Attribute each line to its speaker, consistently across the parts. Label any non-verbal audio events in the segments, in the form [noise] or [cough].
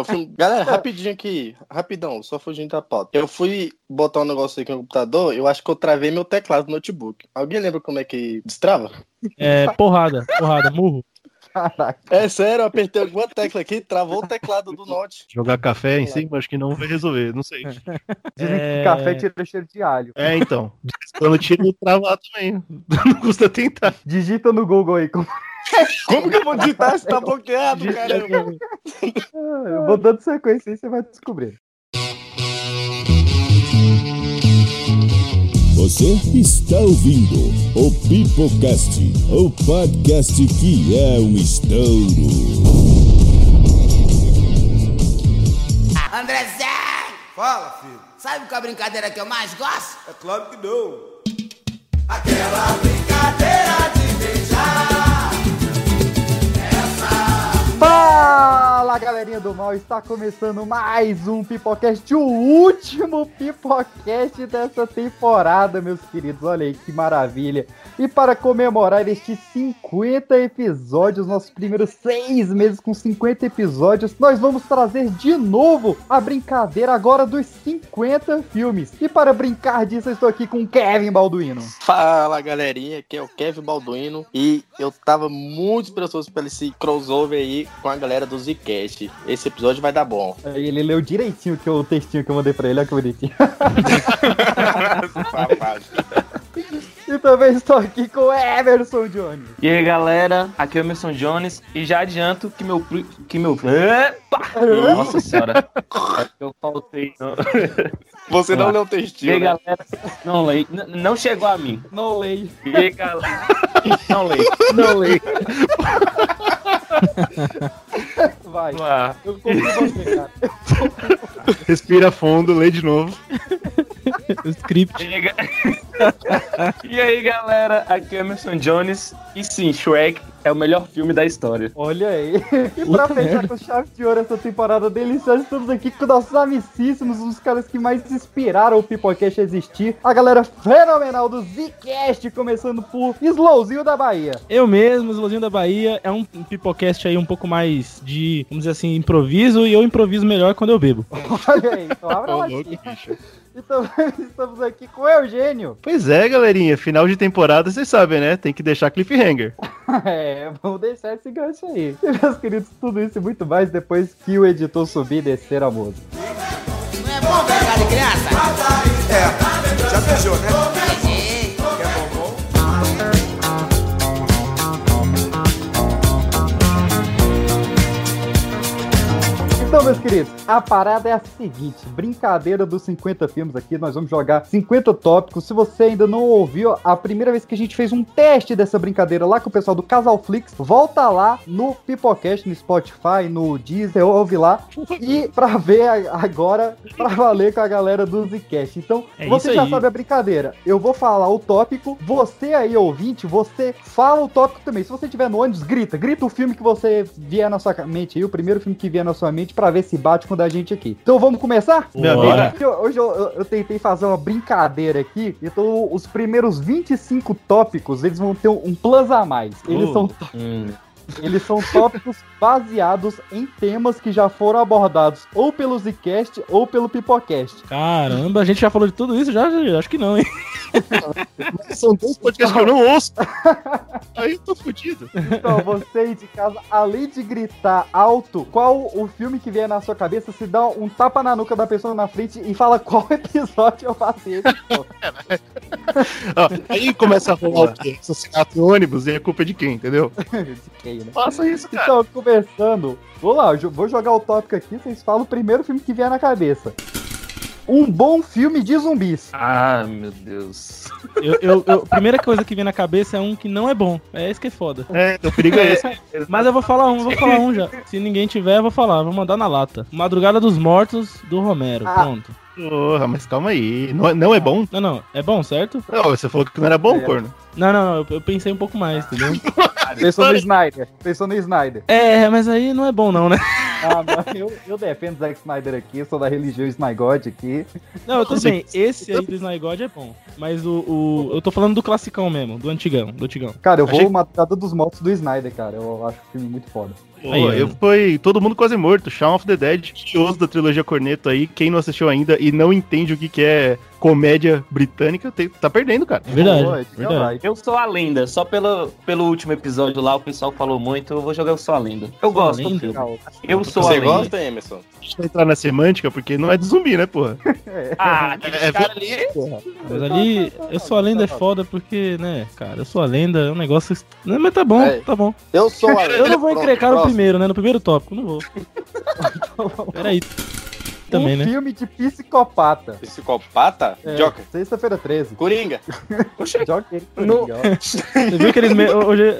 Speaker 1: assim, galera, rapidinho aqui, rapidão, só fugindo da pauta. Eu fui botar um negócio aqui no computador, eu acho que eu travei meu teclado do notebook. Alguém lembra como é que destrava?
Speaker 2: É, porrada, porrada, murro.
Speaker 1: É sério, eu apertei alguma tecla aqui, travou o teclado do note.
Speaker 3: Jogar café em cima, acho que não vai resolver, não [laughs] sei.
Speaker 4: Dizem
Speaker 2: É.
Speaker 4: que café tira cheiro de alho.
Speaker 3: É, então. Quando tira o travar também. [laughs] Não custa tentar.
Speaker 4: Digita no Google aí. como-
Speaker 1: Como que eu vou digitar se tá bloqueado, caramba?
Speaker 4: Eu vou dando sequência aí, você vai descobrir.
Speaker 5: Você está ouvindo o Pipocast, o podcast que é um estouro.
Speaker 6: André Zé! Fala, filho. Sabe qual é a brincadeira que eu mais gosto? É claro que não. Aquela brincadeira de beijar.
Speaker 4: Fala, galerinha do mal! Está começando mais um Pipocast, o último Pipocast dessa temporada, meus queridos. Olha aí que maravilha! E para comemorar estes 50 episódios, nossos primeiros seis meses com 50 episódios, nós vamos trazer de novo a brincadeira agora dos 50 filmes. E para brincar disso, eu estou aqui com o Kevin Balduino.
Speaker 1: Fala galerinha, aqui é o Kevin Balduino e eu tava muito esperançoso pelo esse crossover aí com a galera do Zcast. Esse episódio vai dar [laughs] bom.
Speaker 4: Aí Ele leu direitinho que eu- o textinho que eu mandei para ele, olha que bonitinho. [laughs] E também estou aqui com o Everson Jones.
Speaker 7: E aí galera, aqui é o Emerson Jones e já adianto que meu. pri- Que meu... Epa! Nossa senhora! É que Eu faltei. Não.
Speaker 1: Você
Speaker 7: não
Speaker 1: leu o
Speaker 7: E
Speaker 1: textinho, né?
Speaker 7: aí galera, não leio. N- Não chegou a mim.
Speaker 4: Não leio.
Speaker 7: E aí galera, não leio.
Speaker 4: Não leio. Vai.
Speaker 7: Vamos
Speaker 4: Eu confio em você, cara.
Speaker 3: Respira fundo, lê de novo.
Speaker 2: O script.
Speaker 7: E aí, ga- [laughs] E aí galera, aqui é o Emerson Jones e sim, Shrek é o melhor filme da história.
Speaker 4: Olha aí. E pra
Speaker 2: Puta
Speaker 4: fechar
Speaker 2: merda.
Speaker 4: com chave de ouro essa temporada deliciosa, estamos aqui com nossos amicíssimos, uns caras que mais inspiraram o Pipocast a existir. A galera fenomenal do Zcast, começando por Slowzinho da Bahia.
Speaker 2: Eu mesmo, Slowzinho da Bahia, é um pipocast aí um pouco mais de, vamos dizer assim, improviso, e eu improviso melhor quando eu bebo.
Speaker 4: Olha aí, então, palavra
Speaker 3: Ô,
Speaker 4: latina.
Speaker 3: Tá louco, bicho.
Speaker 4: E também [laughs] estamos aqui com o Eugênio.
Speaker 3: Pois é, galerinha. Final de temporada, vocês sabem, né? Tem que deixar cliffhanger.
Speaker 4: [laughs] É, vamos deixar esse gancho aí. [laughs] E, meus queridos, tudo isso e muito mais depois que o editor subir e descer a música.
Speaker 6: Não é bom brincar de criança?
Speaker 8: É, já beijou, né?
Speaker 6: Beijei.
Speaker 8: Quer bombom?
Speaker 4: Então, meus queridos, a parada é a seguinte: brincadeira dos 50 filmes aqui. Nós vamos jogar 50 tópicos. Se você ainda não ouviu, a primeira vez que a gente fez um teste dessa brincadeira lá com o pessoal do Casalflix, volta lá no Pipocast, no Spotify, no Deezer, ouve lá. E pra ver a- agora, pra valer com a galera do Zcast. Então,
Speaker 2: É
Speaker 4: você
Speaker 2: isso
Speaker 4: já
Speaker 2: aí.
Speaker 4: sabe a brincadeira. Eu vou falar o tópico, você aí, ouvinte, você fala o tópico também. Se você tiver no ônibus, grita. Grita o filme que você vier na sua ca- mente aí, o primeiro filme que vier na sua mente, pra ver se bate com o da gente aqui. Então vamos começar?
Speaker 3: Meu
Speaker 2: Bora.
Speaker 3: amigo,
Speaker 4: Hoje eu, hoje eu- eu- eu tentei fazer uma brincadeira aqui, então os primeiros 25 tópicos, eles vão ter um, um plus a mais. Eles,
Speaker 2: Uh.
Speaker 3: Oh.
Speaker 4: são,
Speaker 7: Hum.
Speaker 4: eles são tópicos baseados em temas que já foram abordados ou pelo Zcast ou pelo Pipocast.
Speaker 2: Caramba, a gente já falou de tudo isso? Já, já- acho que não, hein?
Speaker 3: são dois podcasts que eu não [laughs] ouço. Aí eu tô fudido.
Speaker 4: Então, você aí de casa, além de gritar alto, qual o filme que vier na sua cabeça, se dá um tapa na nuca da pessoa na frente e fala qual [laughs] episódio eu passei.
Speaker 3: Ó, aí começa a rolar o quê? Assassinato em ônibus e a culpa é de quem, entendeu?
Speaker 4: De quem, né?
Speaker 3: Faça isso, cara.
Speaker 4: Então, começando, vou lá, eu jo- vou jogar o tópico aqui, vocês falam o primeiro filme que vier na cabeça. Um bom filme de zumbis.
Speaker 7: Ah, meu Deus.
Speaker 2: Eu, eu- eu- a primeira coisa que vem na cabeça é um que não é bom. É esse que é foda.
Speaker 3: É, então o perigo é esse.
Speaker 2: Mas eu vou falar um, eu vou falar um já. Se ninguém tiver, eu vou falar, vou mandar na lata. Madrugada dos Mortos do Romero.
Speaker 4: Ah.
Speaker 2: Pronto.
Speaker 3: Porra, mas calma aí. Não, é- não é bom?
Speaker 2: Não, não, é bom, certo?
Speaker 3: Não, você falou que não era bom,
Speaker 4: É.
Speaker 3: corno.
Speaker 2: Não, não, não, eu- eu pensei um pouco mais, entendeu?
Speaker 4: Pensou no Snyder. Pensou no Snyder.
Speaker 2: É, mas aí não é bom não, né?
Speaker 4: Ah, mas eu, eu defendo Zack Snyder aqui, sou da religião Snygod aqui.
Speaker 2: Não, tudo bem, esse aí do Sly God é bom. Mas o, o- Eu tô falando do classicão mesmo, do antigão, do antigão.
Speaker 4: Cara, eu
Speaker 3: Achei-
Speaker 4: vou Madrugada dos Mortos do Snyder, cara. Eu acho o filme muito foda.
Speaker 3: Pô,
Speaker 2: Aí, ó.
Speaker 3: eu fui todo mundo quase morto. Shaun of the Dead, curioso da trilogia Corneto aí. Quem não assistiu ainda e não entende o que, que é comédia britânica, tem- tá perdendo, cara.
Speaker 2: É verdade.
Speaker 4: Pô, é de
Speaker 2: verdade.
Speaker 4: caralho.
Speaker 7: Eu sou a lenda, só pelo, pelo último episódio lá, o pessoal falou muito, eu vou jogar Eu Sou a Lenda. Eu gosto
Speaker 2: Lenda?
Speaker 7: do filme. Eu sou a
Speaker 1: Você
Speaker 7: lenda.
Speaker 1: gosta, Emerson?
Speaker 3: A gente vai entrar na semântica porque não é de zumbi, né, porra?
Speaker 7: Ah, aquele
Speaker 3: É,
Speaker 7: cara ali.
Speaker 2: Mas ali, eu sou a lenda é foda porque, né, cara, eu sou a lenda, é um negócio. Não, mas tá bom,
Speaker 1: É.
Speaker 2: tá bom.
Speaker 1: Eu sou a
Speaker 2: Eu não vou
Speaker 1: Pronto,
Speaker 2: encrecar no
Speaker 1: próximo.
Speaker 2: primeiro, né? No primeiro tópico, não vou. Peraí. [laughs] Também,
Speaker 4: um
Speaker 2: né?
Speaker 4: filme de psicopata.
Speaker 1: Psicopata?
Speaker 4: É,
Speaker 1: Joker.
Speaker 4: Sexta-feira 13.
Speaker 1: Coringa.
Speaker 4: Joker e
Speaker 7: No-
Speaker 4: Coringa, ó.
Speaker 2: Você viu que eles, me- hoje-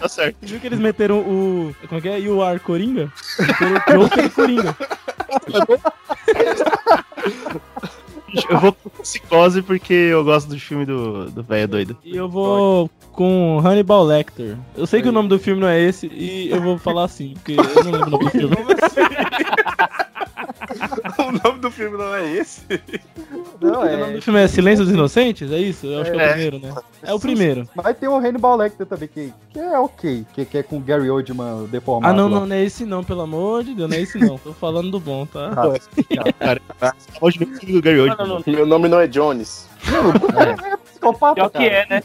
Speaker 3: Tá certo.
Speaker 2: você viu que eles meteram o. Como é que é? You are Coringa? Meteram o Joker e Coringa.
Speaker 3: Eu vou com psicose porque eu gosto do filme do, do velho doido.
Speaker 2: E eu vou com Hannibal Lecter. Eu sei que o nome do filme não é esse e eu vou falar assim, porque [laughs] eu não lembro o nome do filme.
Speaker 1: [laughs] o nome do filme não é esse?
Speaker 4: Não,
Speaker 2: O nome
Speaker 4: é.
Speaker 2: do filme é Silêncio dos Inocentes? É isso? Eu acho que é o primeiro, né? É o primeiro.
Speaker 4: Mas tem o Hannibal Lecter também, que, que é ok. Que, que é com o Gary Oldman
Speaker 2: Ah,
Speaker 4: deformado.
Speaker 2: não,
Speaker 4: lá.
Speaker 2: não, não é esse não, pelo amor de Deus, não é esse não. Tô falando do bom, tá?
Speaker 3: Hoje o filme Tá do Gary Oldman.
Speaker 7: Não, não, não.
Speaker 1: Meu nome não é Jones.
Speaker 4: É, é psicopata,
Speaker 7: Pior
Speaker 4: cara.
Speaker 7: que [laughs] é, né?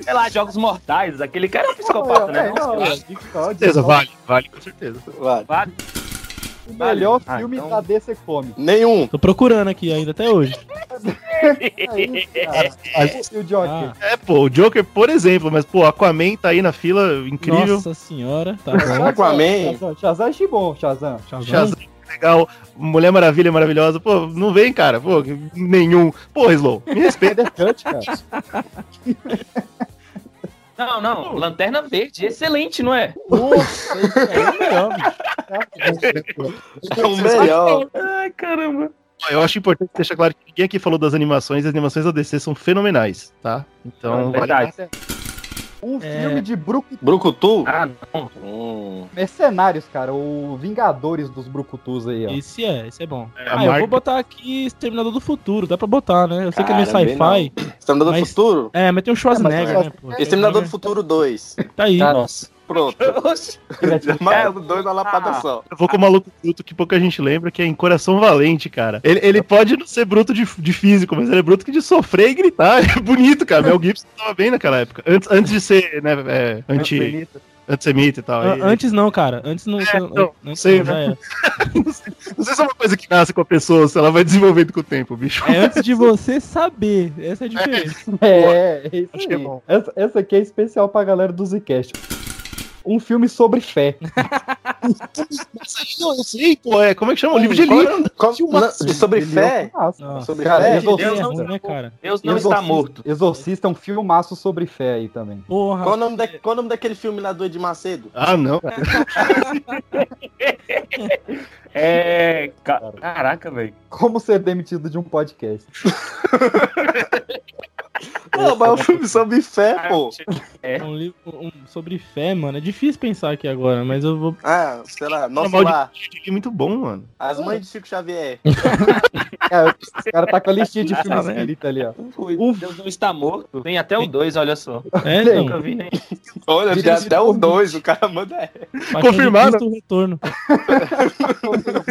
Speaker 7: Sei lá, Jogos Mortais, aquele cara é um psicopata, né?
Speaker 4: É, não,
Speaker 7: Não,
Speaker 4: é, com
Speaker 3: Com certeza, vale, vale, com certeza.
Speaker 1: Vai.
Speaker 7: é.
Speaker 4: O melhor
Speaker 7: Ah,
Speaker 4: filme
Speaker 7: então-
Speaker 4: da DC Come.
Speaker 1: Nenhum.
Speaker 2: Tô procurando aqui ainda até hoje.
Speaker 4: É isso, cara. E o Joker.
Speaker 2: Ah,
Speaker 3: É, pô, o Joker, por exemplo, mas, pô, Aquaman tá aí na fila, incrível.
Speaker 2: nossa senhora, tá bom.
Speaker 1: Aquaman.
Speaker 4: Shazam, Shazam é Shibon, Shazam.
Speaker 2: Shazam.
Speaker 3: Shazam, legal. Mulher Maravilha, é maravilhosa. Pô, não vem, cara. Pô, nenhum. Pô, Slow, me respeita.
Speaker 4: Snyder Cut, cara.
Speaker 7: não, não, Lanterna Verde, excelente, não é?
Speaker 2: Nossa, isso
Speaker 7: [laughs]
Speaker 2: aí é o melhor, bicho.
Speaker 1: É o melhor.
Speaker 7: Ai, caramba.
Speaker 3: Eu acho importante deixar claro que ninguém aqui falou das animações. As animações da DC são fenomenais, tá? Então,
Speaker 7: É verdade.
Speaker 4: Um
Speaker 2: É.
Speaker 4: filme de Brook...
Speaker 1: Brucutu?
Speaker 7: Ah, não.
Speaker 1: Hum.
Speaker 4: Mercenários, cara. O Vingadores dos Brucutus aí, ó.
Speaker 2: Esse é, esse é bom.
Speaker 3: a
Speaker 2: Ah, eu
Speaker 3: marca-
Speaker 2: vou botar aqui Exterminador do Futuro, dá pra botar, né? Eu sei que é meio
Speaker 1: Cara, bem
Speaker 2: sci-fi.
Speaker 1: Exterminador do
Speaker 2: Mas-
Speaker 1: Futuro?
Speaker 2: É, mas tem o Schwarzenegger,
Speaker 4: É, mas-
Speaker 2: né, pô?
Speaker 1: Exterminador do Futuro 2.
Speaker 2: Tá aí.
Speaker 7: Nossa.
Speaker 1: [laughs] Pronto.
Speaker 7: Oxi.
Speaker 1: Mano, é dois na lapada só.
Speaker 3: Eu vou com o maluco bruto que pouca gente lembra, que é em Coração Valente, cara. Ele, ele pode não ser bruto de, de físico, mas ele é bruto que de sofrer e gritar. [laughs] Ele é bonito, cara. Mel Gibson tava bem naquela época. Antes, antes de ser, né, é, anti,
Speaker 4: Bonito.
Speaker 3: antissemita e tal.
Speaker 2: Ah,
Speaker 3: E-
Speaker 2: Antes não, cara. Antes não.
Speaker 3: É,
Speaker 2: não-
Speaker 3: não,
Speaker 2: antes
Speaker 3: sei,
Speaker 2: não, já era.
Speaker 3: Não sei se é uma coisa que nasce com a pessoa, se ela vai desenvolvendo com o tempo, bicho.
Speaker 2: É antes de você saber. Essa é a diferença.
Speaker 4: [laughs] É, é isso
Speaker 3: Acho
Speaker 4: aí.
Speaker 3: que é bom.
Speaker 4: Essa, essa aqui é especial pra galera do Zcast. Um filme sobre fé.
Speaker 3: Não, eu sei, pô. É, como é que
Speaker 1: um
Speaker 3: chama? O livro de
Speaker 1: Qual-
Speaker 3: Eli.
Speaker 1: qual- na- Sobre
Speaker 4: Ele é um
Speaker 1: fé?
Speaker 4: filmaço.
Speaker 2: Nossa,
Speaker 1: Sobre
Speaker 4: Cara,
Speaker 1: fé?
Speaker 4: eu vou-
Speaker 2: Deus
Speaker 7: Deus
Speaker 2: é
Speaker 7: não
Speaker 2: ruim, né,
Speaker 7: salvou.
Speaker 2: cara?
Speaker 7: Deus não
Speaker 4: Exorcista-
Speaker 7: está morto.
Speaker 4: Exorcista é um filmaço sobre fé aí também.
Speaker 2: Porra.
Speaker 1: Qual o nome, da- qual o nome daquele filme lá do Ed Macedo?
Speaker 3: Ah, não. cara.
Speaker 7: É. ca- Caraca, velho.
Speaker 4: Como ser demitido de um podcast.
Speaker 1: Pô, mas é um filme sobre fé, pô.
Speaker 2: É Um livro um- sobre fé, mano. É difícil pensar aqui agora, mas eu vou.
Speaker 1: Ah, sei lá, nosso
Speaker 3: Normal de-
Speaker 1: lá.
Speaker 3: Ele é muito bom, mano.
Speaker 1: As mães de Chico Xavier.
Speaker 4: Cara, o cara tá com a listinha de filme
Speaker 2: Tá vendo?
Speaker 4: espírita ali, ó.
Speaker 2: Uf.
Speaker 7: Deus não está morto. Tem até o 2, olha só.
Speaker 4: Bem,
Speaker 2: É, então.
Speaker 7: Nunca vi, né?
Speaker 1: Olha, tem até o 2, o cara manda é.
Speaker 2: Paixão de
Speaker 3: confirmaram.
Speaker 2: Cristo, o retorno.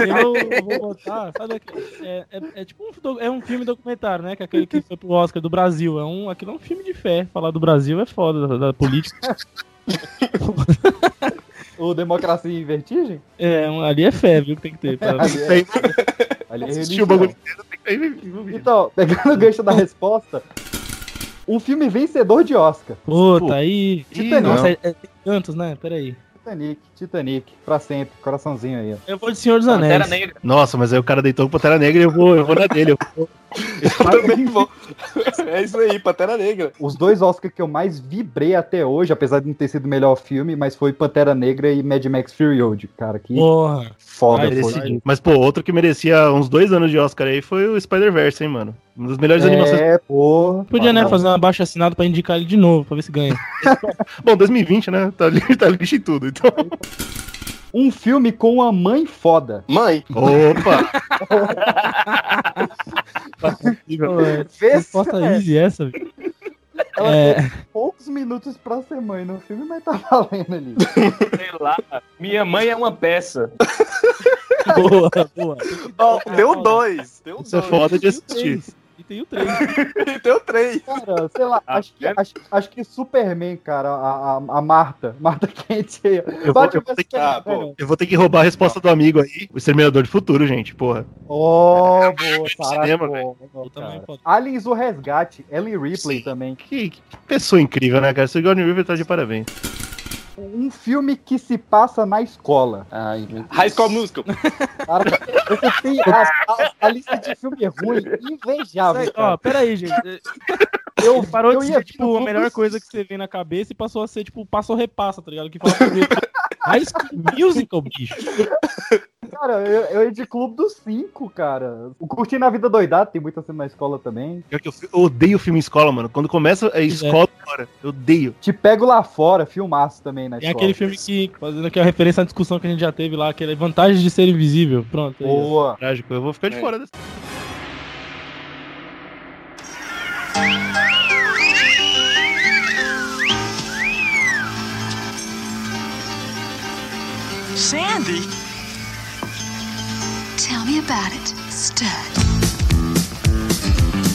Speaker 2: eu vou botar. Sabe aquele- é, é- é tipo um, do- é um filme documentário, né? Que é aquele que foi pro Oscar do Brasil. É um, aquilo é um filme de fé. Falar do Brasil é foda, da, da política.
Speaker 4: O Democracia em Vertigem?
Speaker 2: É, um- ali é fé, viu? Que tem que ter. pra-
Speaker 4: Ali é,
Speaker 3: Tem
Speaker 4: ali é
Speaker 3: assistir o
Speaker 4: religião.
Speaker 3: bagulho inteiro, tem que aí envolvido.
Speaker 4: Então, pegando o gancho da resposta, um filme vencedor de Oscar.
Speaker 2: Pô, tá aí.
Speaker 3: Ih,
Speaker 4: Tipo,
Speaker 2: Nossa,
Speaker 3: não.
Speaker 2: é, é, tem tantos, né? Peraí.
Speaker 4: Titanic, Titanic, pra sempre, coraçãozinho aí, ó.
Speaker 2: Eu vou de Senhor dos
Speaker 7: Pantera
Speaker 2: Anéis.
Speaker 7: Negra.
Speaker 3: Nossa, mas aí o cara deitou com Pantera Negra e eu vou, eu vou na dele. Eu vou-
Speaker 1: Eu também vou. [laughs] É isso aí, Pantera Negra.
Speaker 4: Os dois Oscars que eu mais vibrei até hoje, apesar de não ter sido o melhor filme, mas foi Pantera Negra e Mad Max Fury Road, cara, que
Speaker 2: Porra.
Speaker 4: foda
Speaker 2: vai,
Speaker 4: foi.
Speaker 3: merecido. Mas, pô, outro que merecia uns dois anos de Oscar aí foi o Spider-Verse, hein, mano? Uma das melhores animações.
Speaker 4: É, pô.
Speaker 2: Podia, né,
Speaker 4: Foda.
Speaker 2: fazer uma baixa assinada pra indicar ele de novo, pra ver se ganha.
Speaker 3: Bom, 2020, né? Tá, li- [laughs] tá lixo em tudo, então.
Speaker 4: Um filme com uma mãe foda.
Speaker 1: Mãe,
Speaker 3: Opa!
Speaker 4: Vê-
Speaker 2: é, Resposta easy essa,
Speaker 4: [laughs]
Speaker 2: velho.
Speaker 4: Ela
Speaker 2: É.
Speaker 4: tem poucos minutos pra ser mãe no filme, mas tá valendo ali.
Speaker 7: Sei lá. Minha mãe é uma peça.
Speaker 2: Boa, boa.
Speaker 1: ó, deu dois. Deu
Speaker 3: Isso é
Speaker 1: dois.
Speaker 3: foda de
Speaker 2: E o
Speaker 3: assistir.
Speaker 2: três. E tem o 3.
Speaker 1: [laughs] Deu três.
Speaker 4: Cara, sei lá,
Speaker 7: Ah,
Speaker 4: acho que,
Speaker 7: é?
Speaker 4: acho, acho que Superman, cara, a, a, a Marta, [laughs] Marta Quente aí.
Speaker 3: Eu vou,
Speaker 4: Bate
Speaker 3: eu,
Speaker 4: o
Speaker 3: vou ter que,
Speaker 1: Ah, pô.
Speaker 3: eu vou ter que roubar a resposta do amigo aí. O Exterminador do Futuro, gente, porra.
Speaker 4: Ó, boa,
Speaker 3: [laughs] cinema,
Speaker 4: cara. boa,
Speaker 2: Puta mãe
Speaker 4: cara.
Speaker 2: foda.
Speaker 4: Aliens o Resgate, Ellen Ripley
Speaker 3: Sim.
Speaker 4: também.
Speaker 3: Que, que pessoa incrível, né, cara? Esse Sigourney River tá de parabéns.
Speaker 4: Um filme que se passa na escola. Ai, meu
Speaker 1: High School Musical.
Speaker 4: Cara, você tem a, a- a lista de filme ruim invejável.
Speaker 2: Ó,
Speaker 4: Ah, Cara.
Speaker 2: peraí, gente.
Speaker 4: Eu,
Speaker 2: Parou de
Speaker 4: ia
Speaker 2: ser, tipo, a melhor coisa que você vê na cabeça e passou a ser, tipo, passo ou repassa, tá ligado? Que fala sobre [laughs] High School Musical, bicho.
Speaker 4: Cara, eu, eu ia de Clube dos Cinco, cara. O Curtindo a Vida Doidada tem muita cena na escola também.
Speaker 3: Pior que eu, fi- eu odeio filme escola, mano. Quando começa a escola, cara, eu odeio.
Speaker 4: Te Pego Lá Fora, filmaço também na
Speaker 2: É
Speaker 4: escola.
Speaker 2: aquele filme que, fazendo aqui a referência à discussão que a gente já teve lá, que é Vantagens de Ser Invisível. Pronto. é isso.
Speaker 4: Boa.
Speaker 3: Trágico, eu vou ficar de
Speaker 1: É.
Speaker 3: fora dessa.
Speaker 9: Sandy? Tell me about it, Stud.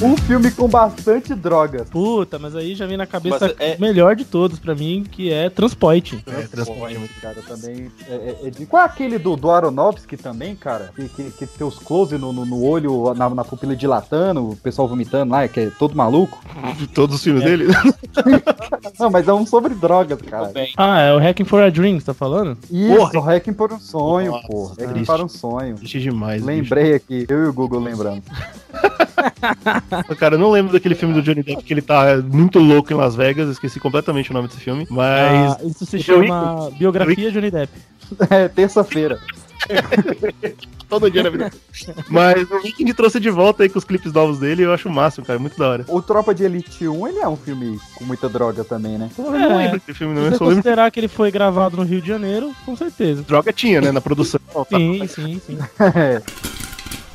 Speaker 4: Um filme com bastante drogas.
Speaker 2: Puta, mas aí já vem na cabeça
Speaker 1: Mas é-
Speaker 2: o melhor de todos pra mim, que é Transpoint.
Speaker 3: É, transporte.
Speaker 4: Pô, cara, também. É, é- é de... Qual é aquele do, do Aronofsky também, cara? Que, que, que tem os close no, no, no olho, na, na pupila dilatando, o pessoal vomitando lá, que é todo maluco.
Speaker 3: De todos os filmes
Speaker 2: É.
Speaker 3: dele.
Speaker 4: Não, mas é um sobre drogas,
Speaker 7: Tá
Speaker 4: cara.
Speaker 2: Ah, é o Hacking for a Dream, que você tá falando?
Speaker 4: Isso,
Speaker 3: Porra.
Speaker 4: Hacking por um sonho,
Speaker 3: Nossa,
Speaker 4: porra. Hacking
Speaker 3: triste.
Speaker 4: para um sonho.
Speaker 3: Triste demais.
Speaker 4: Lembrei aqui, eu e o Google lembrando. [laughs]
Speaker 3: bicho. Cara, eu não lembro daquele filme do Johnny Depp que ele tá muito louco em Las Vegas. eu Esqueci completamente o nome desse filme. Mas.
Speaker 2: Ah, isso se
Speaker 3: É Eu
Speaker 2: chama Biografia Johnny Depp.
Speaker 4: É, terça-feira.
Speaker 3: Todo dia na
Speaker 2: [laughs]
Speaker 3: vida. Mas o Wicked trouxe de volta aí com os clipes novos dele. Eu acho o máximo, cara. Muito da hora.
Speaker 4: O Tropa de Elite 1, ele é um filme com muita droga também, né?
Speaker 3: Eu não
Speaker 2: É.
Speaker 3: lembro daquele filme, não.
Speaker 2: Se
Speaker 3: Eu
Speaker 2: você
Speaker 3: só lembro que
Speaker 2: considerar que ele foi gravado no Rio de Janeiro, com certeza.
Speaker 3: droga tinha, né? Na produção.
Speaker 2: [laughs] Sim, sim, sim.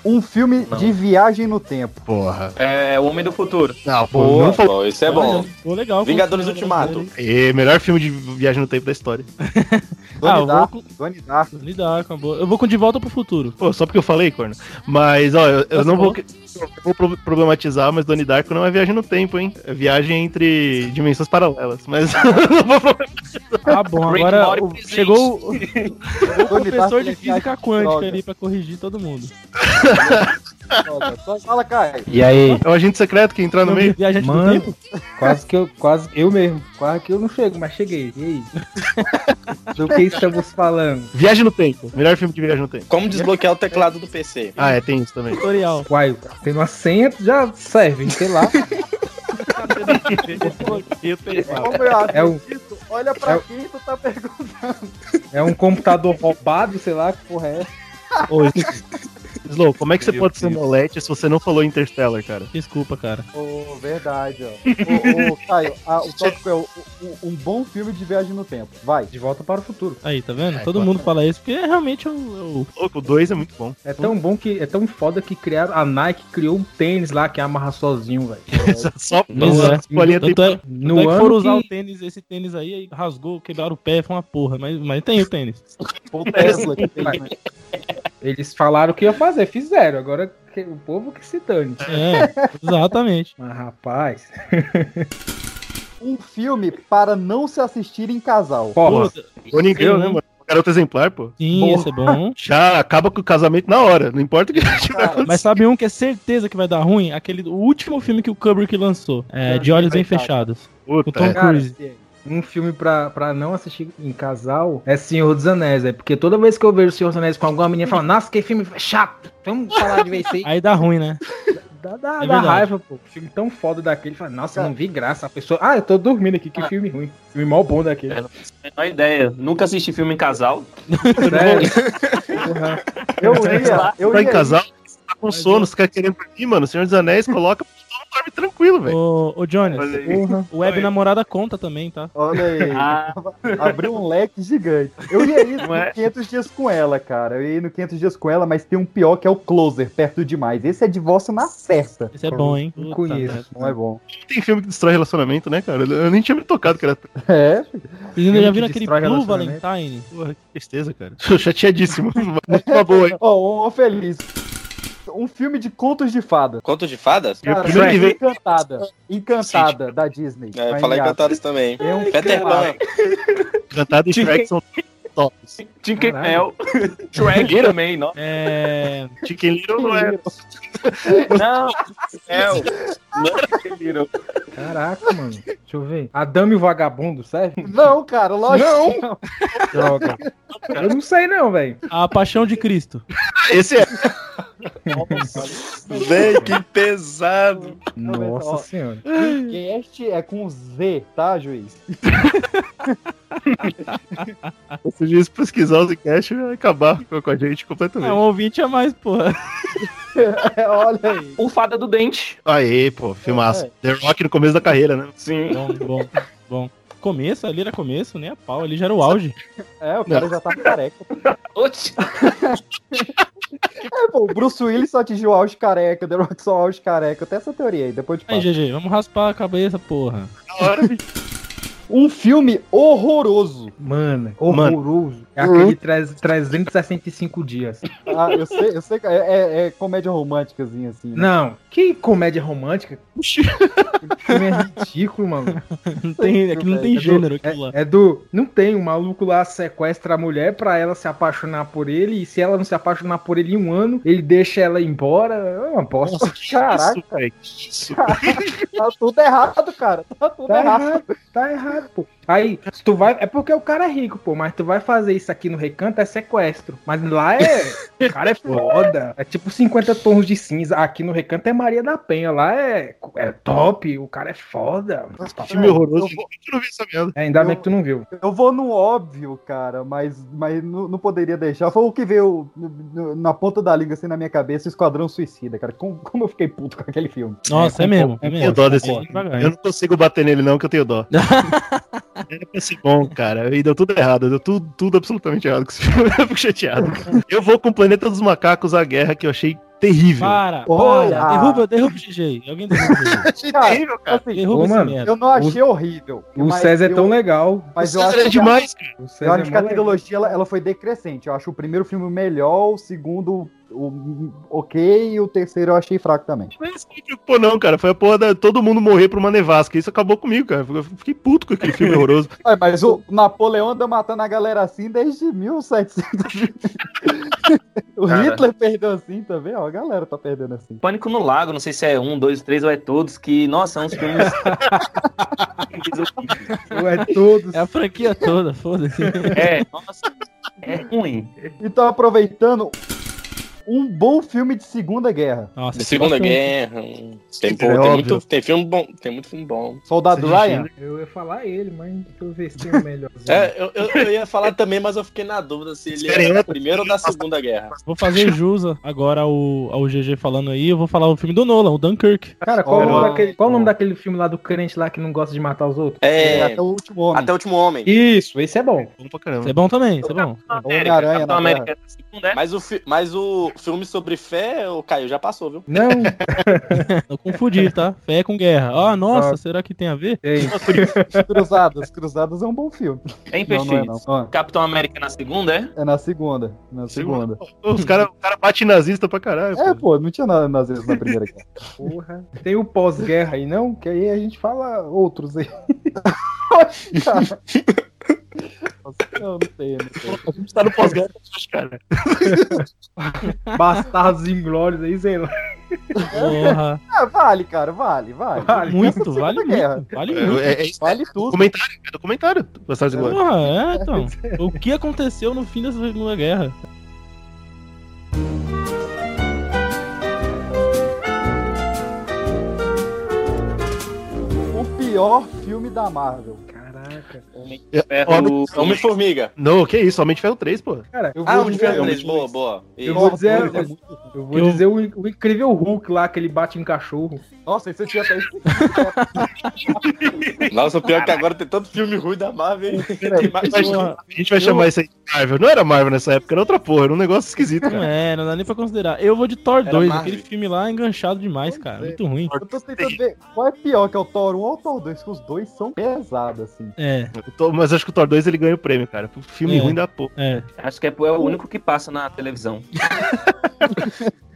Speaker 4: Um filme de viagem no tempo.
Speaker 3: Porra.
Speaker 7: É o Homem do Futuro.
Speaker 3: Não, pô.
Speaker 1: Boa,
Speaker 3: Não falou.
Speaker 1: pô, isso é bom.
Speaker 2: Ficou legal.
Speaker 1: Vingadores
Speaker 2: Foi um
Speaker 1: Ultimato.
Speaker 2: brasileiro.
Speaker 3: É, melhor filme de viagem no tempo da história.
Speaker 2: Ah, eu
Speaker 4: Donnie
Speaker 2: vou
Speaker 4: Darko,
Speaker 2: com...
Speaker 4: Donnie
Speaker 2: [laughs]
Speaker 4: Darko.
Speaker 2: Donnie Darko, uma boa. Eu vou com De Volta pro Futuro.
Speaker 3: Pô, só porque eu falei, corno. Mas, ó, eu, eu
Speaker 2: Mas
Speaker 3: não vou,
Speaker 2: bom.
Speaker 3: eu vou pro- problematizar, mas Donnie Darko não é viagem no tempo, hein? É viagem entre dimensões paralelas. Mas eu não vou problematizar.
Speaker 2: Tá bom,
Speaker 7: Rick
Speaker 2: agora
Speaker 7: Morty
Speaker 2: o-
Speaker 7: presente.
Speaker 2: chegou o
Speaker 4: O
Speaker 2: professor de física quântica ali pra corrigir todo mundo.
Speaker 4: Só fala, Caio.
Speaker 10: E aí?
Speaker 3: É o agente secreto que entrar no meio.
Speaker 2: Viajante
Speaker 10: Mano.
Speaker 2: do tempo?
Speaker 10: Quase que eu, quase eu mesmo, quase que eu não chego, mas cheguei. E
Speaker 4: [laughs]
Speaker 10: aí? Do que estamos falando?
Speaker 3: Viagem no tempo. Melhor filme de viagem no tempo.
Speaker 1: Como desbloquear o teclado do PC?
Speaker 3: Ah, é, tem isso também.
Speaker 2: Tutorial.
Speaker 10: Uai, tendo acento já serve, sei
Speaker 4: [laughs]
Speaker 10: lá.
Speaker 4: Como eu
Speaker 10: É um,
Speaker 4: acredito, olha
Speaker 10: é
Speaker 4: pra
Speaker 10: o-
Speaker 4: quem tu tá perguntando.
Speaker 10: é um computador roubado, sei lá que porra é. essa.
Speaker 3: Ô, Slow, como é que você pode ser molete se você não falou Interstellar, cara?
Speaker 2: Desculpa, cara.
Speaker 4: Ô, verdade, ó. Ô, ô, Caio, ah, o tópico é o- o- um bom filme de viagem no tempo. Vai.
Speaker 10: De volta para o futuro.
Speaker 2: Aí, tá vendo?
Speaker 3: É,
Speaker 2: Todo
Speaker 3: claro.
Speaker 2: mundo fala isso, porque é realmente o. o-
Speaker 3: Louco, o 2 é muito bom.
Speaker 10: É tão bom que é tão foda que criaram a Nike criou um tênis lá que amarra sozinho, velho.
Speaker 3: [laughs] Só
Speaker 2: Pois
Speaker 3: só
Speaker 2: é.
Speaker 3: as bolinhas tem...
Speaker 2: Tanto é,
Speaker 10: No
Speaker 2: tanto é que
Speaker 10: ano
Speaker 2: foram usar
Speaker 10: que-
Speaker 2: o tênis, esse tênis aí, aí rasgou, quebraram o pé, foi uma porra. Mas, mas tem o tênis.
Speaker 10: [laughs]
Speaker 4: Tesla que tem, né?
Speaker 10: É, Eles falaram que ia fazer, fizeram. Agora que- o povo que se dane.
Speaker 2: É, exatamente.
Speaker 10: Mas rapaz,
Speaker 4: Um filme para não se assistir em casal.
Speaker 10: porra,
Speaker 2: Puta,
Speaker 3: Bonnie Girl, né,
Speaker 2: Sim.
Speaker 3: mano? Garoto exemplar, pô.
Speaker 2: sim,
Speaker 4: Boa.
Speaker 2: esse é
Speaker 10: [laughs]
Speaker 2: bom.
Speaker 3: Já acaba com o casamento na hora. Não importa o que [laughs] tipo, a gente vai
Speaker 4: Cara,
Speaker 3: fazer.
Speaker 2: Mas sabe um que é certeza que vai dar ruim? Aquele, o último filme que o Kubrick lançou. É, De Olhos Bem Fechados. Com o
Speaker 3: Puta,
Speaker 2: Tom
Speaker 3: é.
Speaker 10: É, Cara,
Speaker 2: Cruise.
Speaker 10: um filme pra, pra não assistir em casal é Senhor dos Anéis, é porque toda vez que eu vejo Senhor dos Anéis com alguma menina, eu falo, nossa, que filme chato, vamos falar de vez aí.
Speaker 2: Aí dá ruim, né?
Speaker 10: Dá, dá,
Speaker 2: É
Speaker 10: dá
Speaker 2: verdade.
Speaker 10: raiva, pô. Um Filme tão foda daquele, fala, nossa, não vi graça, a pessoa, ah, eu tô dormindo aqui, que filme ruim, filme mó bom daquele.
Speaker 7: É, não faço a menor ideia. Nunca assisti filme em casal.
Speaker 10: Sério. Porra.
Speaker 4: Eu ia, eu
Speaker 3: tá
Speaker 4: ia.
Speaker 3: em casal, você tá com sono, você quer querendo dormir, mano. Senhor dos Anéis, coloca, dorme tranquilo, velho.
Speaker 2: Ô, ô Jonas,
Speaker 3: Olha aí.
Speaker 10: Porra.
Speaker 2: web namorada conta também, tá?
Speaker 4: Olha aí.
Speaker 7: Ah,
Speaker 4: Abriu um leque gigante. Eu ia ir no
Speaker 3: Não é?
Speaker 4: 500 dias com ela, cara. Eu ia ir no 500 dias com ela, mas tem um pior que é o Closer, perto demais. Esse é divórcio na festa.
Speaker 2: Esse é bom, hein?
Speaker 10: Não
Speaker 2: Puta
Speaker 10: conheço.
Speaker 4: Não é bom.
Speaker 3: Tem filme que destrói relacionamento, né, cara? Eu nem tinha me tocado que era
Speaker 4: É,
Speaker 2: merda.
Speaker 10: Filme
Speaker 2: Menino, já
Speaker 10: que
Speaker 2: viram aquele
Speaker 10: destrói
Speaker 2: Blue
Speaker 10: relacionamento.
Speaker 2: Valentine?
Speaker 3: Porra, que tristeza, cara. [laughs] Tô chateadíssimo. Mas Uma boa, hein?
Speaker 4: ó, oh, feliz. Um filme de contos de fada.
Speaker 1: Conto de fadas?
Speaker 3: Meu
Speaker 4: Cara,
Speaker 3: primeiro que vem-
Speaker 4: encantada. Encantada da Disney.
Speaker 1: É,
Speaker 4: Vai
Speaker 1: falar
Speaker 4: em
Speaker 1: encantados também.
Speaker 4: É um
Speaker 1: Peter Pan.
Speaker 4: filmaço.
Speaker 3: Cantado em Shrek são tops.
Speaker 7: Tinker
Speaker 10: Caralho.
Speaker 7: Bell. [laughs] Shrek também, não.
Speaker 2: É.
Speaker 3: Chicken Little não é.
Speaker 7: Não, Bell. Não, Tinker Little.
Speaker 10: Caraca, mano. Deixa eu ver. Adame o Vagabundo, serve?
Speaker 4: Não, cara, lógico. Não.
Speaker 10: Droga. Eu não sei não, velho.
Speaker 2: A Paixão de Cristo.
Speaker 3: [laughs] Esse é.
Speaker 1: Véi, que pesado.
Speaker 10: Nossa
Speaker 4: ó.
Speaker 10: senhora.
Speaker 4: Cast é com Z, tá, juiz? [laughs]
Speaker 3: Se diz pesquisar os encaixes, vai acabar com a gente
Speaker 2: É um
Speaker 3: completamente.
Speaker 2: ouvinte a mais, porra.
Speaker 4: É, olha aí.
Speaker 7: O Fada do Dente.
Speaker 3: Aê, pô, filmaço.
Speaker 4: É.
Speaker 3: The Rock no começo da carreira, né?
Speaker 7: Sim.
Speaker 2: Bom, bom, bom. Começo, ali era começo, nem a pau, ali já era o auge.
Speaker 4: É, o cara já tá careca.
Speaker 7: Oxi.
Speaker 4: É, pô, o Bruce Willis só atingiu o auge careca, The Rock só o auge careca. Eu tenho essa teoria aí, depois de
Speaker 2: Aí,
Speaker 4: passo.
Speaker 2: GG, vamos raspar a cabeça, porra.
Speaker 3: Da hora, bicho.
Speaker 4: Um filme horroroso.
Speaker 10: Mano,
Speaker 3: Mano.
Speaker 10: horroroso. É aquele traz- 365 dias.
Speaker 4: Ah, eu sei, eu sei que é, é- é comédia românticazinha assim. né?
Speaker 10: Não, que comédia romântica.
Speaker 4: [laughs]
Speaker 10: Que filme é ridículo, mano.
Speaker 2: Não tem, aqui não tem
Speaker 10: É do-
Speaker 2: gênero aquilo lá.
Speaker 10: É do. Não tem, o maluco lá sequestra a mulher pra ela se apaixonar por ele. E se ela não se apaixonar por ele em um ano, ele deixa ela embora. É uma bosta.
Speaker 4: Caraca.
Speaker 3: Isso, velho, que isso.
Speaker 4: Tá tudo errado, cara. Tá tudo
Speaker 10: Tá
Speaker 4: errado.
Speaker 10: errado, tá errado, pô. Aí, se tu vai. É porque o cara é rico, pô, mas tu vai fazer isso aqui no recanto é sequestro. Mas lá
Speaker 4: [laughs]
Speaker 10: é. O cara é foda. É tipo 50 tons de cinza. Aqui no recanto é Maria da Penha. Lá é, é top. O cara é foda.
Speaker 3: Filme horroroso.
Speaker 4: Eu vou-
Speaker 3: Eu não vi essa merda.
Speaker 10: É, ainda
Speaker 4: Eu-
Speaker 10: bem que tu não viu.
Speaker 4: Eu vou no óbvio, cara, mas, mas não, não poderia deixar. Foi o que veio no- no- na ponta da língua, assim, na minha cabeça, Esquadrão Suicida, cara. Como, como eu fiquei puto com aquele filme.
Speaker 2: Nossa, é, mesmo, é
Speaker 3: Eu tenho
Speaker 2: mesmo.
Speaker 3: dó desse.
Speaker 2: É, devagar,
Speaker 3: Eu não consigo bater nele, não, que eu tenho
Speaker 2: [laughs]
Speaker 3: dó. Era pra ser bom, cara. E deu tudo errado. Deu tudo, tudo absolutamente errado com esse filme. [laughs] Eu fico chateado. Eu vou com o Planeta dos Macacos, a guerra, que eu achei terrível.
Speaker 2: Para,
Speaker 4: Olha!
Speaker 2: para. Derruba, derruba o GG. Alguém derruba o [laughs] GG.
Speaker 4: Cara,
Speaker 3: terrível, cara.
Speaker 4: assim,
Speaker 2: Derruba
Speaker 10: Ô,
Speaker 2: essa
Speaker 10: mano,
Speaker 2: merda.
Speaker 4: eu não achei horrível.
Speaker 10: É, O
Speaker 4: mas
Speaker 10: César é
Speaker 4: eu-
Speaker 10: tão legal.
Speaker 4: Mas eu
Speaker 3: Isso
Speaker 4: acho
Speaker 3: era
Speaker 4: que a-
Speaker 3: é demais, cara.
Speaker 10: O
Speaker 4: Eu
Speaker 10: César é
Speaker 4: acho que a
Speaker 10: mó legal.
Speaker 4: trilogia ela, ela foi decrescente. Eu acho o primeiro filme o melhor, o segundo o, ok, e o terceiro eu achei fraco também.
Speaker 3: Mas não me preocupou, assim, tipo, não, cara. Foi a porra da todo mundo morrer pra uma nevasca. Isso acabou comigo, cara. Eu fiquei puto com aquele filme horroroso.
Speaker 4: Ué, mas o Napoleão anda matando a galera assim desde 1700. [laughs] o
Speaker 7: Cara.
Speaker 4: Hitler perdeu assim também, ó. A galera tá perdendo assim.
Speaker 7: Pânico no Lago, não sei se é um, dois, três ou é todos, que, nossa, é uns filmes.
Speaker 10: É todos.
Speaker 2: É a franquia toda, foda-se.
Speaker 7: é, nossa, é ruim.
Speaker 4: Então, aproveitando, um bom filme de Segunda Guerra.
Speaker 2: Nossa,
Speaker 1: De Segunda
Speaker 2: bastante.
Speaker 1: Guerra. Tem, pô,
Speaker 3: É
Speaker 1: tem
Speaker 3: óbvio.
Speaker 1: muito, tem filme bom. Tem muito filme bom.
Speaker 4: Soldado
Speaker 3: Sim,
Speaker 4: Ryan.
Speaker 10: Eu ia falar ele, mas deixa eu ver se tem o melhor.
Speaker 1: [laughs] É, eu, eu, eu ia falar também, mas eu fiquei na dúvida se ele era da Primeira ou da Segunda Guerra.
Speaker 2: Vou fazer jus agora ao, ao GG falando aí. Eu vou falar o filme do Nolan, o Dunkirk.
Speaker 10: Cara, qual, o
Speaker 1: Ó.
Speaker 10: nome daquele, qual o nome daquele filme lá do crente lá que não gosta de matar os outros?
Speaker 1: É,
Speaker 4: Até o último homem.
Speaker 1: até o Último Homem.
Speaker 10: Isso, esse é bom.
Speaker 3: Bom pra caramba.
Speaker 2: Isso é bom também, isso é
Speaker 1: Tá
Speaker 2: bom.
Speaker 4: Homem-Aranha
Speaker 7: Capitão
Speaker 4: na
Speaker 7: América, segunda, é?
Speaker 1: Mas o, fi- mas o filme sobre fé, o Caio, já passou, viu?
Speaker 10: Não,
Speaker 2: [laughs] Eu confundi, tá? Fé com guerra. Ah, nossa, será que tem a ver?
Speaker 10: Ei,
Speaker 4: Cruzadas. Cruzadas é um bom filme.
Speaker 7: Hein,
Speaker 4: Não, não é
Speaker 7: Peixinho?
Speaker 4: não. Ó,
Speaker 7: Capitão América na segunda, é?
Speaker 4: É na segunda. Na segunda.
Speaker 3: Os caras cara batem nazista pra caralho.
Speaker 4: É,
Speaker 3: pô.
Speaker 4: pô, não tinha nada nas vezes na primeira guerra.
Speaker 10: porra. Tem o pós-guerra aí, não?
Speaker 4: Que aí a gente fala outros aí. Nossa, eu [laughs] não sei, não sei.
Speaker 3: A gente tá no pós-guerra, cara.
Speaker 10: Bastardos inglórios aí, sei lá. [laughs]
Speaker 2: Porra.
Speaker 4: Ah, vale, cara, vale, vale.
Speaker 2: Muito,
Speaker 4: Essa
Speaker 2: vale
Speaker 4: Segunda Guerra.
Speaker 2: muito. Vale muito.
Speaker 3: É, é, isso,
Speaker 4: Vale tudo.
Speaker 3: documentário, é documentário. Bastardos Inglórios.
Speaker 2: Porra, é, então. O que aconteceu no fim dessa Segunda Guerra?
Speaker 4: O pior filme da Marvel.
Speaker 10: Caraca.
Speaker 7: É,
Speaker 1: Ferro... Homem-Formiga.
Speaker 3: Não, que isso, somente Ferro 3, pô.
Speaker 10: Cara, eu vou
Speaker 7: Ah,
Speaker 1: um
Speaker 7: onde
Speaker 10: dizer,
Speaker 7: foi?
Speaker 10: eu,
Speaker 1: Homem- Boa, boa. Isso.
Speaker 10: vou dizer,
Speaker 4: Nossa,
Speaker 10: eu, vou dizer o, o incrível Hulk lá que ele bate em cachorro.
Speaker 4: Nossa, esse eu tinha até
Speaker 1: Nossa, o pior é que agora tem tanto filme ruim da Marvel. hein? Tem mais
Speaker 3: Mas-
Speaker 1: um.
Speaker 3: A gente vai chamar isso aí de Marvel. Não era Marvel nessa época, era outra porra, era um negócio esquisito,
Speaker 2: Não
Speaker 3: cara.
Speaker 2: é, não dá nem pra considerar. Eu vou de Thor 2,
Speaker 7: Marvel.
Speaker 2: aquele filme lá enganchado demais, cara.
Speaker 10: é.
Speaker 2: Muito ruim.
Speaker 4: Eu tô tentando ver qual é pior, que é o Thor 1 ou o Thor 2, porque os dois são pesados, assim.
Speaker 2: É,
Speaker 3: Eu tô- mas acho que o Thor 2 ele ganha o prêmio, cara. O filme
Speaker 2: É.
Speaker 3: ruim da porra.
Speaker 2: é.
Speaker 7: Acho que é, é o único que passa na televisão.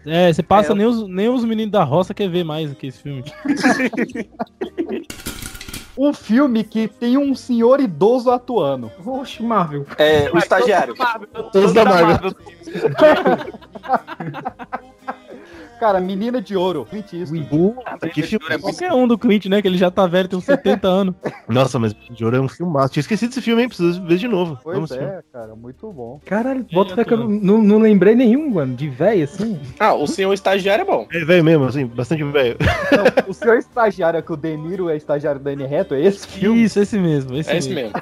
Speaker 2: É, você passa
Speaker 7: É, eu-
Speaker 2: nem, os, nem os meninos da roça quer ver mais que esse filme.
Speaker 4: Um filme que tem um senhor idoso atuando.
Speaker 10: Oxe, Marvel.
Speaker 1: É, o estagiário.
Speaker 3: Todos da Marvel.
Speaker 4: Cara, Menina de Ouro, Clint Eastwood.
Speaker 3: que filme.
Speaker 2: Qualquer um do Clint, né? Que ele já tá
Speaker 10: [laughs]
Speaker 2: velho, tem uns 70 anos.
Speaker 3: Nossa, mas de ouro é um filmaço. Tinha esquecido esse filme, hein? Preciso ver de novo.
Speaker 4: Pois
Speaker 3: Vamos filme.
Speaker 4: é, cara, muito bom.
Speaker 10: Caralho,
Speaker 2: É,
Speaker 10: bota fé que eu
Speaker 2: cara.
Speaker 10: não, não lembrei nenhum, mano, de véia assim.
Speaker 1: Ah, o senhor estagiário é bom.
Speaker 3: É velho mesmo, assim, bastante velho.
Speaker 4: Não, o senhor estagiário, que o De Niro é estagiário do Danny Reto, é esse filme?
Speaker 2: Isso, esse mesmo. Esse
Speaker 1: É esse mesmo.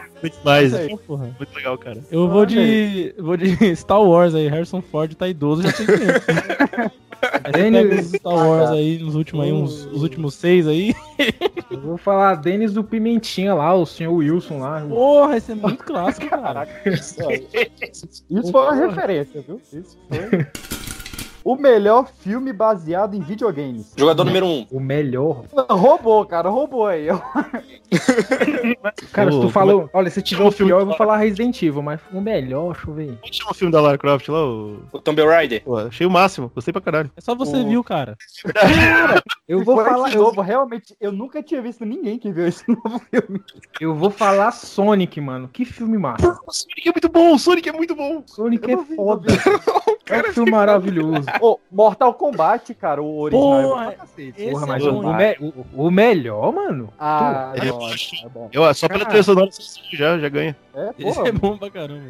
Speaker 3: Mas
Speaker 4: Isso aí.
Speaker 2: mesmo. Porra.
Speaker 3: muito legal, cara.
Speaker 2: Eu vou de. vou de [laughs] Star Wars aí. Harrison Ford tá idoso, já
Speaker 10: [laughs]
Speaker 2: tem tempo. Aí você pega os Star Wars aí, nos últimos aí, uns, os últimos seis aí.
Speaker 10: [laughs] Eu vou falar Denis do Pimentinha lá, o senhor Wilson lá.
Speaker 2: Porra, esse é muito clássico, cara.
Speaker 4: Isso foi uma referência, viu? Isso foi. O melhor filme baseado em videogames.
Speaker 1: Jogador número um.
Speaker 10: O melhor.
Speaker 4: Roubou, cara, roubou aí. Eu-
Speaker 10: Cara, se
Speaker 3: Ô,
Speaker 10: tu falou. Olha, se tiver
Speaker 3: Ô,
Speaker 10: o
Speaker 3: um filme
Speaker 10: pior, eu vou
Speaker 3: fora.
Speaker 10: falar Resident Evil, mas o melhor, deixa eu ver.
Speaker 3: Como é chama o filme da Lara Croft lá? O...
Speaker 1: O Tomb Raider.
Speaker 3: Pô, achei o máximo, gostei pra caralho.
Speaker 2: É só você viu, cara.
Speaker 10: Eu vou
Speaker 4: Foi
Speaker 10: falar.
Speaker 4: de
Speaker 10: Eu,
Speaker 4: novo, realmente, eu nunca tinha visto ninguém que viu esse [laughs] novo filme.
Speaker 10: eu vou falar Sonic, mano. Que filme massa.
Speaker 3: O Sonic é muito bom, o Sonic é muito bom.
Speaker 10: Sonic é
Speaker 4: não vi,
Speaker 10: foda.
Speaker 4: [laughs]
Speaker 10: É um filme maravilhoso.
Speaker 4: Ô, Mortal Kombat, cara, o original. é bom pra cacete.
Speaker 2: Esse
Speaker 10: Porra,
Speaker 2: é
Speaker 10: mas
Speaker 2: bom,
Speaker 10: o, me- o- o melhor, mano.
Speaker 4: Ah,
Speaker 3: Eu
Speaker 4: não,
Speaker 3: acho-
Speaker 4: é bom.
Speaker 3: Eu, só pela trilha sonora já, já ganha.
Speaker 4: É, [laughs]
Speaker 2: [laughs] Esse
Speaker 4: pô,
Speaker 2: é bom pra caramba.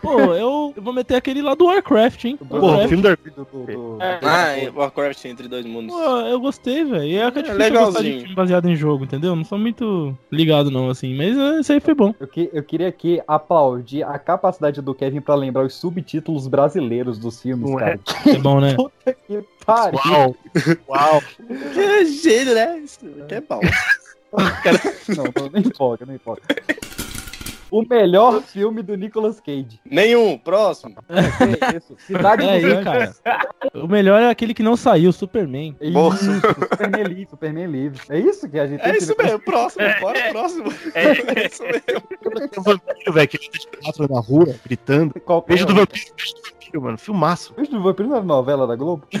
Speaker 2: Pô, eu, eu vou meter aquele lá do Warcraft, hein?
Speaker 4: Porra,
Speaker 10: é.
Speaker 3: Porra, o
Speaker 2: Warcraft.
Speaker 3: filme da.
Speaker 4: do- do- do-
Speaker 1: Ah, e Warcraft entre dois mundos.
Speaker 2: Pô, eu gostei, velho. E É, que é difícil eu
Speaker 1: legalzinho.
Speaker 2: gostar de filme baseado em jogo, entendeu? Não sou muito ligado, não, assim. Mas é, esse aí foi bom.
Speaker 4: Eu, que- eu queria aqui aplaudir a capacidade do Kevin pra lembrar os subtítulos brasileiros dos filmes,
Speaker 3: Não é?
Speaker 4: cara.
Speaker 2: É bom, né?
Speaker 4: Que pariu.
Speaker 3: Uau! Uau!
Speaker 1: Que gênio, né? Isso que é bom.
Speaker 4: Não, não, não empolga, não empolga. O melhor filme do Nicolas Cage.
Speaker 1: [laughs] Nenhum. Próximo.
Speaker 4: É [laughs] isso. Cidade
Speaker 2: É
Speaker 4: dos
Speaker 2: aí, cara. O melhor é aquele que não saiu, Superman.
Speaker 4: Anjos.
Speaker 1: Boa.
Speaker 4: Isso, Superman é livre, Superman livre. É isso que a gente
Speaker 1: É
Speaker 4: tem
Speaker 1: isso
Speaker 4: que-
Speaker 1: mesmo. Próximo. Bora, próximo. [laughs] É isso mesmo.
Speaker 3: Tem um vampiro, velho, que ele tá de quatro na rua, gritando.
Speaker 4: Qualquer
Speaker 3: Beijo do
Speaker 4: um.
Speaker 3: vampiro, beijo do vampiro, mano. Filmaço.
Speaker 4: Beijo do Vampiro não é novela da Globo?
Speaker 10: [laughs]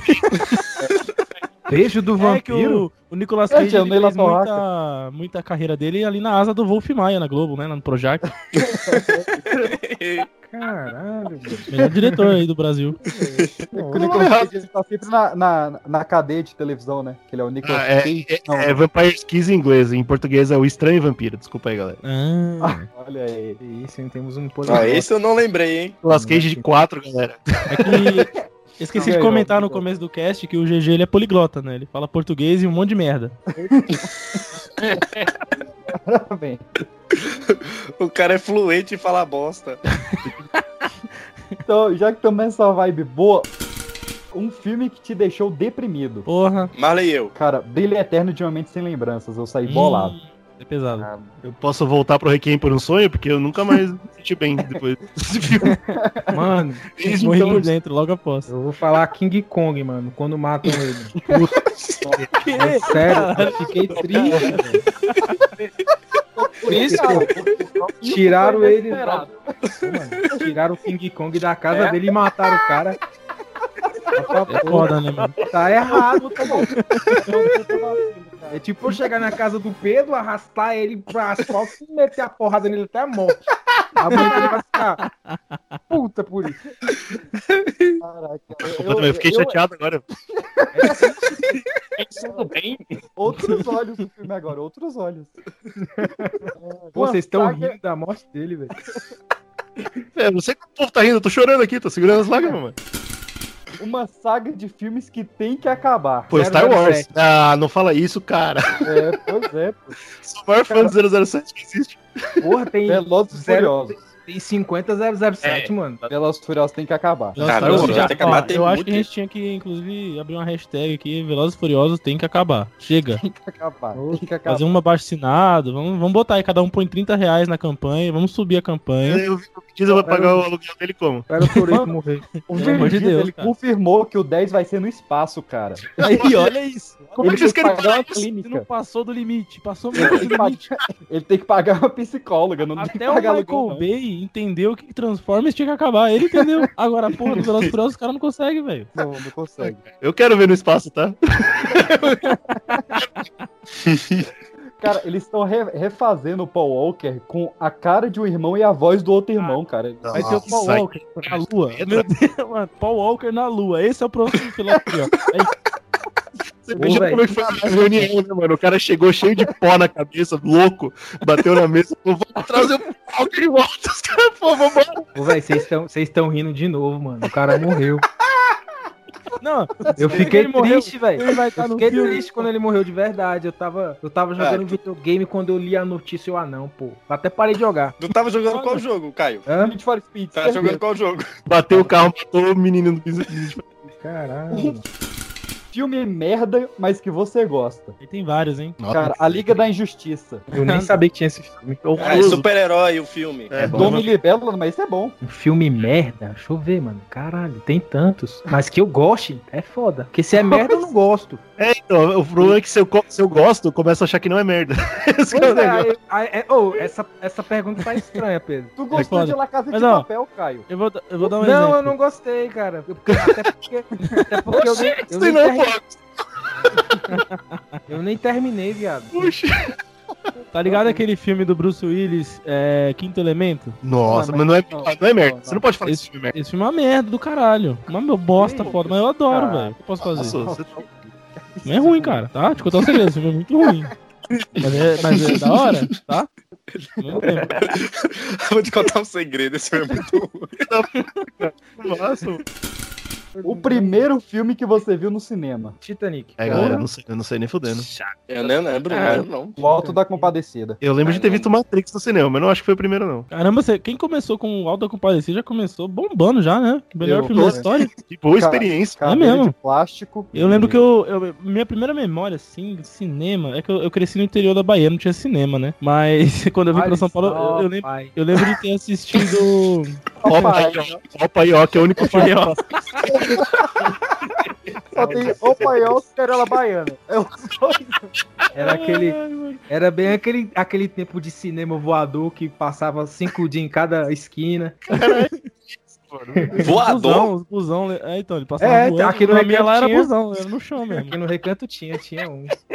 Speaker 10: Beijo do
Speaker 2: É que
Speaker 10: vampiro.
Speaker 2: o, o Nicolas
Speaker 4: É,
Speaker 2: Cage
Speaker 4: tinha
Speaker 2: ele
Speaker 4: Neila
Speaker 2: fez muita, muita carreira dele ali na asa do Wolf Maia, na Globo, né? Lá no Projac.
Speaker 10: Caralho, mano.
Speaker 2: Melhor diretor aí do Brasil.
Speaker 4: É que o Nicolas Cage ele tá sempre na, na, na cadeia de televisão, né? Que ele é o Nicolas
Speaker 3: Ah, é,
Speaker 4: Cage.
Speaker 3: é,
Speaker 4: Não,
Speaker 3: é Vampire's Kiss em inglês, em português é o Estranho Vampiro. Desculpa aí, galera.
Speaker 2: Ah,
Speaker 4: Olha aí.
Speaker 10: Que isso, hein? Temos um
Speaker 1: Ah,
Speaker 10: poderoso.
Speaker 1: esse eu não lembrei, hein?
Speaker 3: Nicolas Cage de quatro, galera.
Speaker 2: é que. Esqueci de
Speaker 4: Não,
Speaker 2: comentar
Speaker 4: não,
Speaker 2: no
Speaker 4: não.
Speaker 2: começo do cast que o GG ele é poliglota, né? Ele fala português e um monte de merda.
Speaker 4: Parabéns.
Speaker 1: O cara é fluente e fala bosta.
Speaker 4: Então, já que estamos nessa vibe boa, um filme que te deixou deprimido.
Speaker 2: Porra.
Speaker 1: Marley e eu.
Speaker 4: Cara, Brilho Eterno de uma Mente Sem Lembranças. Eu saí bolado.
Speaker 2: Hum, É pesado. [laughs]
Speaker 3: Eu posso voltar pro Requiem por um sonho, porque eu nunca mais me senti bem depois desse filme.
Speaker 10: Mano,
Speaker 3: Desde
Speaker 2: [laughs] Morri
Speaker 3: então,
Speaker 2: por dentro, logo após.
Speaker 10: eu vou falar King Kong, mano, quando matam ele. É sério, eu fiquei triste. velho.
Speaker 7: Por isso,
Speaker 10: Tiraram
Speaker 4: foi
Speaker 10: ele.
Speaker 4: inesperado.
Speaker 10: Mano, tiraram o King Kong da casa
Speaker 7: É.
Speaker 10: dele e mataram o cara.
Speaker 2: É foda, né, mano?
Speaker 10: Tá errado, tá
Speaker 7: [laughs]
Speaker 10: bom.
Speaker 4: Cara,
Speaker 10: É tipo eu chegar na casa do Pedro, arrastar ele pra asfalto e meter a porrada nele até a morte. A mãe dele vai ficar puta por isso.
Speaker 4: é
Speaker 3: Eu, fiquei chateado agora.
Speaker 7: [laughs] Tudo bem?
Speaker 4: Outros olhos do filme agora, outros olhos.
Speaker 10: Pô, vocês estão
Speaker 4: Saga-
Speaker 10: rindo da morte dele, velho.
Speaker 3: É, não sei como o povo tá rindo, eu tô chorando aqui, tô segurando as lágrimas, mano.
Speaker 4: Uma saga de filmes que tem que acabar.
Speaker 3: Pô, Star
Speaker 10: 007.
Speaker 3: Wars. Ah, não fala isso, cara. [laughs]
Speaker 4: É, pois é. pô.
Speaker 3: Sou o maior fã do 007 que existe.
Speaker 10: Porra, tem,
Speaker 4: Velozes e
Speaker 10: Zero-
Speaker 4: Furiosos.
Speaker 10: tem 50 007, mano.
Speaker 4: Velozes e Furiosos tem que acabar.
Speaker 2: Velozes e
Speaker 1: Cara,
Speaker 2: Furiosos
Speaker 1: não,
Speaker 2: já-
Speaker 1: tem que
Speaker 2: ó,
Speaker 1: acabar, tem
Speaker 2: eu acho
Speaker 1: muito
Speaker 2: que a gente tinha que, inclusive, abrir uma hashtag aqui, Velozes e Furiosos tem que acabar. Chega.
Speaker 4: Tem que acabar. Tem que acabar.
Speaker 2: Fazer um abaixo-assinado, vamos, vamos botar aí, cada um põe 30 reais na campanha, vamos subir
Speaker 4: [laughs]
Speaker 2: a campanha.
Speaker 3: Eu vi que o Vin Diesel vai pagar o aluguel dele como?
Speaker 10: Era o Toreto morrer.
Speaker 4: O
Speaker 2: Pelo amor
Speaker 4: Vin
Speaker 2: de
Speaker 4: Diesel,
Speaker 2: Deus,
Speaker 4: ele
Speaker 2: cara.
Speaker 4: confirmou que o 10 vai ser no espaço, cara.
Speaker 2: Aí, olha isso.
Speaker 3: Como é
Speaker 4: ele
Speaker 3: que vocês
Speaker 4: tem que
Speaker 3: querem
Speaker 4: pagar
Speaker 3: pagar
Speaker 4: uma
Speaker 3: isso?
Speaker 2: Você
Speaker 4: clínica.
Speaker 2: não passou do limite,
Speaker 4: [laughs]
Speaker 2: passou
Speaker 4: assim, Ele
Speaker 2: muito
Speaker 4: tem que
Speaker 2: do limite.
Speaker 4: pagar- Ele tem que pagar uma psicóloga, não tem que
Speaker 2: Até o
Speaker 4: pagar
Speaker 2: Michael
Speaker 4: aluguel. não.
Speaker 2: Bay entendeu que Transformers tinha que acabar,
Speaker 4: [laughs]
Speaker 2: ele entendeu. Agora, a porra, do Velozes e Furiosos os caras não conseguem, velho.
Speaker 4: Não, não consegue.
Speaker 3: [laughs] Eu quero ver no espaço, tá?
Speaker 4: Cara, eles estão re- refazendo o Paul Walker com a cara de um irmão e a voz do outro irmão, cara.
Speaker 2: Ah, Vai ter o Paul
Speaker 3: Nossa,
Speaker 2: Walker na lua. Meu Deus, mano. Paul Walker na lua. Esse é o próximo piloto aqui, ó. É
Speaker 3: Você
Speaker 10: Ô,
Speaker 3: veja
Speaker 10: velho.
Speaker 3: como é que foi a reunião, né, mano? O cara chegou cheio de pó na cabeça, louco, bateu na mesa, falou, vou trazer o palco de volta. Os caras, pô, vamos embora.
Speaker 10: Ô, velho, vocês estão- vocês estão rindo de novo, mano. O cara morreu.
Speaker 2: isso. Não,
Speaker 10: Eu fiquei
Speaker 2: ele morreu,
Speaker 10: triste, velho.
Speaker 2: ele vai
Speaker 10: Eu
Speaker 2: estar no
Speaker 10: fiquei
Speaker 2: filme.
Speaker 10: triste quando ele morreu de verdade. Eu tava, eu tava jogando videogame quando eu li a notícia e eu, ah não, pô. Até parei de jogar. É
Speaker 1: Tu tava jogando qual jogo, Caio?
Speaker 10: Hã?
Speaker 4: Need for Speed,
Speaker 1: Tá
Speaker 4: certeza.
Speaker 1: jogando qual jogo?
Speaker 3: Bateu o carro, matou o menino do Vin
Speaker 10: Caralho.
Speaker 4: Filme é merda, mas que você gosta.
Speaker 2: Aí tem vários, hein?
Speaker 4: Cara, A Liga da Injustiça.
Speaker 10: Eu [laughs] nem sabia que tinha esse filme.
Speaker 1: Ah, é super-herói o filme.
Speaker 3: É, bom,
Speaker 4: Domi Libelo, mas isso é bom.
Speaker 10: Um filme merda? Deixa eu ver, mano. Caralho, tem tantos. Mas que eu goste, é foda. Porque se é merda, [laughs] eu não gosto.
Speaker 3: É, então, o problema é que se eu, co- se eu gosto, eu começo a achar que não é merda. [laughs] Esse que é o
Speaker 10: Pois é,
Speaker 3: negócio.
Speaker 10: aí- [laughs] aí- é- ô, essa, essa pergunta tá estranha, Pedro.
Speaker 4: Tu gostou
Speaker 2: foda.
Speaker 4: de La Casa de
Speaker 2: Mas, ó,
Speaker 4: Papel, Caio?
Speaker 2: Eu vou, eu vou dar um
Speaker 10: não,
Speaker 2: exemplo.
Speaker 10: eu não gostei, cara. Eu- porque- até porque, até porque eu, nem,
Speaker 3: Sei
Speaker 10: eu, nem
Speaker 3: não, é
Speaker 10: termi-
Speaker 3: pô.
Speaker 10: eu nem terminei, viado.
Speaker 3: Puxa.
Speaker 2: Tá ligado aquele filme do Bruce Willis, é, Quinto Elemento?
Speaker 3: Nossa, mas não é, não é merda. Você não pode falar desse filme é merda.
Speaker 2: Esse filme é uma merda do caralho. Uma meu bosta
Speaker 4: Sim.
Speaker 2: foda, mas eu adoro,
Speaker 4: Ah,
Speaker 2: velho. O que eu posso fazer?
Speaker 3: Nossa, você- tá
Speaker 2: Não é ruim, cara, tá? Te contar um segredo, esse filme é muito
Speaker 10: [laughs]
Speaker 2: ruim. Mas é, mas é da hora, tá? Ao mesmo tempo.
Speaker 1: Vou te contar um segredo, esse filme é muito ruim.
Speaker 3: Nossa.
Speaker 4: O primeiro filme que você viu no cinema.
Speaker 10: Titanic.
Speaker 3: É, galera, eu não sei, eu não sei nem fudendo.
Speaker 1: Eu nem lembro,
Speaker 10: É.
Speaker 1: não lembro, não.
Speaker 4: O Alto da Compadecida.
Speaker 3: Eu lembro de ter visto Matrix no cinema, mas não acho que foi o primeiro, não.
Speaker 2: Caramba, você, quem começou com o Alto da Compadecida já começou bombando já, né? O melhor
Speaker 4: Eu
Speaker 2: filme da
Speaker 4: tô.
Speaker 2: história.
Speaker 3: Que boa
Speaker 4: Cara, [laughs]
Speaker 3: experiência.
Speaker 4: Cadeira
Speaker 2: É mesmo?
Speaker 4: de plástico.
Speaker 2: Eu lembro que eu, eu- Minha primeira memória, assim, de cinema, é que eu, eu cresci no interior da Bahia, não tinha cinema, né? Mas [laughs] quando eu vim pra
Speaker 10: Olha
Speaker 2: São Paulo,
Speaker 10: só,
Speaker 2: eu, eu lembro.
Speaker 10: pai.
Speaker 2: Eu lembro de
Speaker 10: [laughs]
Speaker 2: ter assistido.
Speaker 3: Opa,
Speaker 4: Papai,
Speaker 3: aí, ó. Opa, aí, ó, que é o único filme. ó.
Speaker 4: Só tem Opa e Oscarela Baiana. É
Speaker 2: [laughs]
Speaker 4: os dois.
Speaker 10: Era aquele. Era bem aquele, aquele tempo de cinema voador que passava cinco dias em cada esquina.
Speaker 1: Voador?
Speaker 2: Busão, os busão. É, então, ele passava
Speaker 10: Tá É,
Speaker 2: voando,
Speaker 10: aqui no
Speaker 2: pra mim
Speaker 10: Recreio
Speaker 2: lá era
Speaker 10: tinha.
Speaker 2: busão, era no chão mesmo.
Speaker 10: Aqui no recanto tinha, tinha um.
Speaker 4: [laughs]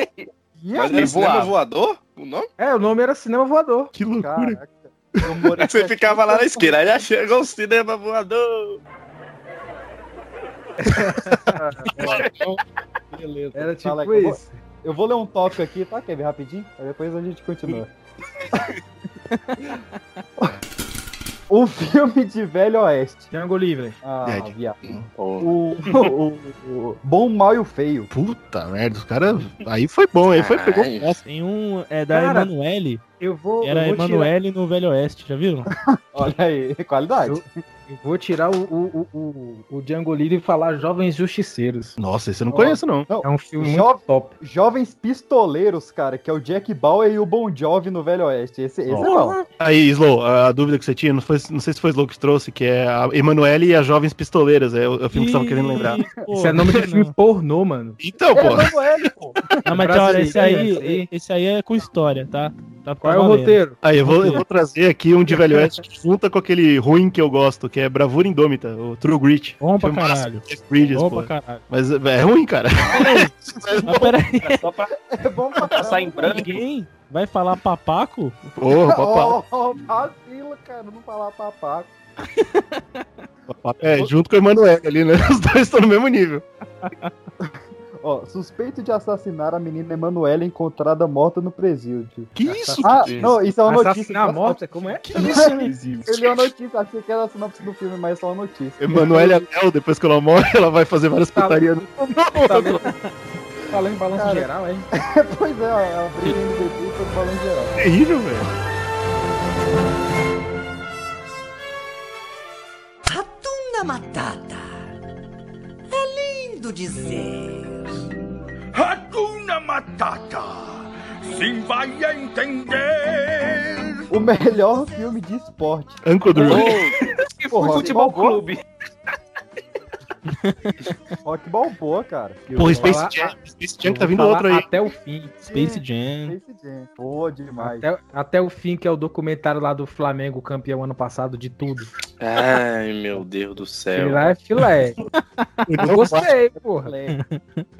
Speaker 4: E é né?
Speaker 1: Mas
Speaker 4: aí,
Speaker 1: ele
Speaker 7: Ele
Speaker 10: né?
Speaker 1: voava
Speaker 7: voava.
Speaker 1: voador? O nome?
Speaker 10: É, o nome era Cinema Voador.
Speaker 3: Que loucura.
Speaker 4: caraca. Eu morei
Speaker 1: Você ficava lá na esquina, aí chegou o cinema voador.
Speaker 4: Beleza.
Speaker 10: Era tipo
Speaker 4: Fala aí, eu vou-
Speaker 10: isso.
Speaker 4: Eu vou ler um tópico aqui, tá, Kevin, rapidinho? Aí depois a gente continua. o filme de Velho Oeste.
Speaker 10: Django Livre.
Speaker 4: Ah,
Speaker 1: É,
Speaker 3: Verdade.
Speaker 4: viado. O, o, o- o Bom, Mal e o Feio.
Speaker 3: Puta merda, os caras. Aí foi bom, aí foi pegou.
Speaker 1: Caralho.
Speaker 3: Nossa,
Speaker 2: Tem um é da
Speaker 10: assim. Cara,
Speaker 2: Emanuele.
Speaker 10: Eu vou.
Speaker 2: Era
Speaker 10: eu vou tirar,
Speaker 2: Emanuele no Velho Oeste, já viram?
Speaker 4: Olha aí, qualidade.
Speaker 10: Eu- eu vou tirar o, o, o, o, o Django Livre e falar Jovens Justiceiros.
Speaker 3: Nossa, esse eu não conheço, não.
Speaker 10: É um filme muito
Speaker 4: Jo-
Speaker 10: top.
Speaker 4: Jovens Pistoleiros, cara, que é o Jack Bauer e o Bon Jovi no Velho Oeste. Esse, esse é bom.
Speaker 3: Aí, Slow, a dúvida que você tinha, não, foi, não sei se foi Slow que trouxe, que é a Emanuele e as Jovens Pistoleiras. É o, é o filme que eu tava querendo lembrar.
Speaker 2: Ih, pô,
Speaker 10: Isso é nome de filme pornô, mano.
Speaker 3: Então,
Speaker 4: É,
Speaker 3: pô.
Speaker 4: [laughs]
Speaker 2: [laughs] Não, mas olha, esse
Speaker 10: Brasileiro,
Speaker 2: aí,
Speaker 10: esse aí.
Speaker 2: esse aí é com história, tá? tá
Speaker 10: Qual
Speaker 2: tá
Speaker 10: é o
Speaker 2: valendo.
Speaker 10: roteiro?
Speaker 3: Aí, eu vou, eu vou trazer aqui um de Velho Oeste que junta com aquele ruim que eu gosto, que é Bravura Indômita, o True Grit.
Speaker 2: Bom pra
Speaker 3: Filmaço,
Speaker 2: caralho.
Speaker 3: Jeff Bridges,
Speaker 2: Bom
Speaker 3: pô.
Speaker 2: pra caralho.
Speaker 3: Mas é é ruim,
Speaker 2: [laughs]
Speaker 3: cara.
Speaker 2: Mas peraí, [laughs]
Speaker 7: Só pra
Speaker 4: É bom pra
Speaker 7: passar em branco.
Speaker 2: ninguém vai falar papaco?
Speaker 3: Porra, papá.
Speaker 4: Ó, ó, vacilo, cara, não falar papaco.
Speaker 3: É, junto com o Emanuel ali, né? Os dois estão no mesmo nível.
Speaker 4: Ó, suspeito de assassinar a menina Emanuela encontrada morta no presídio.
Speaker 3: Que isso?
Speaker 4: Ah,
Speaker 3: que
Speaker 4: não, isso é uma notícia.
Speaker 10: Assassinar a morta? Como é?
Speaker 4: Ele
Speaker 1: um
Speaker 4: é uma notícia, achei que era a sinopse do filme, mas é só uma notícia.
Speaker 3: Emanuela é Léo, depois que ela morre, ela vai fazer várias
Speaker 10: Tá-
Speaker 3: putarias.
Speaker 10: Tá vendo? Falando em balanço
Speaker 4: Cara.
Speaker 10: geral, hein?
Speaker 4: [laughs] pois é, ó, ela abriu o MDB e foi falando geral.
Speaker 3: [laughs] Terrível, velho.
Speaker 6: Ratunda Matata. É lindo dizer. Ratunda Matata. Sim, vai entender.
Speaker 4: O melhor filme de esporte.
Speaker 3: Ancodur.
Speaker 7: Que
Speaker 4: Porra,
Speaker 7: futebol
Speaker 4: rock- [laughs]
Speaker 7: clube.
Speaker 4: Rock Balboa, cara.
Speaker 3: Porra, Space
Speaker 10: falar-
Speaker 3: Jam. Space Jam
Speaker 10: Tinha
Speaker 3: que tá vindo outro aí.
Speaker 10: Até o fim.
Speaker 2: Space Jam.
Speaker 4: Space Jam. Pô, demais.
Speaker 10: Até, até o fim, que é o documentário lá do Flamengo campeão ano passado de tudo.
Speaker 1: Ai, meu Deus do
Speaker 10: Aquele
Speaker 1: céu.
Speaker 10: lá é filé. Eu gostei, porra.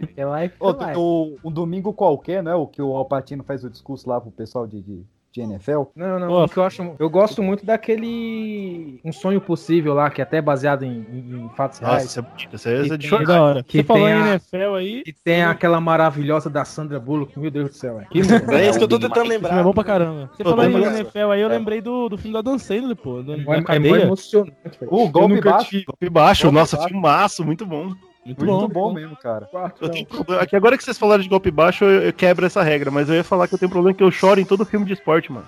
Speaker 10: Aquele lá é
Speaker 4: Ô, tem
Speaker 10: filé.
Speaker 4: o, um domingo qualquer, não é? O que o Alpatino faz o discurso lá pro pessoal de, de, de NFL.
Speaker 10: Não, não,
Speaker 2: Pô.
Speaker 10: o que eu acho. Eu gosto muito daquele. Um sonho possível lá, que é até baseado em, em- em fatos
Speaker 3: Nossa,
Speaker 10: reais.
Speaker 3: isso é bonito. Isso aí é de
Speaker 10: Que
Speaker 2: Que
Speaker 3: chorar.
Speaker 2: da hora.
Speaker 10: Que
Speaker 2: Você falou
Speaker 10: tem
Speaker 2: em
Speaker 10: a-
Speaker 2: NFL aí.
Speaker 10: E tem aquela maravilhosa da Sandra Bullock, meu Deus do céu, é.
Speaker 2: Que filme
Speaker 1: É isso que eu tô tentando
Speaker 2: é
Speaker 1: lembrar.
Speaker 2: bom pra caramba. Você
Speaker 3: Pô,
Speaker 2: falou em
Speaker 3: tem uma-
Speaker 2: NFL aí, eu lembrei do, do filme da Dan Sandler, pô. Da,
Speaker 10: É,
Speaker 2: da
Speaker 10: é muito
Speaker 2: cadeia.
Speaker 10: emocionante, velho.
Speaker 4: O golpe
Speaker 10: nunca
Speaker 4: baixo.
Speaker 3: Golpe baixo,
Speaker 4: Golpe
Speaker 3: nossa,
Speaker 4: baixo.
Speaker 3: filmaço, muito bom.
Speaker 2: Muito
Speaker 4: Muito
Speaker 2: bom.
Speaker 4: bom, mesmo, cara.
Speaker 3: Eu tenho problema- Aqui, agora que vocês falaram de golpe baixo, eu, eu quebro essa regra, mas eu ia falar que eu tenho problema que eu choro em todo filme de esporte, mano.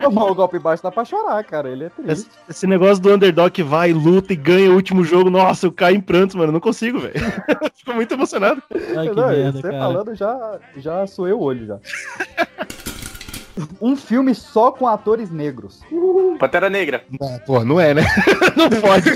Speaker 4: Não, mas o golpe baixo dá pra chorar, cara. Ele é
Speaker 3: Esse,
Speaker 4: triste.
Speaker 3: esse negócio do underdog que vai, luta e ganha o último jogo, nossa, eu caio em prantos, mano. eu Não consigo, velho. [laughs] Fico muito emocionado.
Speaker 2: Ai, que
Speaker 4: Não,
Speaker 2: merda,
Speaker 4: você
Speaker 2: cara.
Speaker 4: falando já, já suei o olho já. um filme só com atores negros.
Speaker 7: Pantera Negra.
Speaker 3: Pô, não é, né? [laughs] Não pode.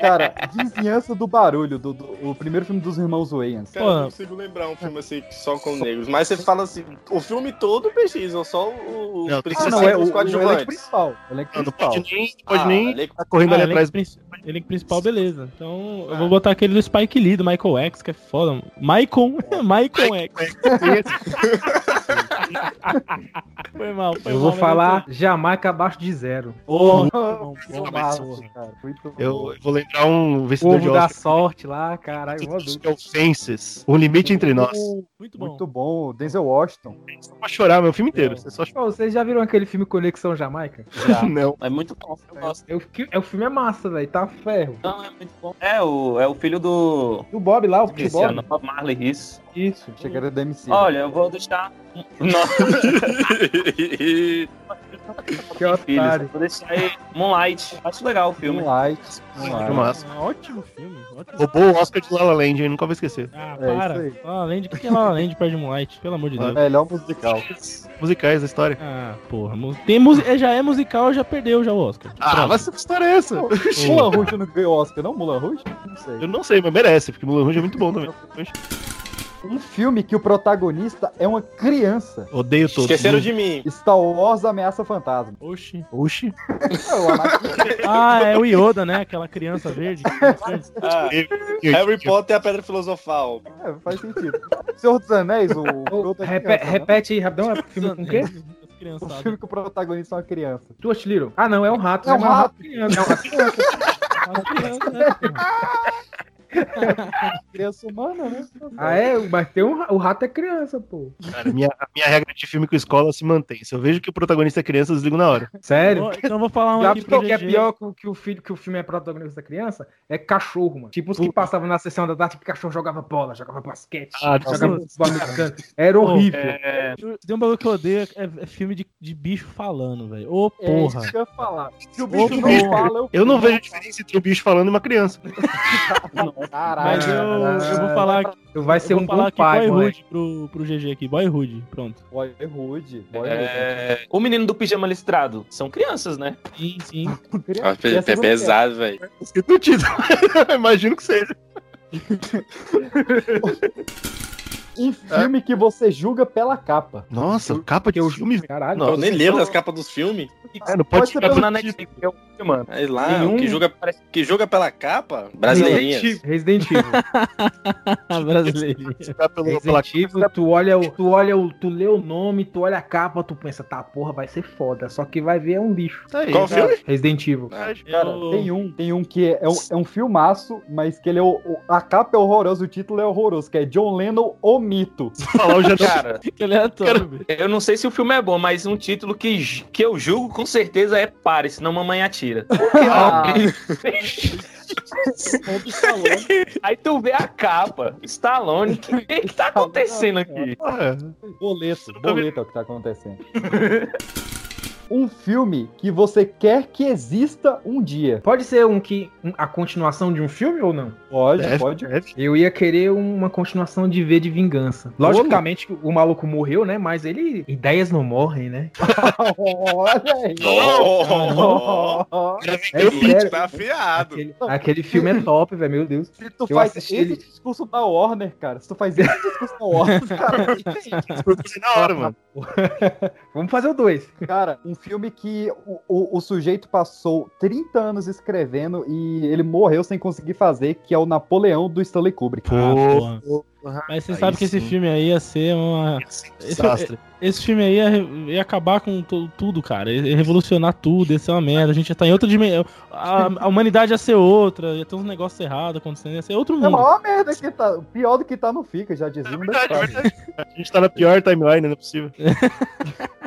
Speaker 4: Cara, Vizinhança do Barulho, do, do- o primeiro filme dos irmãos Wayans.
Speaker 2: Pô.
Speaker 1: Cara, eu não consigo lembrar um filme assim só com negros. Mas você fala assim, o filme todo precisa, ou só o- os
Speaker 3: Não,
Speaker 4: Ah,
Speaker 1: principais
Speaker 4: não, é o,
Speaker 1: os
Speaker 4: o elenco
Speaker 1: coadjuvantes.
Speaker 4: principal. o elenco
Speaker 3: Não
Speaker 4: principal.
Speaker 3: pode nem, não pode
Speaker 1: Ah,
Speaker 3: nem
Speaker 1: elenco-
Speaker 3: tá correndo
Speaker 2: Ah,
Speaker 3: ali
Speaker 2: elenco
Speaker 3: atrás.
Speaker 2: princi- elenco principal, beleza. Então eu vou
Speaker 10: Ah.
Speaker 2: botar aquele do Spike Lee, do Michael X, que é foda. mano. Michael, [laughs] Michael X.
Speaker 3: [laughs]
Speaker 2: Foi mal, foi
Speaker 10: Eu
Speaker 2: mal,
Speaker 10: vou
Speaker 2: mas
Speaker 10: falar Jamaica abaixo de zero.
Speaker 2: Ô,
Speaker 4: Ô, [laughs]
Speaker 2: bom, bom,
Speaker 4: Muito
Speaker 2: mas-
Speaker 4: massa, cara. Muito
Speaker 3: Eu,
Speaker 4: bom.
Speaker 3: eu vou lembrar um
Speaker 10: O
Speaker 3: vencedor de
Speaker 10: ovo da
Speaker 3: Oscar.
Speaker 10: sorte lá, caralho, uma
Speaker 3: que é o Fences, O Limite Entre Nós.
Speaker 2: Muito bom.
Speaker 4: Muito bom. o Denzel Washington.
Speaker 3: Só pra chorar, meu filme inteiro. Você só chora.
Speaker 10: É. Vocês já viram aquele filme Conexão Jamaica?
Speaker 3: [laughs] Não.
Speaker 7: É muito bom. Eu gosto.
Speaker 10: É o, fi- é, o filme é massa, velho, tá ferro.
Speaker 7: Não, é muito bom. É o, é o filho do.
Speaker 10: Do Bob lá, o
Speaker 7: Esqueci,
Speaker 10: Bob.
Speaker 7: o nome, Marley, isso.
Speaker 10: Isso.
Speaker 4: Achei que era da MC.
Speaker 7: Olha, eu vou deixar. um-
Speaker 4: [laughs]
Speaker 7: Nossa,
Speaker 10: Que
Speaker 7: filhos.
Speaker 10: otário.
Speaker 7: Vou deixar aí Moonlight. Acho legal o filme.
Speaker 4: Moonlight.
Speaker 3: Que
Speaker 4: Moonlight.
Speaker 3: massa.
Speaker 2: Ah, ótimo filme. Ótimo.
Speaker 3: Roubou o Oscar de La La Land, hein? Nunca vou esquecer.
Speaker 2: Ah,
Speaker 4: É
Speaker 2: para.
Speaker 4: isso aí.
Speaker 2: Lala Land, o que que é Lala Land perto de Moonlight? Pelo amor de Deus.
Speaker 4: Melhor musical.
Speaker 3: Musicais da história.
Speaker 2: Ah, porra. mu- Tem mus- é, já é musical, já perdeu já o Oscar.
Speaker 3: Ah, mas que história é essa?
Speaker 4: Mulan Rouge não ganhou Oscar, não? Mulan Rouge? Não sei.
Speaker 3: Eu não sei, mas merece, porque Mulan Rouge é muito bom também.
Speaker 4: Um filme que o protagonista é uma criança.
Speaker 3: Odeio todos.
Speaker 1: Esqueceram de mim.
Speaker 4: Star Wars Ameaça Fantasma. É,
Speaker 2: Oxi.
Speaker 3: Oxi.
Speaker 4: O Anakin
Speaker 2: Ah, é o Yoda, né? Aquela criança verde.
Speaker 1: Ah, Harry
Speaker 3: Tipo,
Speaker 1: Potter e a Pedra Filosofal.
Speaker 4: é, faz sentido. Senhor dos Anéis, o, o
Speaker 10: [laughs] Ô,
Speaker 4: Frodo é
Speaker 10: repe-
Speaker 4: criança, né?
Speaker 10: repete aí, rapidão. É filme com o quê?
Speaker 2: As
Speaker 4: O
Speaker 2: criançadas.
Speaker 4: filme que o protagonista é uma criança.
Speaker 10: Stuart Little. Ah, não, é um rato.
Speaker 4: É um
Speaker 10: né? Mas
Speaker 4: rato.
Speaker 10: criança. É um rato.
Speaker 2: As crianças, né, porra?
Speaker 4: Criança humana, né?
Speaker 10: Ah, é? Mas tem um, ra- o rato é criança, pô.
Speaker 3: Cara, minha, a minha regra de filme com escola se mantém. Se eu vejo que o protagonista é criança, eu desligo na hora.
Speaker 10: Sério?
Speaker 2: Ó, Então eu vou falar um
Speaker 10: Já
Speaker 2: aqui
Speaker 10: porque
Speaker 2: pro
Speaker 10: o que é
Speaker 2: GG.
Speaker 10: pior que o, que o filho, que o filme é protagonista da criança é cachorro, mano. Tipo os que passavam na sessão da tarde, que cachorro jogava bola, jogava basquete,
Speaker 3: Ah,
Speaker 10: jogava
Speaker 3: nossa.
Speaker 10: futebol americano. Era horrível.
Speaker 2: Tem um bagulho que eu odeio, é, é filme de, de bicho falando, velho. Ô,
Speaker 4: É
Speaker 2: porra.
Speaker 4: isso que eu ia falar. Se o
Speaker 2: Ô,
Speaker 4: bicho
Speaker 2: porra.
Speaker 4: não fala, eu...
Speaker 3: Eu não vejo diferença entre um bicho falando e uma criança.
Speaker 4: Caralho.
Speaker 2: Mas eu, eu vou falar, eu
Speaker 10: Tu vai ser
Speaker 2: vou
Speaker 10: um
Speaker 2: falar
Speaker 10: bom
Speaker 2: aqui
Speaker 10: pai, mano.
Speaker 2: Boyhood pro, pro GG aqui. Boyhood, pronto.
Speaker 4: Boy rude. Boy rude.
Speaker 7: É, O menino do pijama listrado. São crianças, né?
Speaker 2: Sim, sim.
Speaker 4: Criança-
Speaker 1: é
Speaker 4: criança não
Speaker 1: velho.
Speaker 3: Escrito no [laughs] título. Imagino que seja.
Speaker 4: Um filme que você julga pela capa.
Speaker 3: Nossa, capa de filme?
Speaker 10: Caralho. tá assim,
Speaker 1: eu nem lembro das capas dos filmes.
Speaker 3: É,
Speaker 4: Pode
Speaker 3: não pode
Speaker 4: ser
Speaker 3: tirar
Speaker 4: pelo
Speaker 3: do
Speaker 7: na
Speaker 3: título.
Speaker 7: Netflix, é o que, mano.
Speaker 1: Aí lá,
Speaker 7: Nenhum.
Speaker 1: que, julga, que julga pela capa, brasileirinhas.
Speaker 10: Resident Evil.
Speaker 2: [laughs] Brasileirinho.
Speaker 3: Se tirar pelo- pela-
Speaker 10: Resident Evil, tu olha, o, tu olha o, tu lê o nome, tu olha a capa, tu pensa, tá, porra, vai ser foda. Só que vai ver é um lixo.
Speaker 3: Tá aí,
Speaker 1: Qual
Speaker 3: cara.
Speaker 1: filme?
Speaker 10: Resident Evil.
Speaker 4: Cara,
Speaker 2: Eu-
Speaker 4: tem um, tem um que é um, é um filmaço, mas que ele é o, o- a capa é horrorosa, o título é horroroso, que é John Lennon o mito.
Speaker 3: Falar, eu já
Speaker 7: Cara,
Speaker 2: [laughs] Que aleatório, bicho.
Speaker 7: eu não sei se o filme é bom, mas um título que, j- que eu julgo com certeza é Pare, senão
Speaker 4: [laughs]
Speaker 7: mamãe atira.
Speaker 4: Ah.
Speaker 7: Aí tu vê a capa, Stallone, o que, que tá acontecendo aqui?
Speaker 3: Porra.
Speaker 4: Boleto, boleto é o que tá acontecendo. [laughs] um filme que você quer que exista um dia.
Speaker 10: Pode ser um que um- a continuação de um filme ou não?
Speaker 4: Pode,
Speaker 3: Deve,
Speaker 4: pode. [laughs]
Speaker 3: deve.
Speaker 10: Eu ia querer um, uma continuação de V de Vingança. Logicamente que o maluco morreu, né? Mas ele ideias não morrem, né?
Speaker 4: Olha aí.
Speaker 8: Oh,
Speaker 10: É sério.
Speaker 8: tá afiado.
Speaker 10: Aquele, aquele filme é top, velho, meu Deus.
Speaker 4: Se tu
Speaker 10: Eu
Speaker 4: faz esse
Speaker 10: assisti ele-
Speaker 4: discurso da Warner, cara, se tu faz esse discurso da
Speaker 10: [laughs]
Speaker 4: Warner,
Speaker 3: Na hora, mano.
Speaker 10: Vamos fazer o dois.
Speaker 4: cara, um filme que o, o- o sujeito passou 30 anos escrevendo e ele morreu sem conseguir fazer, que é o Napoleão do Stanley Kubrick. É
Speaker 2: Ah,
Speaker 3: Porra.
Speaker 2: porra. Mas você
Speaker 3: Aí
Speaker 2: sabe que esse
Speaker 3: sim.
Speaker 2: filme aí ia ser uma.
Speaker 3: é Desastre.
Speaker 2: Esse filme aí ia, re- ia acabar com tu- tudo, cara. Ia revolucionar tudo, ia ser uma merda. A gente ia estar em outra dimensão. A, a humanidade ia ser outra, ia ter uns negócios errados acontecendo, ia ser outro
Speaker 4: É a
Speaker 2: mundo.
Speaker 4: maior merda que tá. Pior do que tá não fica, já dizia.
Speaker 3: É
Speaker 4: um
Speaker 3: verdade, é
Speaker 4: detalhe.
Speaker 3: verdade. A gente tá na pior timeline, não é
Speaker 2: [laughs]
Speaker 3: possível.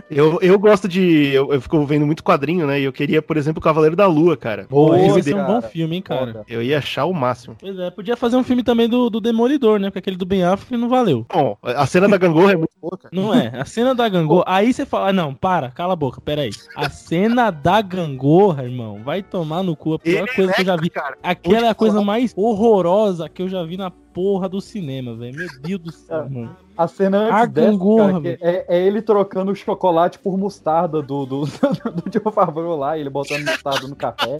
Speaker 3: Eu, eu gosto de. Eu, eu fico vendo muito quadrinho, né? E eu queria, por exemplo, o Cavaleiro da Lua, cara.
Speaker 4: Boa,
Speaker 2: Esse
Speaker 3: filme
Speaker 2: ia
Speaker 4: esse
Speaker 2: ser
Speaker 3: dele.
Speaker 2: um
Speaker 4: cara.
Speaker 2: bom filme, hein, cara.
Speaker 4: Foda.
Speaker 3: Eu ia achar o máximo.
Speaker 2: Pois é, podia fazer um filme também do, do Demolidor, né? Porque aquele do Ben Affleck não valeu.
Speaker 3: Bom, a cena da gangorra é muito boa, cara.
Speaker 2: Não é? A cena da gangorra. Aí você fala, "Ah, não, para, cala a boca, peraí. A cena da gangorra, irmão, vai tomar no cu. A pior
Speaker 3: Ele
Speaker 2: coisa que eu já vi.
Speaker 3: Cara,
Speaker 2: Aquela é a coisa mais horrorosa que eu já vi na porra do cinema, velho. Meu Deus do céu, mano.
Speaker 4: A cena antes
Speaker 2: Ah,
Speaker 4: dessa,
Speaker 2: gangorra,
Speaker 4: cara, que é, é ele trocando o chocolate por mostarda do, [laughs] do, do John Favreau lá, ele botando mostarda no café.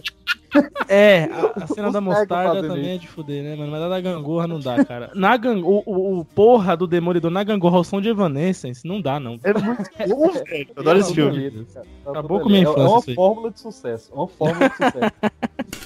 Speaker 2: É,
Speaker 3: [laughs]
Speaker 2: a, a cena da
Speaker 4: Os
Speaker 2: mostarda
Speaker 4: cegos fazendo
Speaker 2: também é de fuder, né, mano? Mas a da gangorra não dá, cara. Na gang... o, o, o porra do Demolidor na gangorra, o som de Evanescence, não dá, não.
Speaker 3: é muito bom, velho. Eu adoro esse
Speaker 4: Tá
Speaker 3: filme.
Speaker 4: bonito, cara. Tá
Speaker 2: Acabou
Speaker 4: bonito.
Speaker 2: com minha
Speaker 4: É-
Speaker 2: infância
Speaker 4: É uma
Speaker 2: isso aí.
Speaker 4: fórmula de sucesso. é Uma fórmula de sucesso.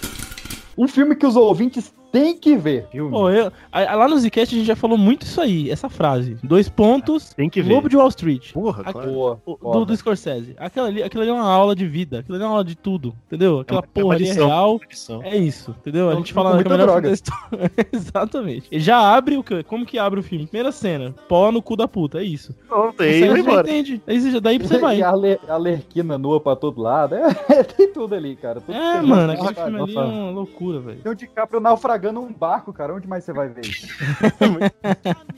Speaker 4: um filme que os ouvintes têm que ver.
Speaker 2: Pô, eu... a- Lá no Zcast a gente já falou muito isso aí, essa frase. Dois pontos,
Speaker 3: Tem que ver.
Speaker 2: Lobo de Wall Street.
Speaker 3: Porra,
Speaker 2: Aqui-
Speaker 3: claro.
Speaker 4: Boa.
Speaker 2: O- Do,
Speaker 4: foda.
Speaker 2: do Scorsese. Aquilo ali, aquilo ali é uma aula de vida. Aquilo ali é uma aula de tudo. Entendeu? Aquela
Speaker 3: É uma
Speaker 2: porra ali é
Speaker 3: lição.
Speaker 2: real.
Speaker 3: Edição.
Speaker 2: É isso, entendeu?
Speaker 4: É
Speaker 2: a
Speaker 4: um
Speaker 2: gente
Speaker 4: filme
Speaker 2: fala
Speaker 4: com
Speaker 2: que é o
Speaker 4: muita
Speaker 2: melhor filme da história. [laughs] Exatamente. Ele já abre o que? Como que abre o filme? Primeira cena, pó no cu da puta, é isso.
Speaker 3: Pronto,
Speaker 2: Aí
Speaker 3: aí vai
Speaker 2: você já
Speaker 3: embora.
Speaker 2: entende. Aí você já, daí você vai. É,
Speaker 4: E a, le, a lerquina nua pra todo lado. É, [laughs] tem tudo ali, cara. Tudo que
Speaker 2: É,
Speaker 4: você
Speaker 2: mano,
Speaker 4: gosta.
Speaker 2: aquele filme ali é uma loucura, velho.
Speaker 4: Tem o DiCaprio naufragando um barco, cara. Onde mais você vai ver isso?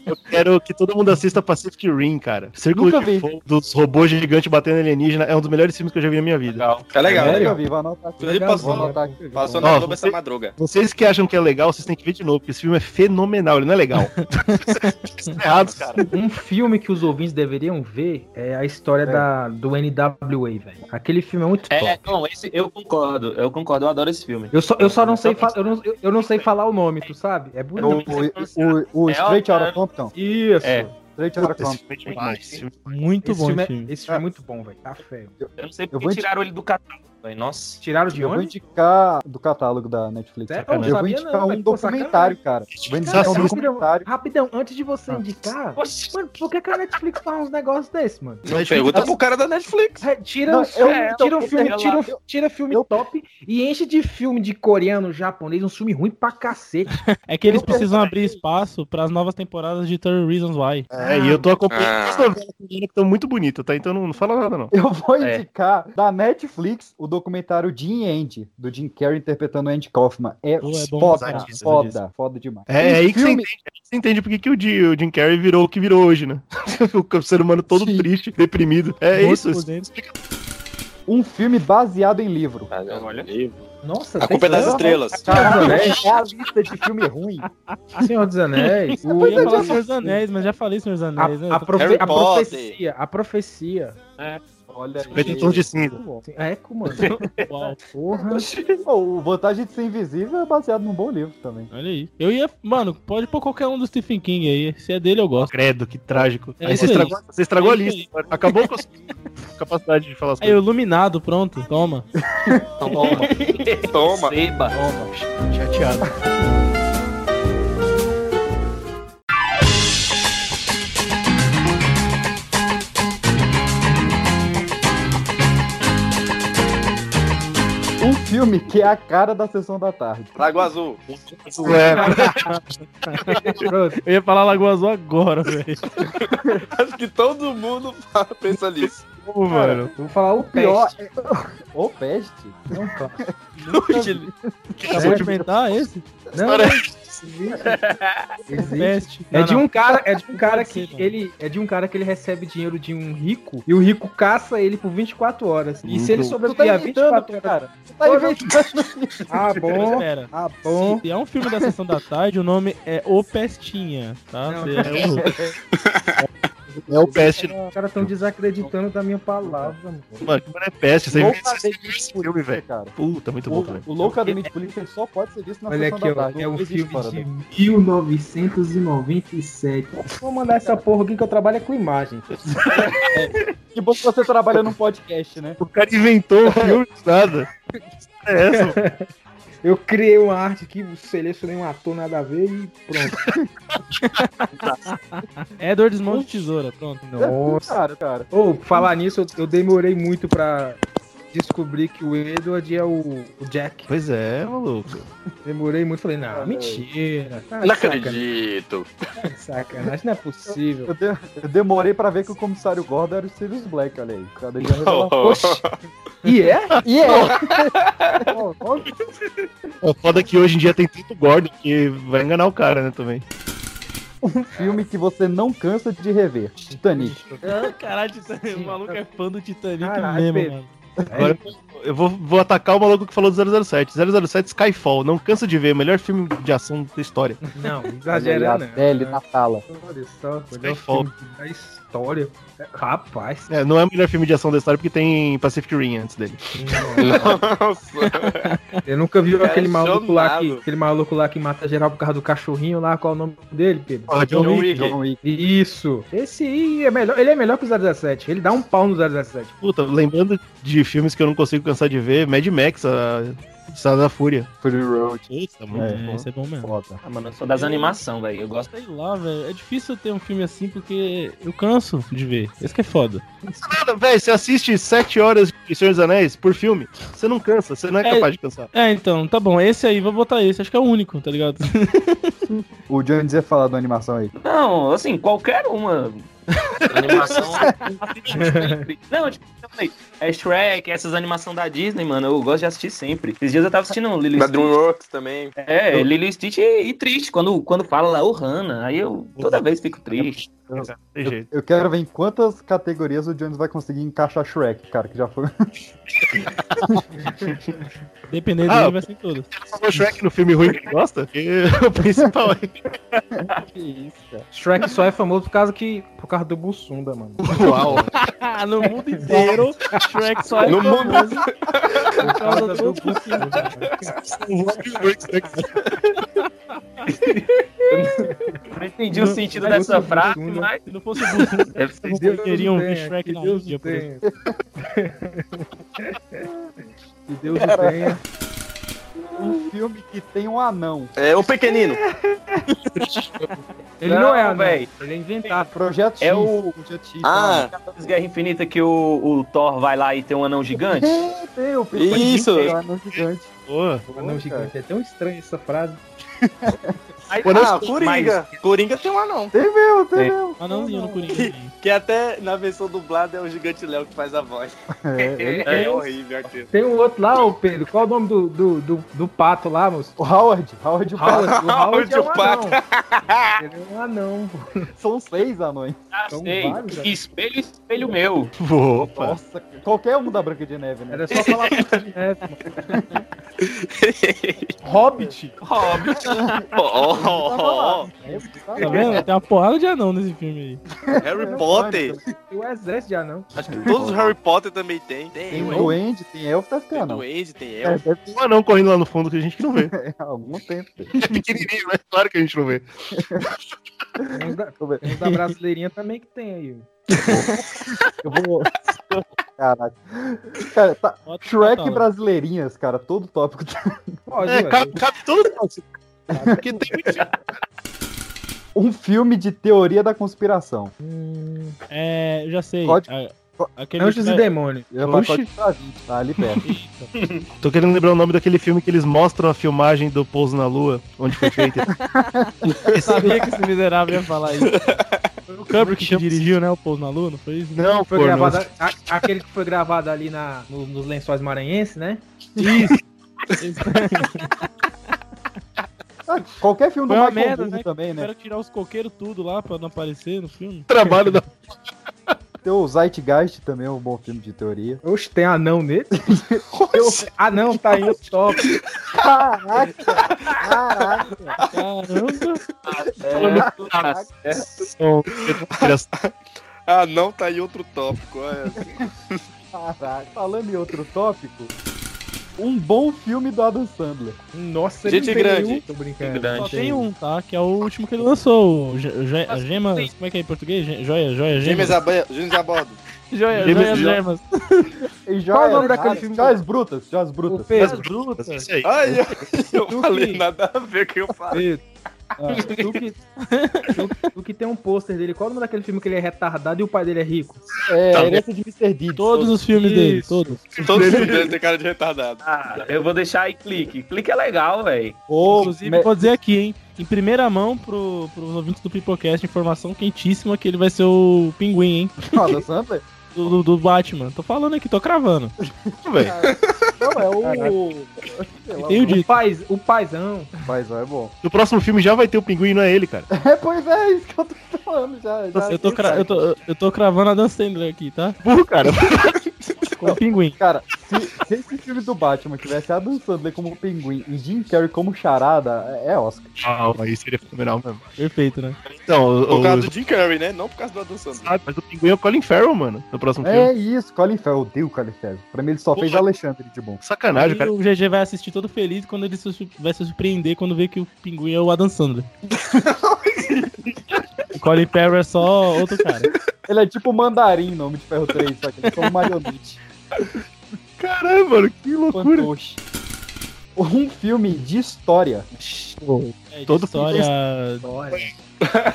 Speaker 3: Eu [laughs] quero que todo mundo assista Pacific Rim, cara. Círculo
Speaker 4: Nunca vi.
Speaker 3: de fogo dos robôs gigantes batendo alienígena é um dos melhores filmes que eu já vi na minha vida.
Speaker 1: É legal,
Speaker 4: É,
Speaker 1: né?
Speaker 4: eu vi, vou anotar aqui.
Speaker 1: Ele
Speaker 4: Vou
Speaker 1: passou,
Speaker 4: anotar aqui.
Speaker 1: passou na
Speaker 3: Ó,
Speaker 1: Globo essa
Speaker 3: você-
Speaker 1: madruga.
Speaker 3: Vocês que acham que é legal, vocês têm que ver de novo, porque esse filme é fenomenal, ele não é legal. Vocês estão errados, cara.
Speaker 10: Um filme que os ouvintes deveriam ver é a história da, do NWA, velho. Aquele filme é muito top.
Speaker 7: É, não, esse eu concordo, eu concordo, eu adoro esse filme.
Speaker 10: Eu só, eu só não sei fa- eu, não, eu- eu não sei falar o nome, tu sabe? É
Speaker 7: Eu não
Speaker 10: bonito.
Speaker 7: sei
Speaker 4: O,
Speaker 7: pronunciar.
Speaker 4: o, o
Speaker 7: É,
Speaker 4: Straight
Speaker 7: ó,
Speaker 4: Outta Compton.
Speaker 10: Isso.
Speaker 7: É.
Speaker 4: Straight Outta
Speaker 3: Esse
Speaker 4: Compton.
Speaker 3: filme é demais, esse filme
Speaker 2: Muito
Speaker 10: Esse,
Speaker 2: bom
Speaker 10: filme
Speaker 2: esse
Speaker 10: é,
Speaker 2: filme.
Speaker 10: esse filme
Speaker 4: Ah.
Speaker 10: é muito bom, velho. Tá feio.
Speaker 7: Eu não sei
Speaker 4: Eu
Speaker 7: porque
Speaker 4: vou te-
Speaker 7: tiraram ele do catálogo, velho. Nossa.
Speaker 10: Tiraram de
Speaker 4: Eu vou
Speaker 10: onde?
Speaker 4: indicar do catálogo da Netflix.
Speaker 10: Sério?
Speaker 4: cara.
Speaker 10: Eu
Speaker 4: Eu vou
Speaker 10: sabia
Speaker 4: indicar
Speaker 10: não,
Speaker 4: um
Speaker 10: velho. Pô,
Speaker 4: documentário, Ah. cara. Vou indicar um
Speaker 3: Cara,
Speaker 4: documentário.
Speaker 10: Rapidão, antes de você indicar,
Speaker 7: Poxa,
Speaker 10: mano, por que, que a Netflix faz um uns negócios desses, mano?
Speaker 1: Não pergunta pro cara da Netflix.
Speaker 10: É, Tira,
Speaker 4: Não,
Speaker 10: uns-
Speaker 4: eu-
Speaker 10: é, tira um
Speaker 4: eu-
Speaker 10: filme,
Speaker 7: eu-
Speaker 10: tira, um- tira filme
Speaker 4: eu-
Speaker 10: top e enche de filme de coreano, japonês, um filme ruim pra cacete.
Speaker 2: É que eles
Speaker 10: Eu-
Speaker 2: precisam abrir espaço pras novas temporadas de 30 Reasons Why.
Speaker 3: É, e eu tô acompanhando
Speaker 1: Ah.
Speaker 3: as novelas que estão muito bonitas, tá? Então não, não fala nada, não.
Speaker 4: Eu vou
Speaker 7: É.
Speaker 4: indicar da Netflix o documentário Jim e Andy, do Jim Carrey interpretando Andy Kaufman. É,
Speaker 2: Pô, é bom
Speaker 4: foda,
Speaker 3: pra caralho.
Speaker 4: foda, foda demais.
Speaker 3: É, é aí que você
Speaker 4: filme-
Speaker 3: entende, é aí que você entende porque que o Jim, o Jim Carrey virou o que virou hoje, né? [laughs] o ser humano todo
Speaker 4: Sim.
Speaker 3: triste, deprimido. É
Speaker 2: Morto
Speaker 3: isso.
Speaker 2: por dentro.
Speaker 4: Um filme baseado em livro.
Speaker 7: Olha.
Speaker 10: Nossa,
Speaker 1: A
Speaker 10: tem
Speaker 1: culpa é das
Speaker 10: tanto.
Speaker 1: estrelas.
Speaker 4: Senhor dos Anéis é a lista de filme ruim.
Speaker 10: Senhor dos Anéis.
Speaker 4: é,
Speaker 2: Eu ia falar Senhor dos Anéis, mas já falei Senhor dos
Speaker 10: A,
Speaker 2: Anéis, né?
Speaker 10: a, profe-
Speaker 1: Harry
Speaker 10: a
Speaker 1: Potter.
Speaker 10: profecia, a profecia.
Speaker 4: Olha
Speaker 3: 50 tons de cinza.
Speaker 10: Sim, É, como
Speaker 2: Uau.
Speaker 10: Porra.
Speaker 4: O Vantagem de Ser Invisível é baseado num bom livro também.
Speaker 2: Olha aí. Eu ia. Mano, pode pôr qualquer um do Stephen King aí. Se é dele, eu gosto.
Speaker 3: Credo, que trágico.
Speaker 2: É
Speaker 3: aí você
Speaker 2: isso aí.
Speaker 3: estragou, você estragou
Speaker 2: É
Speaker 3: a
Speaker 2: isso
Speaker 3: lista. Acabou com a sua capacidade de falar as
Speaker 2: Aí, É, o
Speaker 3: coisas.
Speaker 2: iluminado, pronto. Toma.
Speaker 8: Toma.
Speaker 7: [laughs]
Speaker 8: Toma.
Speaker 7: Seba.
Speaker 3: Chateado.
Speaker 4: Um filme que é a cara da sessão da tarde.
Speaker 8: Lago Azul.
Speaker 3: É,
Speaker 10: Pronto.
Speaker 2: Eu ia falar Lagoa Azul agora, velho.
Speaker 8: Acho que todo mundo fala- pensa nisso.
Speaker 3: pô, mano.
Speaker 10: Vou falar o
Speaker 4: Pior
Speaker 10: pior.
Speaker 4: é... Ô, peste. Não, tá.
Speaker 2: Acabou de inventar esse?
Speaker 10: Não,
Speaker 3: História-
Speaker 10: existe.
Speaker 2: Peste.
Speaker 10: É
Speaker 2: Não,
Speaker 10: de
Speaker 2: não.
Speaker 10: um cara, é
Speaker 2: [laughs]
Speaker 10: de um cara
Speaker 2: Pode ser,
Speaker 10: que
Speaker 2: mano.
Speaker 10: ele é de um cara que ele recebe dinheiro de um rico e o rico caça ele por 24 horas. E se ele
Speaker 4: Tu tá
Speaker 10: sobreviver a
Speaker 4: inventando,
Speaker 10: 24 horas,
Speaker 4: cara. Tu tá
Speaker 10: [laughs]
Speaker 4: inventando.
Speaker 10: ah,
Speaker 2: Mas
Speaker 10: bom,
Speaker 2: Espera.
Speaker 10: ah, bom.
Speaker 2: Se é um filme da Sessão da Tarde, o nome é O Pestinha, tá?
Speaker 10: Não.
Speaker 2: Você é o-
Speaker 3: É o peste, né?
Speaker 10: Os caras estão desacreditando da minha palavra, mano.
Speaker 3: mano. Que mano é peste. Você
Speaker 4: Vou
Speaker 3: inventa
Speaker 4: fazer
Speaker 3: esse filme, velho.
Speaker 4: Cara.
Speaker 3: Puta, muito bom também.
Speaker 4: O, o Loucademia de Polícia só pode ser visto na
Speaker 10: Olha
Speaker 4: sessão
Speaker 10: aqui,
Speaker 4: da
Speaker 10: ó,
Speaker 4: tarde.
Speaker 10: é um
Speaker 4: Não existe
Speaker 10: filme
Speaker 4: fora
Speaker 10: de
Speaker 4: dela.
Speaker 10: 1997. Vou mandar essa porra aqui que eu trabalho é com imagem.
Speaker 4: Que bom que você trabalha num podcast, né?
Speaker 3: O cara inventou o filme do
Speaker 2: [laughs]
Speaker 3: nada. Que É essa, mano?
Speaker 10: Eu criei uma arte que selecionei um ator nada a ver e pronto.
Speaker 2: [laughs] Edward Mão de Tesoura, pronto.
Speaker 10: Nossa.
Speaker 4: Cara, cara.
Speaker 10: Ou, falar nisso, eu, eu demorei muito pra descobrir que o Edward é o, o Jack.
Speaker 3: Pois é, maluco.
Speaker 10: Demorei muito, falei, não, mentira. Ah,
Speaker 8: Não
Speaker 10: sacanagem,
Speaker 8: acredito.
Speaker 10: [laughs] Sacanagem, não é possível.
Speaker 4: Eu, de- eu demorei pra ver que o comissário Gordon era o Sirius Black, olha aí. Cada dia revela-
Speaker 10: Oxi. E é?
Speaker 4: E é, [laughs]
Speaker 10: Ó, ó,
Speaker 3: O foda é que hoje em dia tem tanto gordo que vai enganar o cara, né, também.
Speaker 4: filme que você não cansa de rever. Titanic.
Speaker 2: Caralho, Titanic, [laughs] o maluco é fã do Titanic
Speaker 10: Caralho,
Speaker 2: mesmo, mano.
Speaker 3: Agora eu vou, vou atacar o maluco que falou do 007. 007 Skyfall. Não cansa de ver. Melhor filme de ação da história.
Speaker 10: Não,
Speaker 4: Olha aí,
Speaker 10: exagera
Speaker 4: a
Speaker 10: não.
Speaker 4: pele na sala.
Speaker 10: Olha só, melhor
Speaker 3: Skyfall.
Speaker 10: filme da história. Rapaz,
Speaker 3: É, não é o melhor filme de ação da história porque tem Pacific Rim antes dele.
Speaker 8: Nossa.
Speaker 10: eu nunca vi
Speaker 8: Cara,
Speaker 10: aquele maluco lá que
Speaker 8: chonado.
Speaker 10: aquele maluco lá que mata geral por causa do cachorrinho lá, qual é o nome dele, Pedro?
Speaker 3: Ah, John Wick.
Speaker 4: John Wick.
Speaker 10: Isso. Esse aí é melhor, ele é melhor que o 017. Ele dá um pau no 017.
Speaker 3: Puta, lembrando de filmes que eu não consigo cansar de ver, Mad Max, a Estrada da Fúria.
Speaker 4: Free Road.
Speaker 3: Puta, muito
Speaker 2: É,
Speaker 3: bom.
Speaker 2: esse é bom mesmo.
Speaker 4: Foda.
Speaker 7: Ah, mano, eu sou das animação, velho. Eu gosto.
Speaker 2: Sei lá, velho. É difícil ter um filme assim porque eu canso de ver. Isso que é foda.
Speaker 3: Nada, velho, você assiste 7 horas de Senhor dos Anéis por filme, você não cansa, você não é
Speaker 2: É.
Speaker 3: capaz de cansar.
Speaker 2: É, então, tá bom. Esse aí, vou botar esse. Acho que é o único, tá [laughs] ligado?
Speaker 4: O Johnny dizia falar da animação aí.
Speaker 7: Não, assim, qualquer uma. Animação. sempre. [laughs] Não, tipo, eu falei, é Shrek, essas animações da Disney, mano, eu gosto de assistir sempre. Esses dias eu tava assistindo um Lilo e
Speaker 8: Da
Speaker 7: Stitch.
Speaker 8: DreamWorks também.
Speaker 7: É, Lilo e Stitch e, e triste. Quando, quando fala lá o Hannah, aí eu toda vez fico triste.
Speaker 3: Tem jeito.
Speaker 4: Eu quero ver em quantas categorias o Jones vai conseguir encaixar Shrek, cara, que já foi.
Speaker 2: Dependendo
Speaker 3: Ah,
Speaker 2: dele, vai ser todo.
Speaker 3: O Shrek no filme ruim que ele gosta? Porque o [laughs] principal é
Speaker 4: Que isso, cara.
Speaker 10: Shrek só é famoso por causa que por causa do Bussunda, mano. [laughs]
Speaker 3: uau.
Speaker 2: Ah, [laughs] no mundo inteiro, Shrek só é
Speaker 8: No
Speaker 2: famoso por
Speaker 10: [laughs] Por causa
Speaker 2: causa
Speaker 10: do
Speaker 2: do
Speaker 10: Bussunda.
Speaker 7: Eu não entendi o sentido né? dessa frase, mas
Speaker 2: Se não fosse o Bussunda,
Speaker 7: deve ser.
Speaker 2: vocês
Speaker 10: É, Deus
Speaker 2: queriam
Speaker 10: o
Speaker 2: ver
Speaker 10: tenha,
Speaker 2: Shrek
Speaker 10: que
Speaker 2: na
Speaker 10: Deus
Speaker 2: Índia,
Speaker 10: o
Speaker 2: por exemplo.
Speaker 10: tenha. Que Deus o tenha.
Speaker 4: Um [laughs] filme que tem um anão.
Speaker 8: É o pequenino.
Speaker 10: Ele não, é, velho.
Speaker 7: Não, véi.
Speaker 10: Ele é inventado.
Speaker 4: Projeto X.
Speaker 7: É o-
Speaker 4: Projeto X. tá
Speaker 8: Ah,
Speaker 7: Guerra Infinita que o, o Thor vai lá e tem um anão gigante.
Speaker 4: É, tem o Peter
Speaker 8: Ah, Isso.
Speaker 4: Pan, tem um anão gigante.
Speaker 3: Boa.
Speaker 2: Ah,
Speaker 10: O anão gigante. É tão estranha essa frase.
Speaker 8: aí,
Speaker 3: Quando eu
Speaker 8: ah,
Speaker 3: escuto
Speaker 8: Coringa. Coringa tem um anão.
Speaker 4: Tem meu, tem
Speaker 7: Tem.
Speaker 4: meu.
Speaker 2: Ah, não, não, no Coringa.
Speaker 8: Que até na versão dublada é o gigante Léo que faz a voz.
Speaker 4: É, ele-
Speaker 8: É, horrível aquilo.
Speaker 10: Tem um outro lá, ô Pedro. Qual é o nome do, do, do, do pato lá, moço?
Speaker 4: O Howard, Howard e o Pato.
Speaker 10: Howard, o Howard é um
Speaker 8: O pato.
Speaker 10: anão. Ele é um anão. pô.
Speaker 4: São seis anões.
Speaker 7: Ah,
Speaker 10: Então
Speaker 7: sei.
Speaker 10: vai, velho.
Speaker 7: Espelho, espelho meu.
Speaker 3: Opa.
Speaker 10: [laughs]
Speaker 4: Nossa, qualquer um da Branca de Neve, né?
Speaker 10: Era só falar. É,
Speaker 3: Hobbit?
Speaker 7: Hobbit.
Speaker 8: Ó, ó, ó.
Speaker 4: né?
Speaker 2: Tá vendo? Tem uma porrada de anão nesse filme aí.
Speaker 8: Harry Potter.
Speaker 10: E o um exército de anão.
Speaker 8: Acho que todos os Harry Potter também tem.
Speaker 4: Tem
Speaker 10: um
Speaker 4: duende, tem elfo, tá
Speaker 8: Tem
Speaker 4: ficando.
Speaker 8: Duende, tem
Speaker 4: É,
Speaker 8: Elf.
Speaker 4: deve
Speaker 3: Um anão correndo lá no fundo que a gente não vê.
Speaker 4: ter há algum tempo.
Speaker 3: [laughs] É pequenininho, né? Claro que a gente não vê.
Speaker 10: Tem uns da, tem uns [laughs] da brasileirinha também que tem aí.
Speaker 4: Eu vou. [laughs] Caraca. Cara, tá...
Speaker 2: Bota no
Speaker 4: Shrek
Speaker 2: catálogo.
Speaker 4: brasileirinhas, cara, todo tópico.
Speaker 10: Pode,
Speaker 3: É,
Speaker 10: ué.
Speaker 3: cabe, cabe todo mundo. assim. Porque tem muito filme.
Speaker 4: [laughs] Um filme de teoria da conspiração.
Speaker 2: É, eu já sei.
Speaker 4: Código-
Speaker 2: A- aquele
Speaker 10: Anjos e demônios.
Speaker 4: É pacote
Speaker 3: Oxi.
Speaker 4: de Davi, tá ali perto.
Speaker 3: Tô querendo lembrar o nome daquele filme que eles mostram a filmagem do Pouso na Lua, onde foi
Speaker 10: [laughs]
Speaker 3: feito.
Speaker 2: Eu sabia que esse miserável ia falar isso. Foi o Kubrick que dirigiu, né? O Pouso na Lua, não foi isso?
Speaker 3: Não,
Speaker 10: Foi
Speaker 3: pô,
Speaker 10: gravado,
Speaker 3: não.
Speaker 10: a- aquele que foi gravado ali na, no- nos lençóis maranhenses, né? [laughs]
Speaker 4: Ah, Qualquer filme do
Speaker 2: Foi uma
Speaker 4: Michael
Speaker 2: merda,
Speaker 4: Moore
Speaker 2: né?
Speaker 4: também, né?
Speaker 2: Quero tirar os coqueiros tudo lá pra não aparecer no filme.
Speaker 3: Trabalho da.
Speaker 4: Tem o Zeitgeist também, é um bom filme de teoria.
Speaker 10: Oxe, tem
Speaker 4: [laughs]
Speaker 10: anão nele? Eu, anão tá aí no top.
Speaker 4: Caraca! Caraca!
Speaker 2: Caramba!
Speaker 8: Ah, não, tá aí outro tópico. olha.
Speaker 4: Caraca! Falando em outro tópico, um bom filme do Adam Sandler.
Speaker 10: Nossa,
Speaker 8: Gente
Speaker 10: ele veio.
Speaker 8: grande.
Speaker 10: Tô brincando.
Speaker 2: Só
Speaker 7: Grande.
Speaker 2: tem um, tá? Que é o último que ele lançou. o Ge- Ge-
Speaker 10: Assim.
Speaker 2: Gemas. Como é que é em português? Ge- Joia, joia, gemas.
Speaker 1: Gêmeas a, gêmeas a bordo.
Speaker 2: Joia,
Speaker 3: Gemas-
Speaker 2: joia,
Speaker 3: Joia.
Speaker 2: gemas.
Speaker 4: E
Speaker 10: Qual é o
Speaker 4: Joias-
Speaker 10: nome daquele filme?
Speaker 4: Joias Brutas, Joias
Speaker 10: O
Speaker 4: Brutas.
Speaker 10: Pedro,
Speaker 3: [laughs] É isso
Speaker 8: [laughs]
Speaker 3: aí.
Speaker 8: Ai, eu, eu
Speaker 10: Tu
Speaker 8: falei
Speaker 10: que-
Speaker 8: nada a ver com o que eu falei.
Speaker 10: Pedro. Ah, tu, que, tu- tu que tem um pôster dele, qual é o nome daquele filme que ele é retardado e o pai dele é rico?
Speaker 4: É,
Speaker 3: Tá
Speaker 4: herança de Mr. Deeds.
Speaker 2: Todos os filmes dele, todos.
Speaker 8: Todo mundo dele tem cara de retardado.
Speaker 7: Ah, eu vou deixar aí clique. Clique é legal, velho.
Speaker 4: Ô,
Speaker 2: Inclusive,
Speaker 4: me-
Speaker 2: vou dizer aqui, hein? Em primeira mão pro, pros ouvintes do Pipocast, informação quentíssima que ele vai ser o pinguim, hein?
Speaker 4: Adam Sandler?
Speaker 2: Do, do- do Batman. Tô falando aqui, tô cravando.
Speaker 3: velho.
Speaker 4: Não, é o. Sei lá,
Speaker 2: Tenho
Speaker 10: O,
Speaker 2: dito.
Speaker 10: pais, o paizão.
Speaker 4: Mas é bom.
Speaker 3: No próximo filme já vai ter o pinguim, não é ele, cara.
Speaker 4: [laughs] É, pois é, isso que eu tô falando já. já
Speaker 2: Eu tô, cra- eu, tô, eu tô cravando a Dan Sandler aqui, tá?
Speaker 3: Burro, cara.
Speaker 2: Com o pinguim.
Speaker 4: Cara, se, se esse filme do Batman tivesse Adam Sandler como pinguim e Jim Carrey como charada, é Oscar.
Speaker 3: Calma, aí seria fenomenal mesmo.
Speaker 2: Perfeito, né?
Speaker 3: Ah, Então, o,
Speaker 8: Por
Speaker 3: o,
Speaker 8: causa do Jim Curry, né? Não por causa do Adam Sandler.
Speaker 3: sabe, mas o pinguim é o Colin Farrell, mano, no
Speaker 2: Uhum.
Speaker 3: próximo filme.
Speaker 4: É isso, Colin Farrell, eu odeio o Colin Farrell. Pra mim ele só fez
Speaker 3: Porra.
Speaker 4: Alexandre de bom.
Speaker 3: Sacanagem,
Speaker 2: Aí
Speaker 3: cara.
Speaker 2: o GG vai assistir todo feliz quando ele se su- vai se surpreender quando vê que o pinguim é o
Speaker 3: [laughs]
Speaker 2: Adam Sandler. o Colin Farrell é só outro cara.
Speaker 4: Ele é tipo o Mandarim, nome de Ferro 3, só que ele é só um
Speaker 2: [laughs]
Speaker 4: marionete.
Speaker 3: Caralho, mano, que loucura.
Speaker 4: Fantoche. Um filme de história.
Speaker 2: É, de
Speaker 3: Todo
Speaker 2: história.
Speaker 8: [laughs]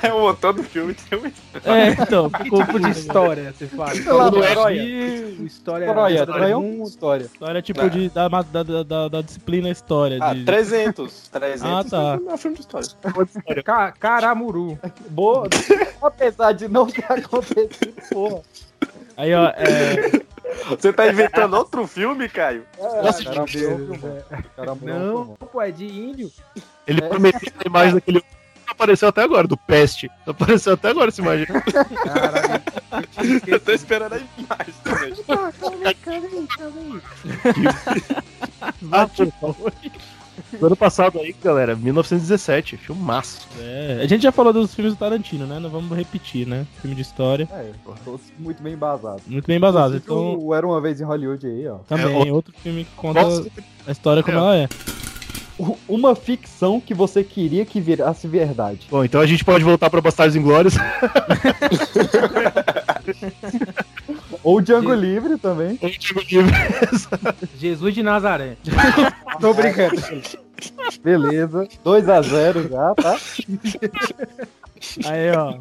Speaker 8: É o todo filme tem um
Speaker 2: É, então,
Speaker 10: Que [laughs]
Speaker 2: ficou
Speaker 10: tipo de história você fala?
Speaker 4: lá,
Speaker 10: História
Speaker 4: Troia.
Speaker 10: civil, História
Speaker 4: Troia,
Speaker 10: história
Speaker 4: Troia é
Speaker 10: do
Speaker 4: um
Speaker 10: mundo.
Speaker 4: história.
Speaker 2: História tipo
Speaker 3: É.
Speaker 2: de, da, da, da, da- da disciplina história.
Speaker 1: Ah,
Speaker 2: de... [laughs]
Speaker 1: 300. 300
Speaker 2: Ah, tá.
Speaker 1: é um filme de história.
Speaker 10: Ca- Caramuru.
Speaker 4: Boa, apesar de não ter [laughs] acontecido, porra.
Speaker 2: Aí, ó, é,
Speaker 8: Você tá inventando outro filme, Caio?
Speaker 4: Nossa, É, cara, cara,
Speaker 10: Não, pô, é de índio.
Speaker 3: Ele
Speaker 4: É.
Speaker 3: prometeu
Speaker 4: [laughs]
Speaker 3: a imagem daquele não apareceu até agora, do Peste. Não apareceu até agora essa
Speaker 4: [laughs]
Speaker 3: imagem.
Speaker 10: Caralho.
Speaker 8: Eu tô esperando a imagem também.
Speaker 3: Ah, tipo, do ano passado aí, galera, 1917, filmaço.
Speaker 2: é, a gente já falou dos filmes do Tarantino, né? Não vamos repetir, né? Filme de história.
Speaker 4: É, todos muito bem embasados.
Speaker 2: Muito bem embasado.
Speaker 4: Inclusive,
Speaker 2: Então,
Speaker 4: o Era Uma Vez em Hollywood aí, ó.
Speaker 2: também,
Speaker 3: É,
Speaker 2: outro... filme que conta a história como
Speaker 3: É.
Speaker 2: ela é.
Speaker 4: U- Uma ficção que você queria que virasse verdade.
Speaker 3: Bom, então a gente pode voltar pra Bastardos Inglórios. [laughs]
Speaker 4: Ou Django Livre também.
Speaker 10: Jesus de Nazaré.
Speaker 4: [laughs] Tô brincando. Beleza. 2x0 já, tá?
Speaker 2: Aí, ó.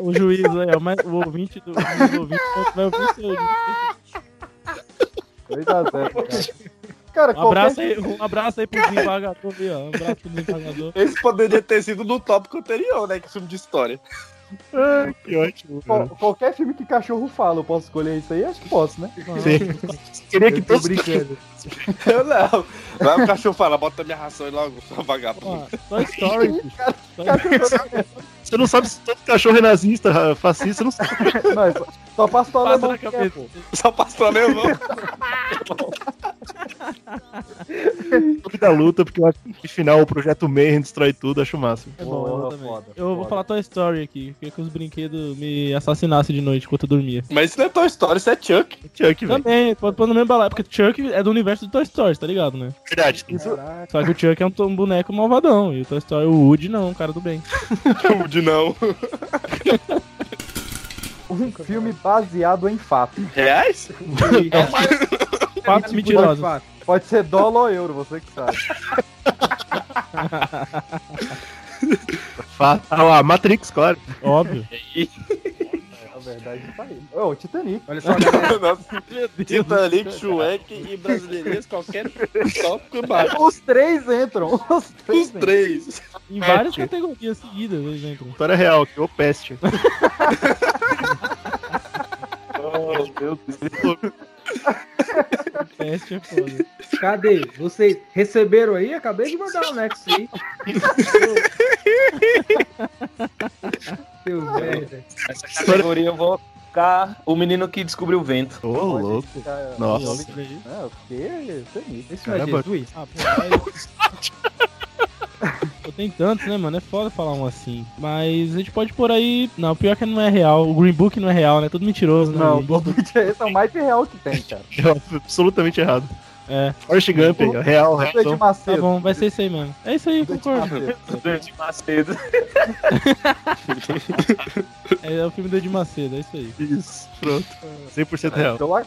Speaker 2: o juiz, aí, ó, mas o ouvinte do. O ouvinte vai ouvir Um o seu.
Speaker 4: [laughs] 2x0. Cara,
Speaker 2: Um abraço
Speaker 4: qualquer,
Speaker 2: aí, um abraço aí pro desembargador aí, ó. Um abraço pro desembargador.
Speaker 8: Esse poderia ter sido no tópico anterior, né? Que filme de história. [laughs]
Speaker 3: que ótimo.
Speaker 4: qual- qualquer filme que cachorro fala, eu posso escolher isso aí? Acho que posso, né?
Speaker 3: Queria que todos
Speaker 4: brincando.
Speaker 3: os
Speaker 8: Eu não. Vai o cachorro falar, bota minha ração aí logo, sua vagabunda.
Speaker 3: Toy Story. Você não sabe se todo cachorro é nazista, ra- fascista, não sabe.
Speaker 4: Não, só, só [laughs] passa pra
Speaker 3: Passa
Speaker 4: alemão
Speaker 3: na
Speaker 4: que é,
Speaker 3: cabeça.
Speaker 4: pô.
Speaker 8: [laughs] Só passa pra meu irmão.
Speaker 3: Clube da luta, porque eu acho que no final o projeto Mayhem destrói tudo, acho o máximo.
Speaker 2: É bom,
Speaker 4: Boa,
Speaker 2: eu também.
Speaker 4: foda,
Speaker 2: eu vou
Speaker 4: foda.
Speaker 2: falar Toy Story aqui. Queria que os brinquedos me assassinassem de noite enquanto eu dormia.
Speaker 8: Mas isso não é Toy Story, isso é [laughs] Chuck.
Speaker 3: Chuck, velho.
Speaker 2: Também, pode pôr no mesmo balaio, porque o Chuck é do universo do Toy Story, tá ligado, né?
Speaker 3: Verdade.
Speaker 10: Caraca.
Speaker 2: Só que o Chuck é um, t- um boneco malvadão. E o Toy Story, o Woody, não, um cara do bem.
Speaker 8: De não.
Speaker 4: Um filme baseado em fato.
Speaker 8: Reais?
Speaker 3: É
Speaker 2: é [laughs] Fatos
Speaker 10: Pode
Speaker 2: mentirosos.
Speaker 10: falar.
Speaker 4: Pode ser dólar ou euro, você que sabe.
Speaker 3: Fato. Ah lá, Matrix, claro. [laughs]
Speaker 2: Óbvio.
Speaker 4: Na verdade, tá aí. Ô, Titanic.
Speaker 10: Olha
Speaker 3: tá
Speaker 10: só, galera.
Speaker 8: Titanic, Shrek e brasileirinhas, qualquer tópico embaixo.
Speaker 4: Os três entram. Os três
Speaker 8: Os
Speaker 4: entram.
Speaker 8: três.
Speaker 2: Em várias categorias seguidas, eles entram.
Speaker 3: História real, que ô peste.
Speaker 2: Teste é foda.
Speaker 10: Cadê? Vocês receberam aí? Acabei de mandar o Nexo aí. Seu merda.
Speaker 7: Essa categoria eu vou colocar o menino que descobriu o vento.
Speaker 3: Ô,
Speaker 4: Pode
Speaker 3: louco.
Speaker 4: ficar-
Speaker 3: Nossa.
Speaker 4: Não, é porque Titanic.
Speaker 10: Isso não é
Speaker 3: Caramba.
Speaker 10: Jesus.
Speaker 2: Ah, pô, mas... Eu tenho tantos, né, mano? É foda falar um assim. Mas a gente pode pôr aí. Não, o pior é que não é real. O Green Book não é real, né? Tudo mentiroso, né?
Speaker 4: Não,
Speaker 2: Green Book.
Speaker 4: esse é o mais real que tem, cara.
Speaker 3: É Absolutamente errado.
Speaker 2: É.
Speaker 3: Forrest Gump, aí, ó, real,
Speaker 4: Leite
Speaker 3: real.
Speaker 2: Tá
Speaker 4: Macedo.
Speaker 2: bom, vai ser isso aí mesmo. É isso aí,
Speaker 4: Leite
Speaker 2: concordo.
Speaker 4: Macedo.
Speaker 7: Dante Macedo.
Speaker 2: É, é o filme do Edir Macedo, é isso aí.
Speaker 3: Isso, pronto. 100% real.
Speaker 4: Então, lá-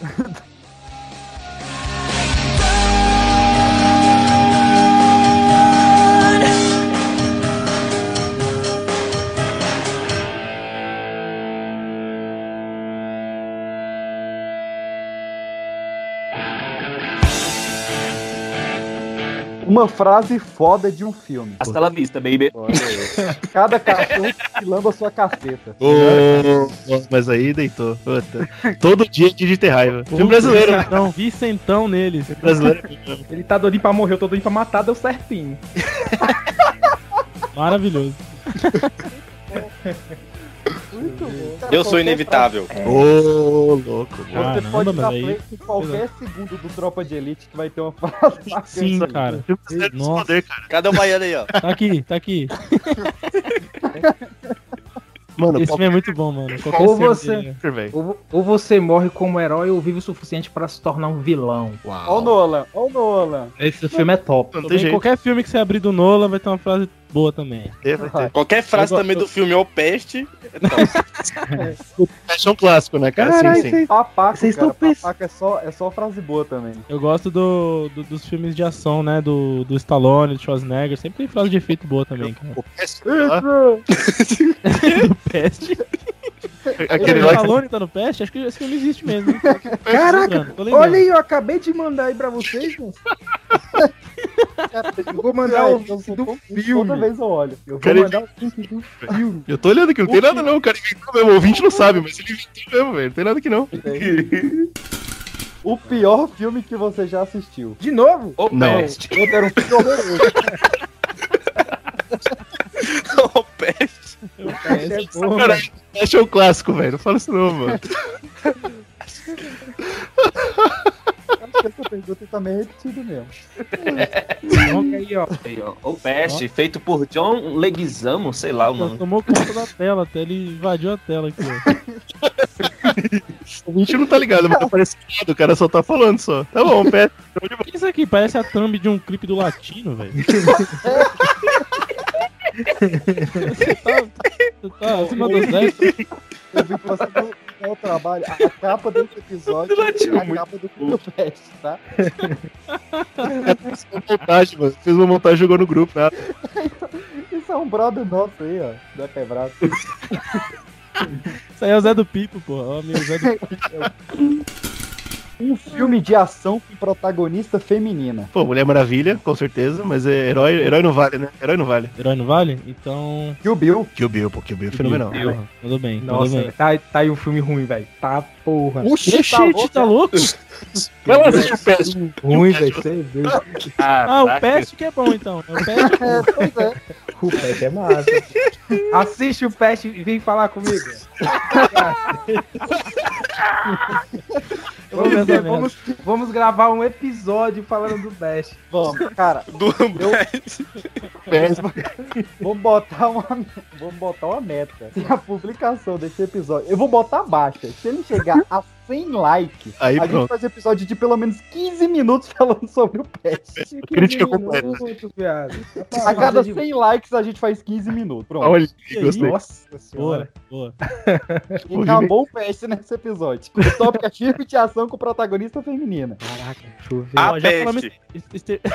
Speaker 4: Uma frase foda de um filme.
Speaker 7: Hasta la vista, baby.
Speaker 4: Cada cachorro que lamba sua caceta.
Speaker 3: Ô, mas aí deitou. Puta. Todo dia é dia de ter raiva. Filme brasileiro, né?
Speaker 2: Não, Vicentão então, neles.
Speaker 3: Brasileiro.
Speaker 10: Ele tá doidinho pra morrer, eu tô doidinho pra matar, deu certinho.
Speaker 2: Maravilhoso.
Speaker 4: Muito bom. Cara,
Speaker 8: Eu sou
Speaker 4: qualquer
Speaker 8: inevitável.
Speaker 2: É.
Speaker 3: Ô, louco.
Speaker 4: frase-
Speaker 2: Ah,
Speaker 4: Você pode dar
Speaker 2: Caramba, mas aí-
Speaker 4: play em qualquer segundo do Tropa de Elite que vai ter uma [laughs] frase marcante.
Speaker 2: Sim, cara.
Speaker 3: Filme brasileiro tem
Speaker 2: Nossa.
Speaker 3: poder, cara.
Speaker 8: Cadê o baiano aí, ó?
Speaker 2: Tá aqui, tá aqui.
Speaker 3: Mano,
Speaker 2: Esse
Speaker 3: pau
Speaker 2: filme é muito bom, mano. Qualquer
Speaker 10: Ou
Speaker 2: cena
Speaker 10: você-
Speaker 2: dele, né?
Speaker 3: velho.
Speaker 10: Ou, vo- ou você morre como herói ou vive o suficiente pra se tornar um vilão.
Speaker 4: Ó o Nolan, ó o Nolan.
Speaker 10: Esse filme é top.
Speaker 3: Não tem
Speaker 2: Também,
Speaker 3: jeito.
Speaker 2: qualquer filme que você abrir do Nolan vai ter uma frase boa também.
Speaker 3: Vai ter, vai
Speaker 8: [laughs]
Speaker 3: ter.
Speaker 8: Qualquer frase
Speaker 2: Eu go-
Speaker 8: também do filme ou peste.
Speaker 3: Paixão clássico, né, cara?
Speaker 10: Caralho,
Speaker 3: sim, sim.
Speaker 10: vocês-
Speaker 4: Papaco,
Speaker 10: Vocês
Speaker 4: cara.
Speaker 10: estão pens-
Speaker 4: Papaco é só, é só frase boa também.
Speaker 2: Eu gosto do, do- dos filmes de ação, né? Do, do Stallone, do Schwarzenegger. Sempre tem frase de efeito boa também, cara.
Speaker 3: O Peste, lá,
Speaker 2: Peste.
Speaker 3: [laughs] aquele
Speaker 2: o
Speaker 3: lá que
Speaker 2: Stallone tá no Peste? Acho que esse filme existe
Speaker 3: [laughs]
Speaker 2: mesmo. hein?
Speaker 10: Caraca,
Speaker 2: Tô lembrando.
Speaker 10: olha aí, eu acabei de mandar aí pra vocês,
Speaker 4: [laughs]
Speaker 10: mano. Eu vou mandar o
Speaker 4: Cara, eu sou
Speaker 10: link do
Speaker 4: tão-
Speaker 10: filme.
Speaker 4: Toda vez eu olho.
Speaker 10: Eu vou
Speaker 3: Cara,
Speaker 10: mandar o link do filme.
Speaker 3: Eu tô olhando aqui, não tem nada não, o cara inventou mesmo. O ouvinte não sabe, mas ele inventou mesmo, velho. Não tem nada que não.
Speaker 4: O pior filme que você já assistiu.
Speaker 10: De novo?
Speaker 7: Ô,
Speaker 3: Não.
Speaker 7: peste.
Speaker 4: Outro era um filme horroroso.
Speaker 2: Então, [laughs]
Speaker 8: Ô, peste.
Speaker 10: Esse [laughs] é bom,
Speaker 3: Cara,
Speaker 10: mano.
Speaker 3: Peste é o clássico, velho. Não fala isso não, mano.
Speaker 4: Acho que essa pergunta também é repetida mesmo.
Speaker 10: Coloca aí, ó.
Speaker 7: Aí, ó. Ô, peste, feito por John Leguizamo, sei lá o
Speaker 2: Nossa,
Speaker 10: [laughs]
Speaker 7: nome.
Speaker 2: Tomou conta da tela, até ele invadiu a tela aqui. ó.
Speaker 3: O ouvinte não tá ligado, mas tá parecendo o cara só tá falando só. Tá bom, Peste.
Speaker 2: O que é isso aqui? Parece a thumb de um clipe do Latino, velho. você tá... Você tá acima dos 10?
Speaker 4: Eu vi passando o trabalho. A capa desse episódio é a capa do Budapeste, tá?
Speaker 3: Fez uma montagem, mano. Fez uma montagem e jogou no grupo, né?
Speaker 4: Isso é um brother nosso aí, ó. Da Pebraço.
Speaker 2: Isso aí é o Zé do Pipo, pô. Ó, amigo Zé do Pipo.
Speaker 4: Um filme de ação com protagonista feminina.
Speaker 3: Pô, Mulher Maravilha, com certeza, mas é herói, herói não vale, né? Herói não vale.
Speaker 2: Herói não vale? Então.
Speaker 4: Kill Bill.
Speaker 3: Kill Bill, pô, Kill Bill é fenomenal.
Speaker 2: Bill. Porra, Mandou bem, mandou
Speaker 10: Nossa,
Speaker 2: bem.
Speaker 10: tá, tá aí um filme ruim, velho. Tá porra.
Speaker 2: Oxi, tá louco?
Speaker 3: Vai lá assistir o PES.
Speaker 10: Ruim, velho. Você viu?
Speaker 2: Ah, o Pest que é bom então. É o Pest.
Speaker 4: É, pois é.
Speaker 10: O Pest é massa. Assiste o Pest e vem falar comigo.
Speaker 2: Eu vou ver essa merda.
Speaker 10: vamos, vamos gravar um episódio falando do Pest.
Speaker 4: Vamos, cara,
Speaker 8: Do
Speaker 4: vamos botar uma, vamos botar uma meta. Se a publicação desse episódio. Eu vou botar baixa. Se ele chegar a 100 likes,
Speaker 3: Aí
Speaker 4: a gente
Speaker 3: pronto.
Speaker 4: faz episódio de pelo menos 15 minutos falando sobre o
Speaker 10: [laughs]
Speaker 4: PES.
Speaker 3: Crítica completa.
Speaker 10: Tá
Speaker 4: A cada 100 likes a gente faz 15 minutos. Pronto.
Speaker 3: Olha, gostei.
Speaker 10: Nossa senhora.
Speaker 2: Boa, boa.
Speaker 4: E acabou o PES nesse episódio. O tópico
Speaker 3: [laughs]
Speaker 4: é filme de ação com protagonista feminina.
Speaker 8: A
Speaker 2: Ó, já falamos-
Speaker 8: peste.
Speaker 2: Este- [laughs]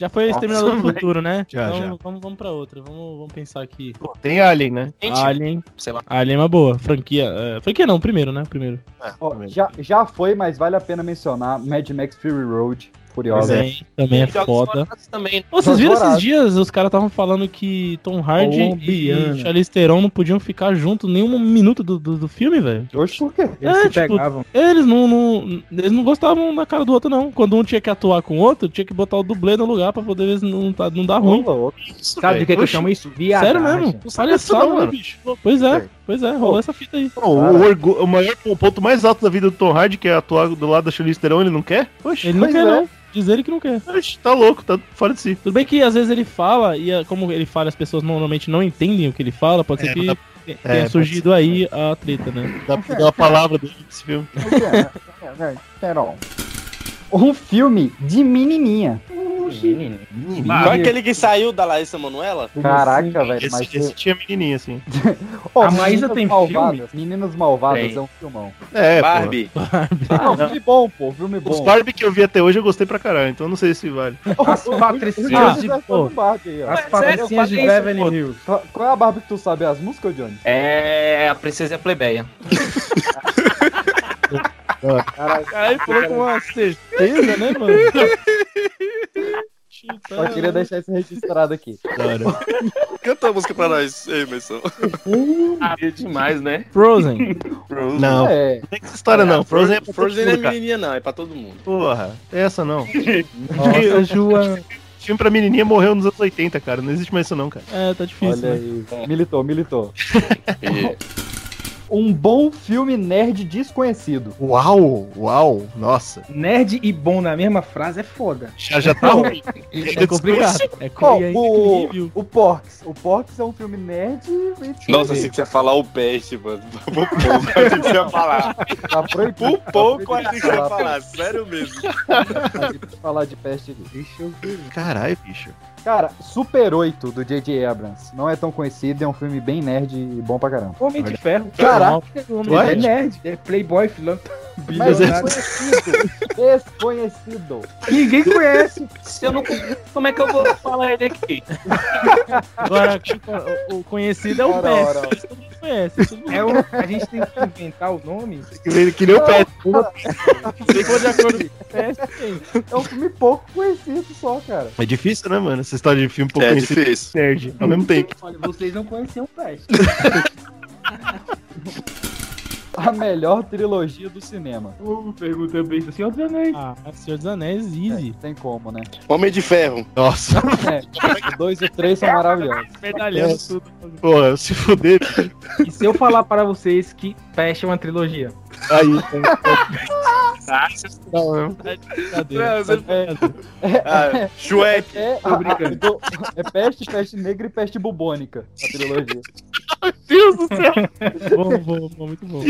Speaker 2: Já foi Exterminador do
Speaker 7: velho.
Speaker 2: Futuro, né?
Speaker 3: Já,
Speaker 2: então,
Speaker 3: já.
Speaker 2: Vamos, vamos pra outra. Vamos, vamos pensar aqui.
Speaker 3: Pô, tem Alien, né?
Speaker 7: Gente,
Speaker 10: Ah,
Speaker 2: Alien.
Speaker 7: sei lá.
Speaker 2: Alien é uma boa. Franquia. é, franquia não, primeiro, né? Primeiro.
Speaker 3: Ah, tá
Speaker 4: Ó, já, já foi, mas vale a pena mencionar Mad Max Fury Road,
Speaker 3: é.
Speaker 4: Furiosa.
Speaker 2: Também, também é
Speaker 7: Jogos
Speaker 2: foda.
Speaker 7: Vorazes Também.
Speaker 2: Ô, vocês
Speaker 4: Jogos
Speaker 2: viram esses
Speaker 4: Vorazes.
Speaker 2: dias? Os caras estavam falando que Tom Hardy
Speaker 10: Colombiana.
Speaker 2: e Charlize Theron não podiam ficar juntos nenhum minuto do, do, do filme, velho.
Speaker 4: Oxe, por quê?
Speaker 10: Eles
Speaker 2: É,
Speaker 10: se
Speaker 2: tipo,
Speaker 10: pegavam.
Speaker 3: tá
Speaker 2: Eles não, não- eles não gostavam da cara do outro, não. Quando um tinha que atuar com o outro, tinha que botar o dublê no lugar pra poder ver se não, tá- não dar ruim.
Speaker 3: Isso,
Speaker 10: Sabe
Speaker 3: velho.
Speaker 4: é
Speaker 10: de que, que eu
Speaker 3: Oxi,
Speaker 10: chamo isso? Viadagem.
Speaker 2: Sério mesmo?
Speaker 3: Não sabia disso
Speaker 2: Palhaçada,
Speaker 3: não,
Speaker 2: né,
Speaker 3: mano.
Speaker 2: bicho? Pois é, pois é, rolou essa fita aí.
Speaker 3: Pô, o, orgu- o maior o ponto mais alto da vida do Tom Hardy, que é atuar do lado da Charlize Theron, ele não quer? Oxi,
Speaker 2: Ele não
Speaker 4: Pois
Speaker 2: quer,
Speaker 4: é.
Speaker 2: não. Diz ele que não quer.
Speaker 3: oxi, tá louco, tá fora de si.
Speaker 2: Tudo bem que às vezes ele fala, e ah, como ele fala, as pessoas normalmente não entendem o que ele fala, pode ser
Speaker 3: É,
Speaker 2: que
Speaker 3: dá-
Speaker 2: tenha
Speaker 3: é, pode
Speaker 2: surgido aí a treta, né?
Speaker 3: Dá pra dar a palavra dele nesse filme.
Speaker 4: Pera, É, um filme de menininha.
Speaker 7: né?
Speaker 3: Ah,
Speaker 10: Ah,
Speaker 8: Qual é aquele que saiu da Larissa Manoela?
Speaker 4: Caraca, velho. Mas
Speaker 3: Esse, esse tinha menininha, assim.
Speaker 4: Ó,
Speaker 10: A Maísa
Speaker 4: Meninas
Speaker 10: tem
Speaker 4: malvadas, Meninas Malvadas
Speaker 7: Tem.
Speaker 4: é um
Speaker 10: [laughs]
Speaker 4: filmão.
Speaker 3: É, pô.
Speaker 8: Barbie.
Speaker 10: Ah,
Speaker 4: não, filme bom, pô. um Filme
Speaker 3: Os
Speaker 4: bom.
Speaker 3: Barbie que eu vi até hoje eu gostei pra caralho, então eu não sei se vale.
Speaker 10: As patricinhas de...
Speaker 4: Ah,
Speaker 10: pô,
Speaker 4: Barbie aí, ó.
Speaker 10: As
Speaker 7: sério, eu
Speaker 10: patricinhas de
Speaker 7: falei
Speaker 10: Beverly
Speaker 7: isso, pô.
Speaker 10: Hills.
Speaker 4: Qual- Qual é a Barbie que tu sabe as músicas, Johnny?
Speaker 7: É a Princesa e a Plebeia.
Speaker 2: Caralho, falou com uma certeza, né, mano?
Speaker 4: Só queria deixar isso registrado aqui.
Speaker 8: Canta a música pra nós, Emerson.
Speaker 7: Sabia demais, né?
Speaker 10: [laughs]
Speaker 2: Frozen.
Speaker 3: Não, não
Speaker 4: É,
Speaker 3: tem essa história não. Frozen é pra todo
Speaker 8: Frozen não é
Speaker 3: mundo, cara.
Speaker 8: menininha, não. É pra todo mundo.
Speaker 3: Porra, tem essa [laughs] não.
Speaker 10: Nossa, João.
Speaker 3: Filme pra menininha morreu nos anos 80, cara. Não existe mais isso não, cara.
Speaker 2: É, tá difícil.
Speaker 4: olha
Speaker 2: né?
Speaker 4: aí. Militou, militou.
Speaker 8: E-
Speaker 4: Um bom filme nerd desconhecido.
Speaker 3: Uau, uau, nossa.
Speaker 10: Nerd e bom na mesma frase é foda.
Speaker 3: Já, já [laughs] tá ruim.
Speaker 2: É complicado. É
Speaker 4: Ó,
Speaker 2: complicado.
Speaker 4: o, o Porks. O Porks é um filme nerd e
Speaker 8: Nossa, assim que você ia falar o peste, mano. [laughs] Por pouco a gente ia falar.
Speaker 4: tá
Speaker 10: [laughs]
Speaker 4: proibido.
Speaker 8: Por pouco a gente ia
Speaker 4: falar,
Speaker 8: falar. [laughs] Sério mesmo.
Speaker 4: a gente vai falar de peste aqui. Deixa eu ver.
Speaker 3: Caralho, bicho.
Speaker 4: Cara, Super 8 do J.J. Abrams. Não é tão conhecido, é um filme bem nerd e bom pra caramba.
Speaker 10: Homem de ferro.
Speaker 2: Caraca, o
Speaker 10: É
Speaker 2: homem-
Speaker 10: nerd. É playboy, filantropo.
Speaker 4: Mas
Speaker 10: bilionário.
Speaker 4: desconhecido. desconhecido.
Speaker 10: Ninguém conhece.
Speaker 7: Se eu não conheço, como é que eu vou falar ele aqui?
Speaker 2: Agora, o- o conhecido é o
Speaker 4: Ora,
Speaker 2: Pest.
Speaker 4: ora.
Speaker 2: Todo mundo conhece. todo mundo-
Speaker 10: É o- a gente tem que inventar o nome.
Speaker 3: Ele que nem o pé.
Speaker 2: Se for de acordo com o Pest, tem.
Speaker 4: É um filme pouco conhecido só, cara.
Speaker 3: É difícil, né, mano? Essa história de filme pouco
Speaker 8: É
Speaker 3: conhecido
Speaker 8: difícil.
Speaker 3: nerd. Ao mesmo tempo.
Speaker 10: Olha, vocês não conheciam o Pest.
Speaker 4: A melhor trilogia do cinema.
Speaker 10: Pergunta bem assim, obviamente.
Speaker 2: Ah, Senhor dos Anéis, easy.
Speaker 4: Tem como, né?
Speaker 8: Homem de Ferro.
Speaker 3: Nossa,
Speaker 4: É, o 2 e o 3 são maravilhosos.
Speaker 10: É.
Speaker 2: Medalhando tudo.
Speaker 3: porra, se fuder.
Speaker 10: E se eu falar pra vocês que Pest é uma trilogia?
Speaker 3: Aí.
Speaker 2: Brincadeira.
Speaker 8: Não, Ah, Shrek.
Speaker 4: É, a,
Speaker 10: Tô brincando.
Speaker 4: do- é peste, peste negra e peste bubônica. A trilogia.
Speaker 2: Bom, bom, bom, muito bom.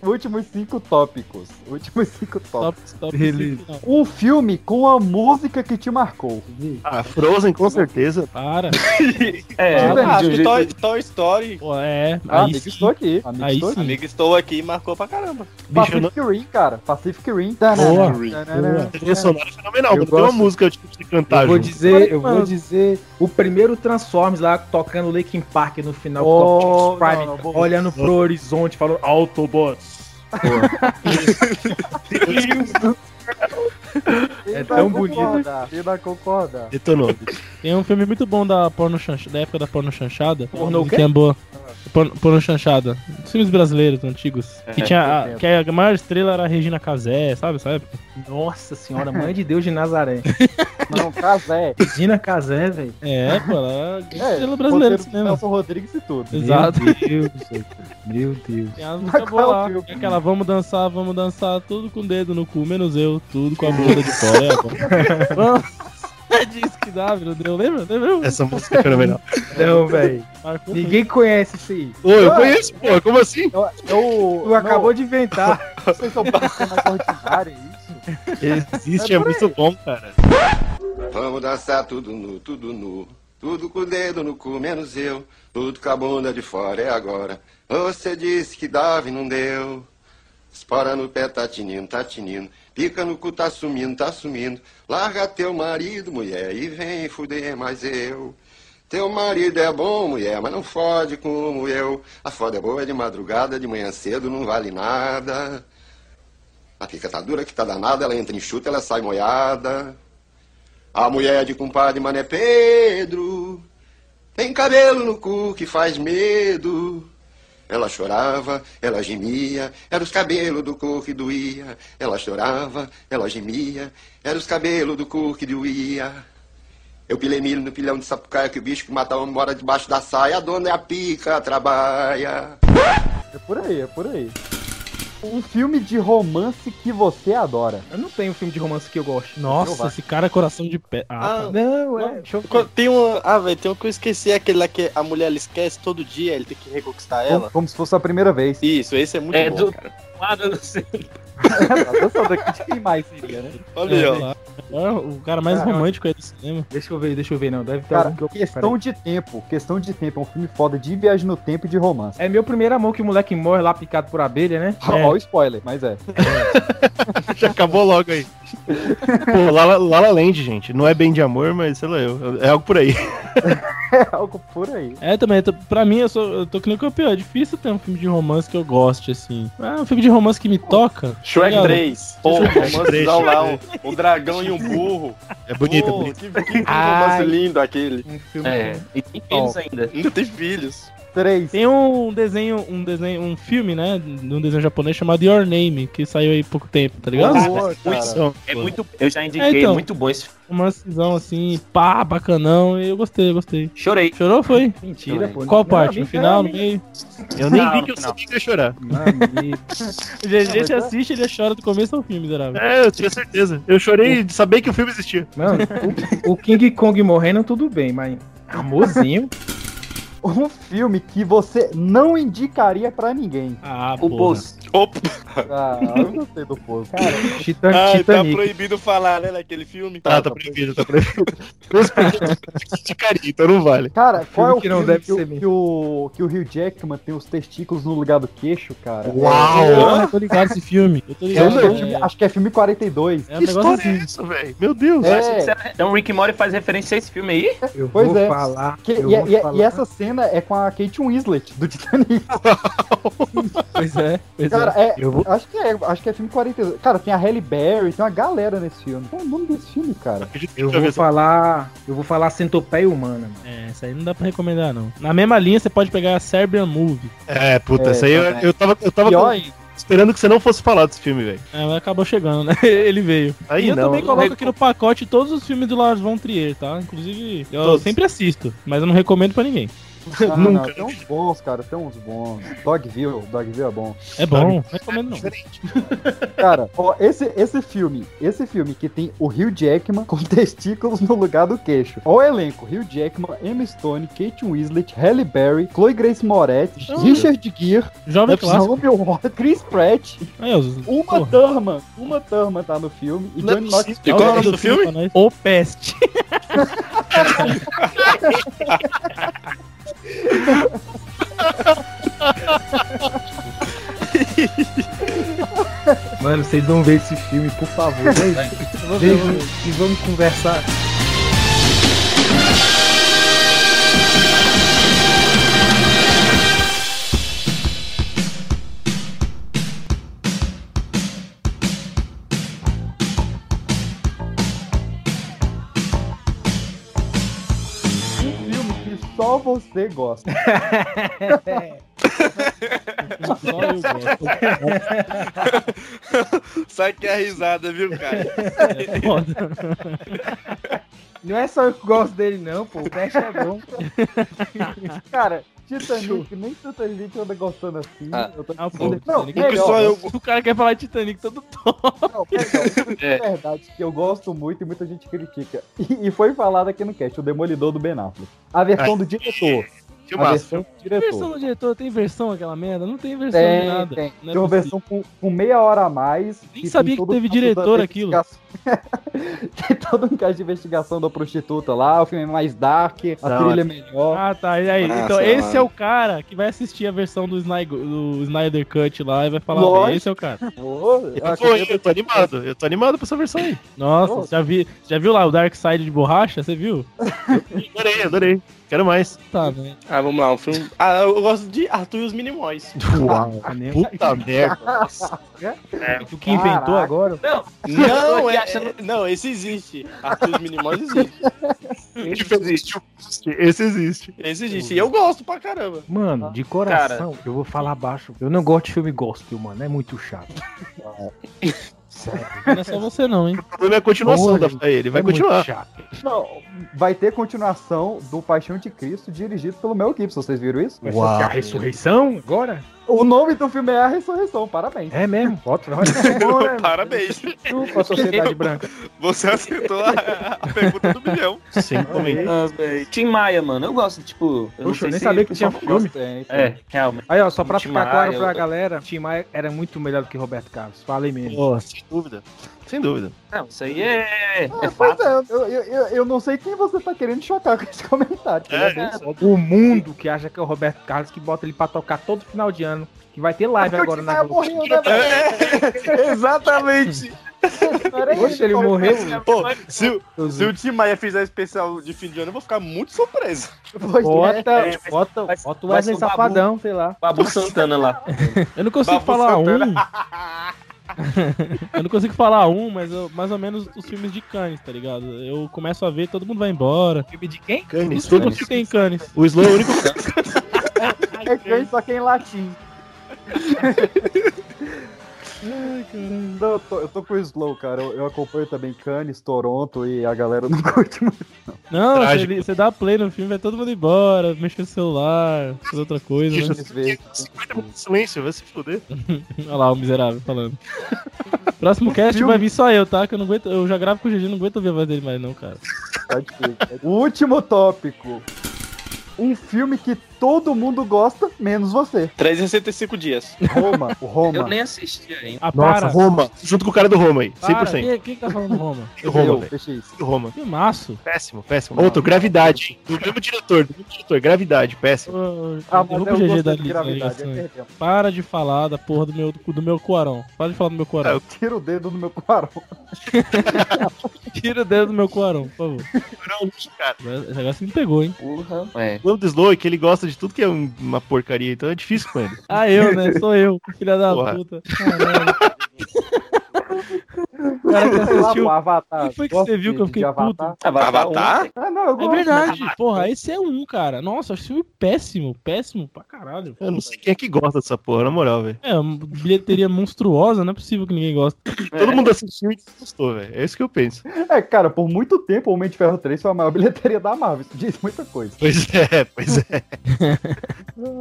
Speaker 4: Últimos cinco tópicos. Últimos cinco tópicos.
Speaker 2: Top, top.
Speaker 10: Beleza.
Speaker 2: cinco, não.
Speaker 4: Um filme com a música que te marcou.
Speaker 3: Ah, Frozen, com certeza.
Speaker 2: Para.
Speaker 7: É,
Speaker 4: Tudo bem,
Speaker 8: Ah,
Speaker 4: de um
Speaker 8: acho
Speaker 4: jeito-
Speaker 8: Toy, Toy Story.
Speaker 2: Pô, é.
Speaker 4: Ah,
Speaker 2: aí
Speaker 4: amigo,
Speaker 2: sim.
Speaker 4: estou aqui. Amigo,
Speaker 2: Aí
Speaker 4: estou
Speaker 2: sim.
Speaker 4: aqui.
Speaker 8: Amigo, estou aqui e marcou pra caramba.
Speaker 3: Bicho, eu não-
Speaker 4: Pacific Rim, cara. Pacific Rim.
Speaker 2: Boa,
Speaker 3: A trilha sonora é fenomenal.
Speaker 4: Eu
Speaker 3: Quando tem uma
Speaker 4: gosto-
Speaker 3: música eu tipo, de cantar
Speaker 10: Eu vou
Speaker 3: junto.
Speaker 10: dizer, eu
Speaker 2: Mano.
Speaker 10: vou dizer o primeiro Transformers lá tocando Linkin Park no final,
Speaker 4: Oh,
Speaker 10: com o Optimus Prime,
Speaker 4: não, não, vou-
Speaker 10: olhando pro horizonte, falando Autobots.
Speaker 4: Ele
Speaker 10: É
Speaker 4: vai
Speaker 10: tão bonito.
Speaker 4: concordar, Ele vai concordar.
Speaker 3: Detonou.
Speaker 2: Tem um filme muito bom da, porno chanch- da época da porno chanchada.
Speaker 10: Porno o
Speaker 2: que
Speaker 10: quê?
Speaker 2: é boa. Porno, porno chanchada. Os filmes brasileiros antigos. Que,
Speaker 7: É,
Speaker 2: tinha
Speaker 4: tem
Speaker 2: a, que a maior estrela era a Regina Casé, sabe? Essa época?
Speaker 10: Nossa senhora, mãe de Deus de Nazaré.
Speaker 4: Não, Casé.
Speaker 10: Regina Casé, velho.
Speaker 2: É, pô, ela era a grande
Speaker 4: É,
Speaker 2: estrela
Speaker 4: roteiro
Speaker 2: brasileira do
Speaker 4: do
Speaker 2: cinema.
Speaker 4: Nelson Rodrigues e tudo.
Speaker 2: Exato.
Speaker 10: Meu Deus, velho. Meu Deus.
Speaker 2: Tem as músicas
Speaker 4: qual é o
Speaker 2: boas lá.
Speaker 4: filme?
Speaker 2: Tem aquela vamos dançar, vamos dançar, tudo com o dedo no cu, menos eu, tudo com a bunda de fora. É, bom. Vamos.
Speaker 10: [laughs]
Speaker 2: É disso que dá, meu Deus. Lembra? Lembra?
Speaker 3: Essa música é fenomenal.
Speaker 10: Não, velho.
Speaker 2: Marcou tudo.
Speaker 10: Ninguém conhece isso aí.
Speaker 3: Ô, eu conheço, pô. Como assim?
Speaker 4: Eu, eu,
Speaker 10: Tu acabou de inventar.
Speaker 4: de. Vocês estão pensando na cortinária, é isso?
Speaker 3: Existe, é, muito bom, cara.
Speaker 6: Vamos dançar tudo nu, tudo nu. Tudo com o dedo no cu, menos eu. Tudo com a bunda de fora, é agora. Você disse que dava e não deu. Espora no pé, tá tinindo, tá tinindo. Pica no cu, tá sumindo, tá sumindo. Larga teu marido, mulher, e vem fuder mais eu. Teu marido é bom, mulher, mas não fode como eu. A foda é boa de madrugada, de manhã cedo, não vale nada. A pica tá dura que tá danada, ela entra em chuta, ela sai moiada. A mulher de compadre Mané Pedro tem cabelo no cu que faz medo. Ela chorava, ela gemia, era os cabelos do cu que doía. Ela chorava, ela gemia, era os cabelos do cu que doía. Eu pilei milho no pilhão de sapucaia que o bicho que mata homem mora debaixo da saia. A dona é a pica, trabalha.
Speaker 4: É por aí, é por aí. Um filme de romance que você adora.
Speaker 10: Eu não tenho filme de romance que eu gosto.
Speaker 2: Nossa, esse cara é coração de pé. Ah,
Speaker 1: Ah,
Speaker 10: Não, é. Deixa eu ver.
Speaker 1: co- tem um. Ah, velho, tem um que eu esqueci, é aquele lá que a mulher ela esquece todo dia, ele tem que reconquistar
Speaker 4: Como,
Speaker 1: ela.
Speaker 4: como se fosse a
Speaker 1: [laughs]
Speaker 4: primeira vez.
Speaker 1: Isso, esse é muito
Speaker 7: É
Speaker 1: bom,
Speaker 7: do-
Speaker 1: cara.
Speaker 7: Nada, não sei.
Speaker 4: A dança daqui de quem mais seria, né?
Speaker 1: Olha aí,
Speaker 2: é,
Speaker 1: ó.
Speaker 2: sei lá. É o cara mais
Speaker 10: Caralho.
Speaker 2: romântico aí do cinema.
Speaker 10: Deixa eu ver, deixa eu ver, não. Deve ter
Speaker 4: Cara,
Speaker 10: algum que eu
Speaker 4: Então, questão de tempo. Questão de tempo. É um filme foda de viagem no tempo e de romance.
Speaker 10: É meu primeiro amor que o moleque morre lá picado por abelha, né?
Speaker 4: [laughs] Olha o spoiler, mas é.
Speaker 3: Já acabou logo aí. Pô, Lala, Lala Land, gente. Não é bem de amor, mas sei lá eu. É algo por aí.
Speaker 4: É algo por aí.
Speaker 2: É, também, tô- pra mim, eu, sou, eu tô que nem o campeão. É difícil ter um filme de romance que eu goste, assim. Ah, um filme de romance que me toca.
Speaker 3: É,
Speaker 8: Shrek
Speaker 2: Não.
Speaker 8: 3. Pô, romancezão lá, um, um dragão e um burro.
Speaker 3: É bonito, é
Speaker 8: Pô,
Speaker 3: bonito.
Speaker 8: Que, que
Speaker 10: Ai.
Speaker 8: romance lindo aquele.
Speaker 10: Um filme.
Speaker 7: É, e tem filhos ainda.
Speaker 8: Ainda tem filhos.
Speaker 4: Três.
Speaker 2: Tem um desenho, um desenho, um filme, né? De um desenho japonês chamado Your Name, que saiu aí há pouco tempo, tá ligado?
Speaker 4: Boa, cara.
Speaker 3: São,
Speaker 7: É
Speaker 3: pô.
Speaker 7: muito, eu já indiquei,
Speaker 2: É, então.
Speaker 7: muito bom esse filme.
Speaker 2: Romancezão assim, pá, bacanão. E eu gostei, eu gostei.
Speaker 7: Chorei.
Speaker 2: Chorou, foi?
Speaker 10: é Mentira, pô.
Speaker 2: Qual
Speaker 10: Não,
Speaker 2: parte? No
Speaker 10: mentira,
Speaker 2: final, né? no
Speaker 10: mentira.
Speaker 2: meio?
Speaker 3: Eu nem
Speaker 7: Não,
Speaker 3: vi
Speaker 7: no
Speaker 3: que eu
Speaker 7: final.
Speaker 3: sabia que ia chorar.
Speaker 10: Amigo.
Speaker 2: O GG se assiste, ele é chora do começo ao fim, miserável.
Speaker 3: É, eu tinha certeza. Eu chorei de saber que o filme existia.
Speaker 10: Mano, o, o King Kong morrendo, tudo bem, mas. Amorzinho.
Speaker 4: Um filme que você não indicaria pra ninguém.
Speaker 2: [laughs] Ah,
Speaker 7: O
Speaker 2: pô.
Speaker 7: Bozo.
Speaker 8: Opa,
Speaker 4: Ah, eu gostei do povo. Cara,
Speaker 10: Titan,
Speaker 8: ai,
Speaker 1: Ah,
Speaker 8: tá
Speaker 10: Titanic.
Speaker 8: proibido falar, né, naquele filme.
Speaker 3: Tá, tá proibido, tá [laughs] proibido. Eu de carinho, então não vale.
Speaker 4: cara qual é o
Speaker 10: que não
Speaker 4: filme
Speaker 10: deve
Speaker 4: que, o-
Speaker 10: ser mesmo.
Speaker 4: que o, que o Hugh Jackman tem os testículos no lugar do queixo, cara?
Speaker 2: Ah, eu tô ligado esse filme. Eu tô
Speaker 4: É um
Speaker 2: ligado.
Speaker 4: filme- acho que é filme 42.
Speaker 2: É um
Speaker 3: que
Speaker 2: negócio
Speaker 3: história é
Speaker 2: assim.
Speaker 3: essa, velho? Meu Deus. Ah,
Speaker 4: É.
Speaker 7: Então o Rick Mori faz referência a esse filme aí?
Speaker 10: Eu
Speaker 4: Pois
Speaker 10: vou
Speaker 4: é.
Speaker 10: falar.
Speaker 4: Que-
Speaker 10: eu
Speaker 4: e,
Speaker 10: vou
Speaker 4: e-
Speaker 10: falar.
Speaker 4: e essa cena é com a Kate Winslet, do [laughs] Titanic.
Speaker 2: Pois é, pois
Speaker 4: Cara,
Speaker 2: é.
Speaker 4: é,
Speaker 10: Eu vou-
Speaker 4: acho, que é, acho que é filme 42. Cara, tem a Halle Berry, tem uma galera nesse filme. Qual é o nome desse filme, cara?
Speaker 3: Acredito que
Speaker 10: Eu
Speaker 3: já vi
Speaker 10: vou
Speaker 3: essa-
Speaker 10: falar. Eu vou falar centopeia humana, mano.
Speaker 2: É, isso aí não dá pra recomendar, não. Na mesma linha, você pode pegar a Serbian Movie.
Speaker 3: É, puta,
Speaker 4: É,
Speaker 3: essa aí eu,
Speaker 1: também.
Speaker 3: eu tava, eu tava
Speaker 4: Pior
Speaker 10: [laughs]
Speaker 4: ainda.
Speaker 3: esperando que você não fosse falar desse filme, velho.
Speaker 2: É, mas acabou chegando, né? [laughs] Ele veio.
Speaker 3: Aí
Speaker 2: e eu
Speaker 3: não.
Speaker 2: também
Speaker 3: não
Speaker 2: coloco aqui no pacote todos os filmes do Lars von Trier, tá? Inclusive, eu sempre assisto, mas eu não recomendo pra ninguém.
Speaker 4: Ah, não, tem uns bons, cara, tem uns bons. Dogville, Dogville é bom.
Speaker 2: É bom, não recomendo não.
Speaker 4: Cara, ó, esse, esse filme, esse filme que tem o Hugh Jackman [laughs] com testículos no lugar do queixo. Ó o elenco, Hugh Jackman, Emma Stone, Kate Winslet, Halle Berry, Chloe Grace Moretz,
Speaker 2: Ah.
Speaker 4: Richard Gere,
Speaker 2: Jovem clássico.
Speaker 4: Naomi Watts, Chris Pratt,
Speaker 2: Aí, os-
Speaker 4: Uma
Speaker 2: porra,
Speaker 4: Thurman, uma Thurman tá no filme e
Speaker 3: Não é
Speaker 4: Johnny Knox.
Speaker 3: possível.
Speaker 2: dá
Speaker 8: E qual é o
Speaker 2: um
Speaker 8: nome do filme?
Speaker 2: pra nós. O Peste.
Speaker 10: Mano, vocês vão ver esse filme, por favor. Vejam e vamos conversar.
Speaker 4: só você gosta.
Speaker 2: Só eu gosto.
Speaker 8: Sai que é risada, viu, cara?
Speaker 2: É foda.
Speaker 10: Não é só eu que gosto dele, não, pô. O Peste é
Speaker 2: [laughs]
Speaker 10: bom.
Speaker 4: Cara, Titanic, nem Titanic anda gostando assim.
Speaker 8: Ah.
Speaker 4: eu tô...
Speaker 2: Ah, pô,
Speaker 4: não,
Speaker 2: Titanic é
Speaker 4: melhor,
Speaker 8: só eu-
Speaker 2: O cara quer falar de Titanic todo top.
Speaker 4: Não,
Speaker 2: [laughs]
Speaker 4: perdão, é verdade que eu gosto muito e muita gente critica. E, e foi falado aqui no cast, o Demolidor do Ben Affleck. A
Speaker 2: É.
Speaker 4: versão do diretor. A
Speaker 3: Filmaço.
Speaker 4: versão do
Speaker 2: Tem versão
Speaker 4: diretor.
Speaker 2: do diretor? Tem versão aquela merda? Não tem versão de
Speaker 4: Tem,
Speaker 2: nada.
Speaker 4: tem.
Speaker 2: Não
Speaker 4: tem uma
Speaker 2: é possível.
Speaker 4: versão com, com meia hora a mais.
Speaker 2: Nem
Speaker 4: que tem
Speaker 2: sabia que
Speaker 4: todo o
Speaker 2: teve
Speaker 4: caso da
Speaker 2: diretor aquilo.
Speaker 4: investigação- [laughs] tem todo um caso de investigação da prostituta lá, o filme é mais dark, a
Speaker 3: Não,
Speaker 4: trilha é melhor.
Speaker 2: Ah, tá. E aí?
Speaker 8: Ah,
Speaker 2: então,
Speaker 8: sei
Speaker 2: esse
Speaker 8: lá.
Speaker 2: é o cara que vai assistir a versão do Snyder, do Snyder Cut lá e vai falar,
Speaker 4: Lógico.
Speaker 2: "Bem, esse é o cara.
Speaker 4: Pô,
Speaker 3: Eu tô, eu tô animado, eu tô animado pra essa versão aí.
Speaker 2: Nossa,
Speaker 4: Nossa.
Speaker 2: Já, vi, já viu lá o Dark Side de borracha? Você viu?
Speaker 3: Adorei, adorei. Quero mais.
Speaker 2: Tá, né?
Speaker 1: Ah, vamos lá, um filme. Ah, eu gosto de Arthur e os Minimóis.
Speaker 3: Uau, [laughs]
Speaker 10: Tá, né?
Speaker 3: puta merda.
Speaker 2: O que inventou
Speaker 4: Caraca.
Speaker 2: agora?
Speaker 7: Eu tô
Speaker 1: Não,
Speaker 7: aqui
Speaker 1: é,
Speaker 7: achando-
Speaker 1: é- não, esse existe. Arthur e os Minimóis existe.
Speaker 7: Isso existe.
Speaker 3: Esse existe.
Speaker 1: Esse existe. E eu gosto pra caramba.
Speaker 10: Mano, de coração, eu vou falar baixo. Eu não gosto de filme gospel, mano. É muito chato. Sério.
Speaker 2: Não é só você não, hein?
Speaker 3: O problema é a continuação
Speaker 10: Olha,
Speaker 3: da é, ele, vai
Speaker 10: é
Speaker 3: continuar.
Speaker 10: Muito chato.
Speaker 4: Não, vai ter continuação do Paixão de Cristo dirigido pelo Mel Gibson, vocês viram isso?
Speaker 10: Vai ser o quê? a ressurreição agora?
Speaker 4: O nome do filme é A Ressurreição, parabéns.
Speaker 10: É mesmo? [laughs] Bota,
Speaker 3: [laughs]
Speaker 10: olha.
Speaker 8: Parabéns.
Speaker 10: Chupa a sociedade branca.
Speaker 8: Você acertou a, a pergunta do milhão.
Speaker 3: Sem comentar.
Speaker 7: Ah, velho. Tim Maia, mano. Eu gosto, tipo. Eu não
Speaker 10: Poxa,
Speaker 7: sei
Speaker 10: eu nem
Speaker 7: se
Speaker 10: sabia
Speaker 7: o
Speaker 10: que tinha
Speaker 7: pessoal
Speaker 10: filme.
Speaker 4: Tem, tem.
Speaker 7: É, realmente.
Speaker 10: Aí, ó, só pra
Speaker 7: Tim
Speaker 10: ficar claro
Speaker 7: Maia,
Speaker 10: pra
Speaker 7: eu-
Speaker 10: galera, Tim Maia era muito melhor do que Roberto Carlos. Falei mesmo.
Speaker 3: Pô, sem dúvida. Sem dúvida.
Speaker 7: Não, isso aí é.
Speaker 4: Ah,
Speaker 7: É
Speaker 4: pois
Speaker 7: fato.
Speaker 4: é, eu, eu, eu, eu não sei quem você tá querendo chocar com esse comentário.
Speaker 3: É,
Speaker 4: parabéns.
Speaker 10: O mundo que acha que é o Roberto Carlos que bota ele pra tocar todo final de ano, que vai ter live
Speaker 4: Porque o
Speaker 10: agora
Speaker 4: Tim
Speaker 10: na
Speaker 4: Maia
Speaker 10: Globo.
Speaker 4: morreu, né, velho?
Speaker 8: Exatamente.
Speaker 4: Peraí,
Speaker 10: Poxa, ele
Speaker 4: como-
Speaker 10: morreu.
Speaker 1: [laughs] Pô, se, o-
Speaker 10: Eu
Speaker 1: se o Tim Maia fizer especial de fim de ano, eu vou ficar muito surpreso.
Speaker 4: Pois é.
Speaker 10: Bota,
Speaker 7: é, vai-
Speaker 10: bota,
Speaker 7: vai-
Speaker 10: bota o
Speaker 7: vai
Speaker 10: Wesley
Speaker 7: ser um babu.
Speaker 10: Safadão, sei lá.
Speaker 7: Babu Santana lá.
Speaker 2: Eu não consigo
Speaker 8: Babu
Speaker 2: falar
Speaker 4: [laughs]
Speaker 8: Santana.
Speaker 2: um. eu não consigo falar um, mas eu- mais ou menos os filmes de Cannes, tá ligado? Eu começo a ver, todo mundo vai embora.
Speaker 10: Filme de quem?
Speaker 3: Canis,
Speaker 2: Tudo que tem em Cannes.
Speaker 3: O Slow é o único
Speaker 4: É crente, só que em latim. Não, eu, tô, eu tô com o Slow, cara. Eu, eu acompanho também Cannes, Toronto e a [laughs] galera não curte muito.
Speaker 2: Não, você,
Speaker 3: Trágico.
Speaker 2: li- você dá play no filme, vai todo mundo embora, mexe no celular, faz outra coisa, né?
Speaker 4: Eles veem.
Speaker 3: 50 minutos de silêncio, vai se foder.
Speaker 2: Olha lá, o miserável falando.
Speaker 4: [laughs]
Speaker 2: Próximo cast vai vir só eu, tá? Que eu não aguento. Eu já gravo com o GG, não aguento ouvir a voz dele mais, não, cara.
Speaker 4: Tá difícil. O último tópico. Um filme que todo mundo gosta, menos você.
Speaker 1: 365 dias.
Speaker 4: Roma, o Roma.
Speaker 7: Eu nem assisti ainda.
Speaker 2: Ah, para!
Speaker 3: Roma. Junto com o cara do Roma aí,
Speaker 2: para.
Speaker 3: 100%.
Speaker 2: Quem, quem que tá falando Roma?
Speaker 3: Do Roma,
Speaker 4: Eu,
Speaker 3: velho.
Speaker 4: fechei isso.
Speaker 3: Do Roma.
Speaker 2: Que maço!
Speaker 3: Péssimo, péssimo. Outro, Gravidade, hein? Do mesmo diretor, do mesmo diretor. Gravidade, péssimo.
Speaker 4: Ah, mas
Speaker 2: Derruba
Speaker 4: eu
Speaker 2: o GG
Speaker 4: gostei
Speaker 2: da
Speaker 4: de
Speaker 2: lista aí,
Speaker 4: gravidade,
Speaker 2: assim.
Speaker 4: aí perdemos.
Speaker 2: Para de falar da porra do meu, do meu coarão. Para de falar do meu coarão.
Speaker 4: Tira o dedo do meu quarão.
Speaker 2: Tira o dedo do meu coarão, por favor.
Speaker 3: Não, lixo, cara.
Speaker 2: Agora- Agora você me pegou, hein?
Speaker 7: Porra. É.
Speaker 3: O problema do Slow é que ele gosta de tudo que é um- uma porcaria, então é difícil com ele.
Speaker 2: Ah, eu, né? Sou eu, filha da
Speaker 3: Porra.
Speaker 2: puta. Caralho. O cara que
Speaker 4: Sei lá,
Speaker 2: assistiu.
Speaker 4: pô, Avatar.
Speaker 2: O que foi que
Speaker 4: Gosto
Speaker 2: você viu que eu
Speaker 4: de-
Speaker 2: fiquei
Speaker 4: de
Speaker 2: puto?
Speaker 4: Avatar.
Speaker 1: um?
Speaker 8: Avatar?
Speaker 7: ontem.
Speaker 4: Ah, não, eu
Speaker 2: É
Speaker 4: gosto.
Speaker 2: verdade, porra, esse é um, cara. Nossa, acho filme péssimo, péssimo pra caralho.
Speaker 3: Eu não sei quem é que gosta dessa porra, na moral, velho.
Speaker 2: É, uma bilheteria monstruosa, não é possível que ninguém goste.
Speaker 3: Todo mundo assistiu e gostou, velho. É isso que eu penso.
Speaker 4: É, cara, por muito tempo o Homem de Ferro 3 foi a maior [laughs] bilheteria da Marvel. Isso diz muita coisa.
Speaker 3: [laughs] Pois é, pois é.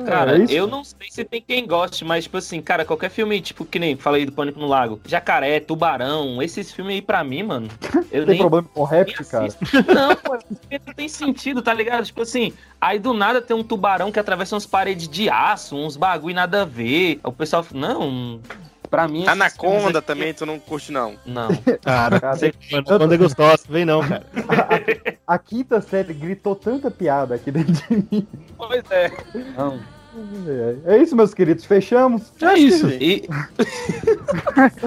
Speaker 7: Cara,
Speaker 4: É isso?
Speaker 7: eu não sei se tem quem goste, mas, tipo assim, cara, qualquer filme, tipo, que nem falei do Pânico no Lago, Jacaré, Tubarão, esses filmes aí pra mim, mano, eu
Speaker 4: Tem
Speaker 7: nem
Speaker 4: problema com
Speaker 7: É
Speaker 4: rap, cara.
Speaker 7: Não, pô, é porque não tem sentido, tá ligado? Tipo assim, aí do nada tem um tubarão que atravessa umas paredes de aço, uns bagulho nada a ver. O pessoal, fala, não, pra mim... um esses filmes
Speaker 8: Anaconda
Speaker 7: aqui-
Speaker 8: também, tu não curte, não.
Speaker 7: Não,
Speaker 3: Cara,
Speaker 4: Cara,
Speaker 3: mano, quando é gostosa, vem não, cara.
Speaker 4: a, a quinta série gritou tanta piada aqui dentro de mim.
Speaker 7: pois é. Não.
Speaker 4: É isso, meus queridos. Fechamos. [laughs]
Speaker 2: É isso.
Speaker 7: E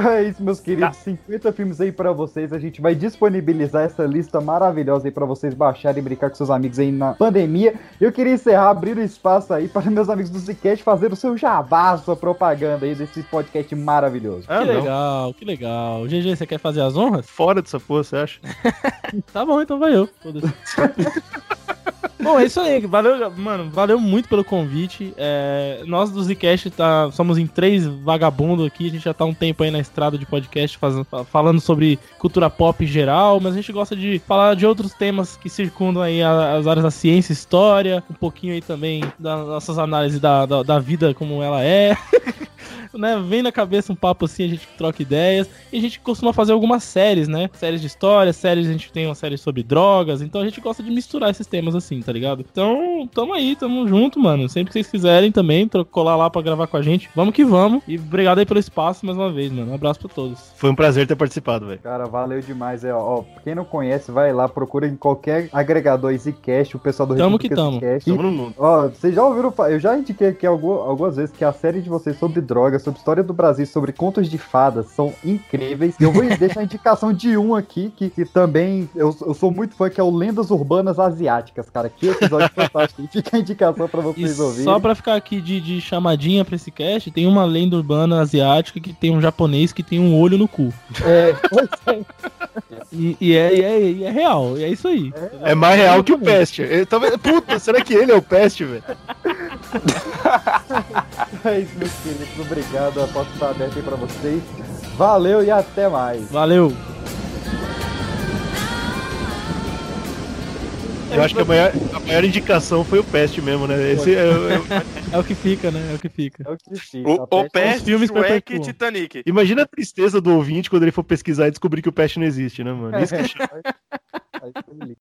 Speaker 4: É isso, meus queridos.
Speaker 7: Tá.
Speaker 4: 50 filmes aí pra vocês. A gente vai disponibilizar essa lista maravilhosa aí pra vocês baixarem e brincar com seus amigos aí na pandemia. Eu queria encerrar, abrir o espaço aí para meus amigos do Zicast fazer o seu jabá, sua propaganda aí desse podcast maravilhoso.
Speaker 3: Ah,
Speaker 2: que
Speaker 3: não.
Speaker 2: legal, que legal. GG, você quer fazer as honras? [laughs]
Speaker 3: Fora dessa porra, você acha?
Speaker 2: Tá bom, então vai eu. Foda-se. [laughs] Bom, é isso aí. Valeu, mano. Valeu muito pelo convite. É, nós do Zcast tá, somos em três vagabundos aqui. A gente já tá um tempo aí na estrada de podcast faz- falando sobre cultura pop em geral, mas a gente gosta de falar de outros temas que circundam aí a- as áreas da ciência, e história, um pouquinho aí também das nossas análises da- da, da vida como ela é. [laughs] né, vem na cabeça um papo assim, a gente troca ideias. E a gente costuma fazer algumas séries, né? Séries de história, séries, a gente tem uma série sobre drogas. Então a gente gosta de misturar esses temas assim, tá ligado? Então, tamo aí, tamo junto, mano. Sempre que vocês quiserem também, tro- colar lá pra gravar com a gente. Vamos que vamos. E obrigado aí pelo espaço mais uma vez, mano. Um abraço pra todos.
Speaker 3: Foi um prazer ter participado, velho.
Speaker 4: Cara, valeu demais. É, ó, quem não conhece, vai lá, procura em qualquer agregador Zcast, o pessoal do
Speaker 2: Tamo
Speaker 4: República
Speaker 2: que tamo.
Speaker 4: Zcast.
Speaker 3: Tamo no mundo.
Speaker 4: Ó, vocês já ouviram fa- Eu já indiquei aqui algu- algumas vezes que a série de vocês sobre drogas, sobre história do Brasil, sobre contos de fadas são incríveis. E Eu
Speaker 2: [laughs]
Speaker 4: vou deixar a indicação de um aqui, que, que também eu, eu sou muito fã, que é o Lendas Urbanas Asiáticas, cara. Que episódio [laughs] fantástico. E fica a indicação pra
Speaker 2: E
Speaker 4: vocês ouvirem.
Speaker 2: só pra ficar aqui de, de chamadinha pra esse cast, tem uma lenda urbana asiática que tem um japonês que tem um olho no cu.
Speaker 4: É, [laughs] pois é.
Speaker 2: E, e é, e é- e é real, e é isso aí.
Speaker 3: É mais real que o Peste. Eu tava- Puta, será que ele é o Peste, velho?
Speaker 4: é isso, meus queridos. Obrigado. A porta tá aberta aí pra vocês. Valeu e até mais.
Speaker 2: Valeu!
Speaker 3: Eu acho que a maior, a maior indicação foi o Peste mesmo, né? Esse, eu- eu-
Speaker 2: É o que fica, né? É o que fica.
Speaker 4: É o que fica.
Speaker 8: O,
Speaker 4: Até-
Speaker 8: o Pest,
Speaker 2: os filmes
Speaker 8: Shrek e
Speaker 2: perpetuam.
Speaker 8: Titanic.
Speaker 3: imagina a [laughs] tristeza do ouvinte quando ele for pesquisar e descobrir que o Peste não existe, né, mano? Isso que é
Speaker 4: Aí foi lindo.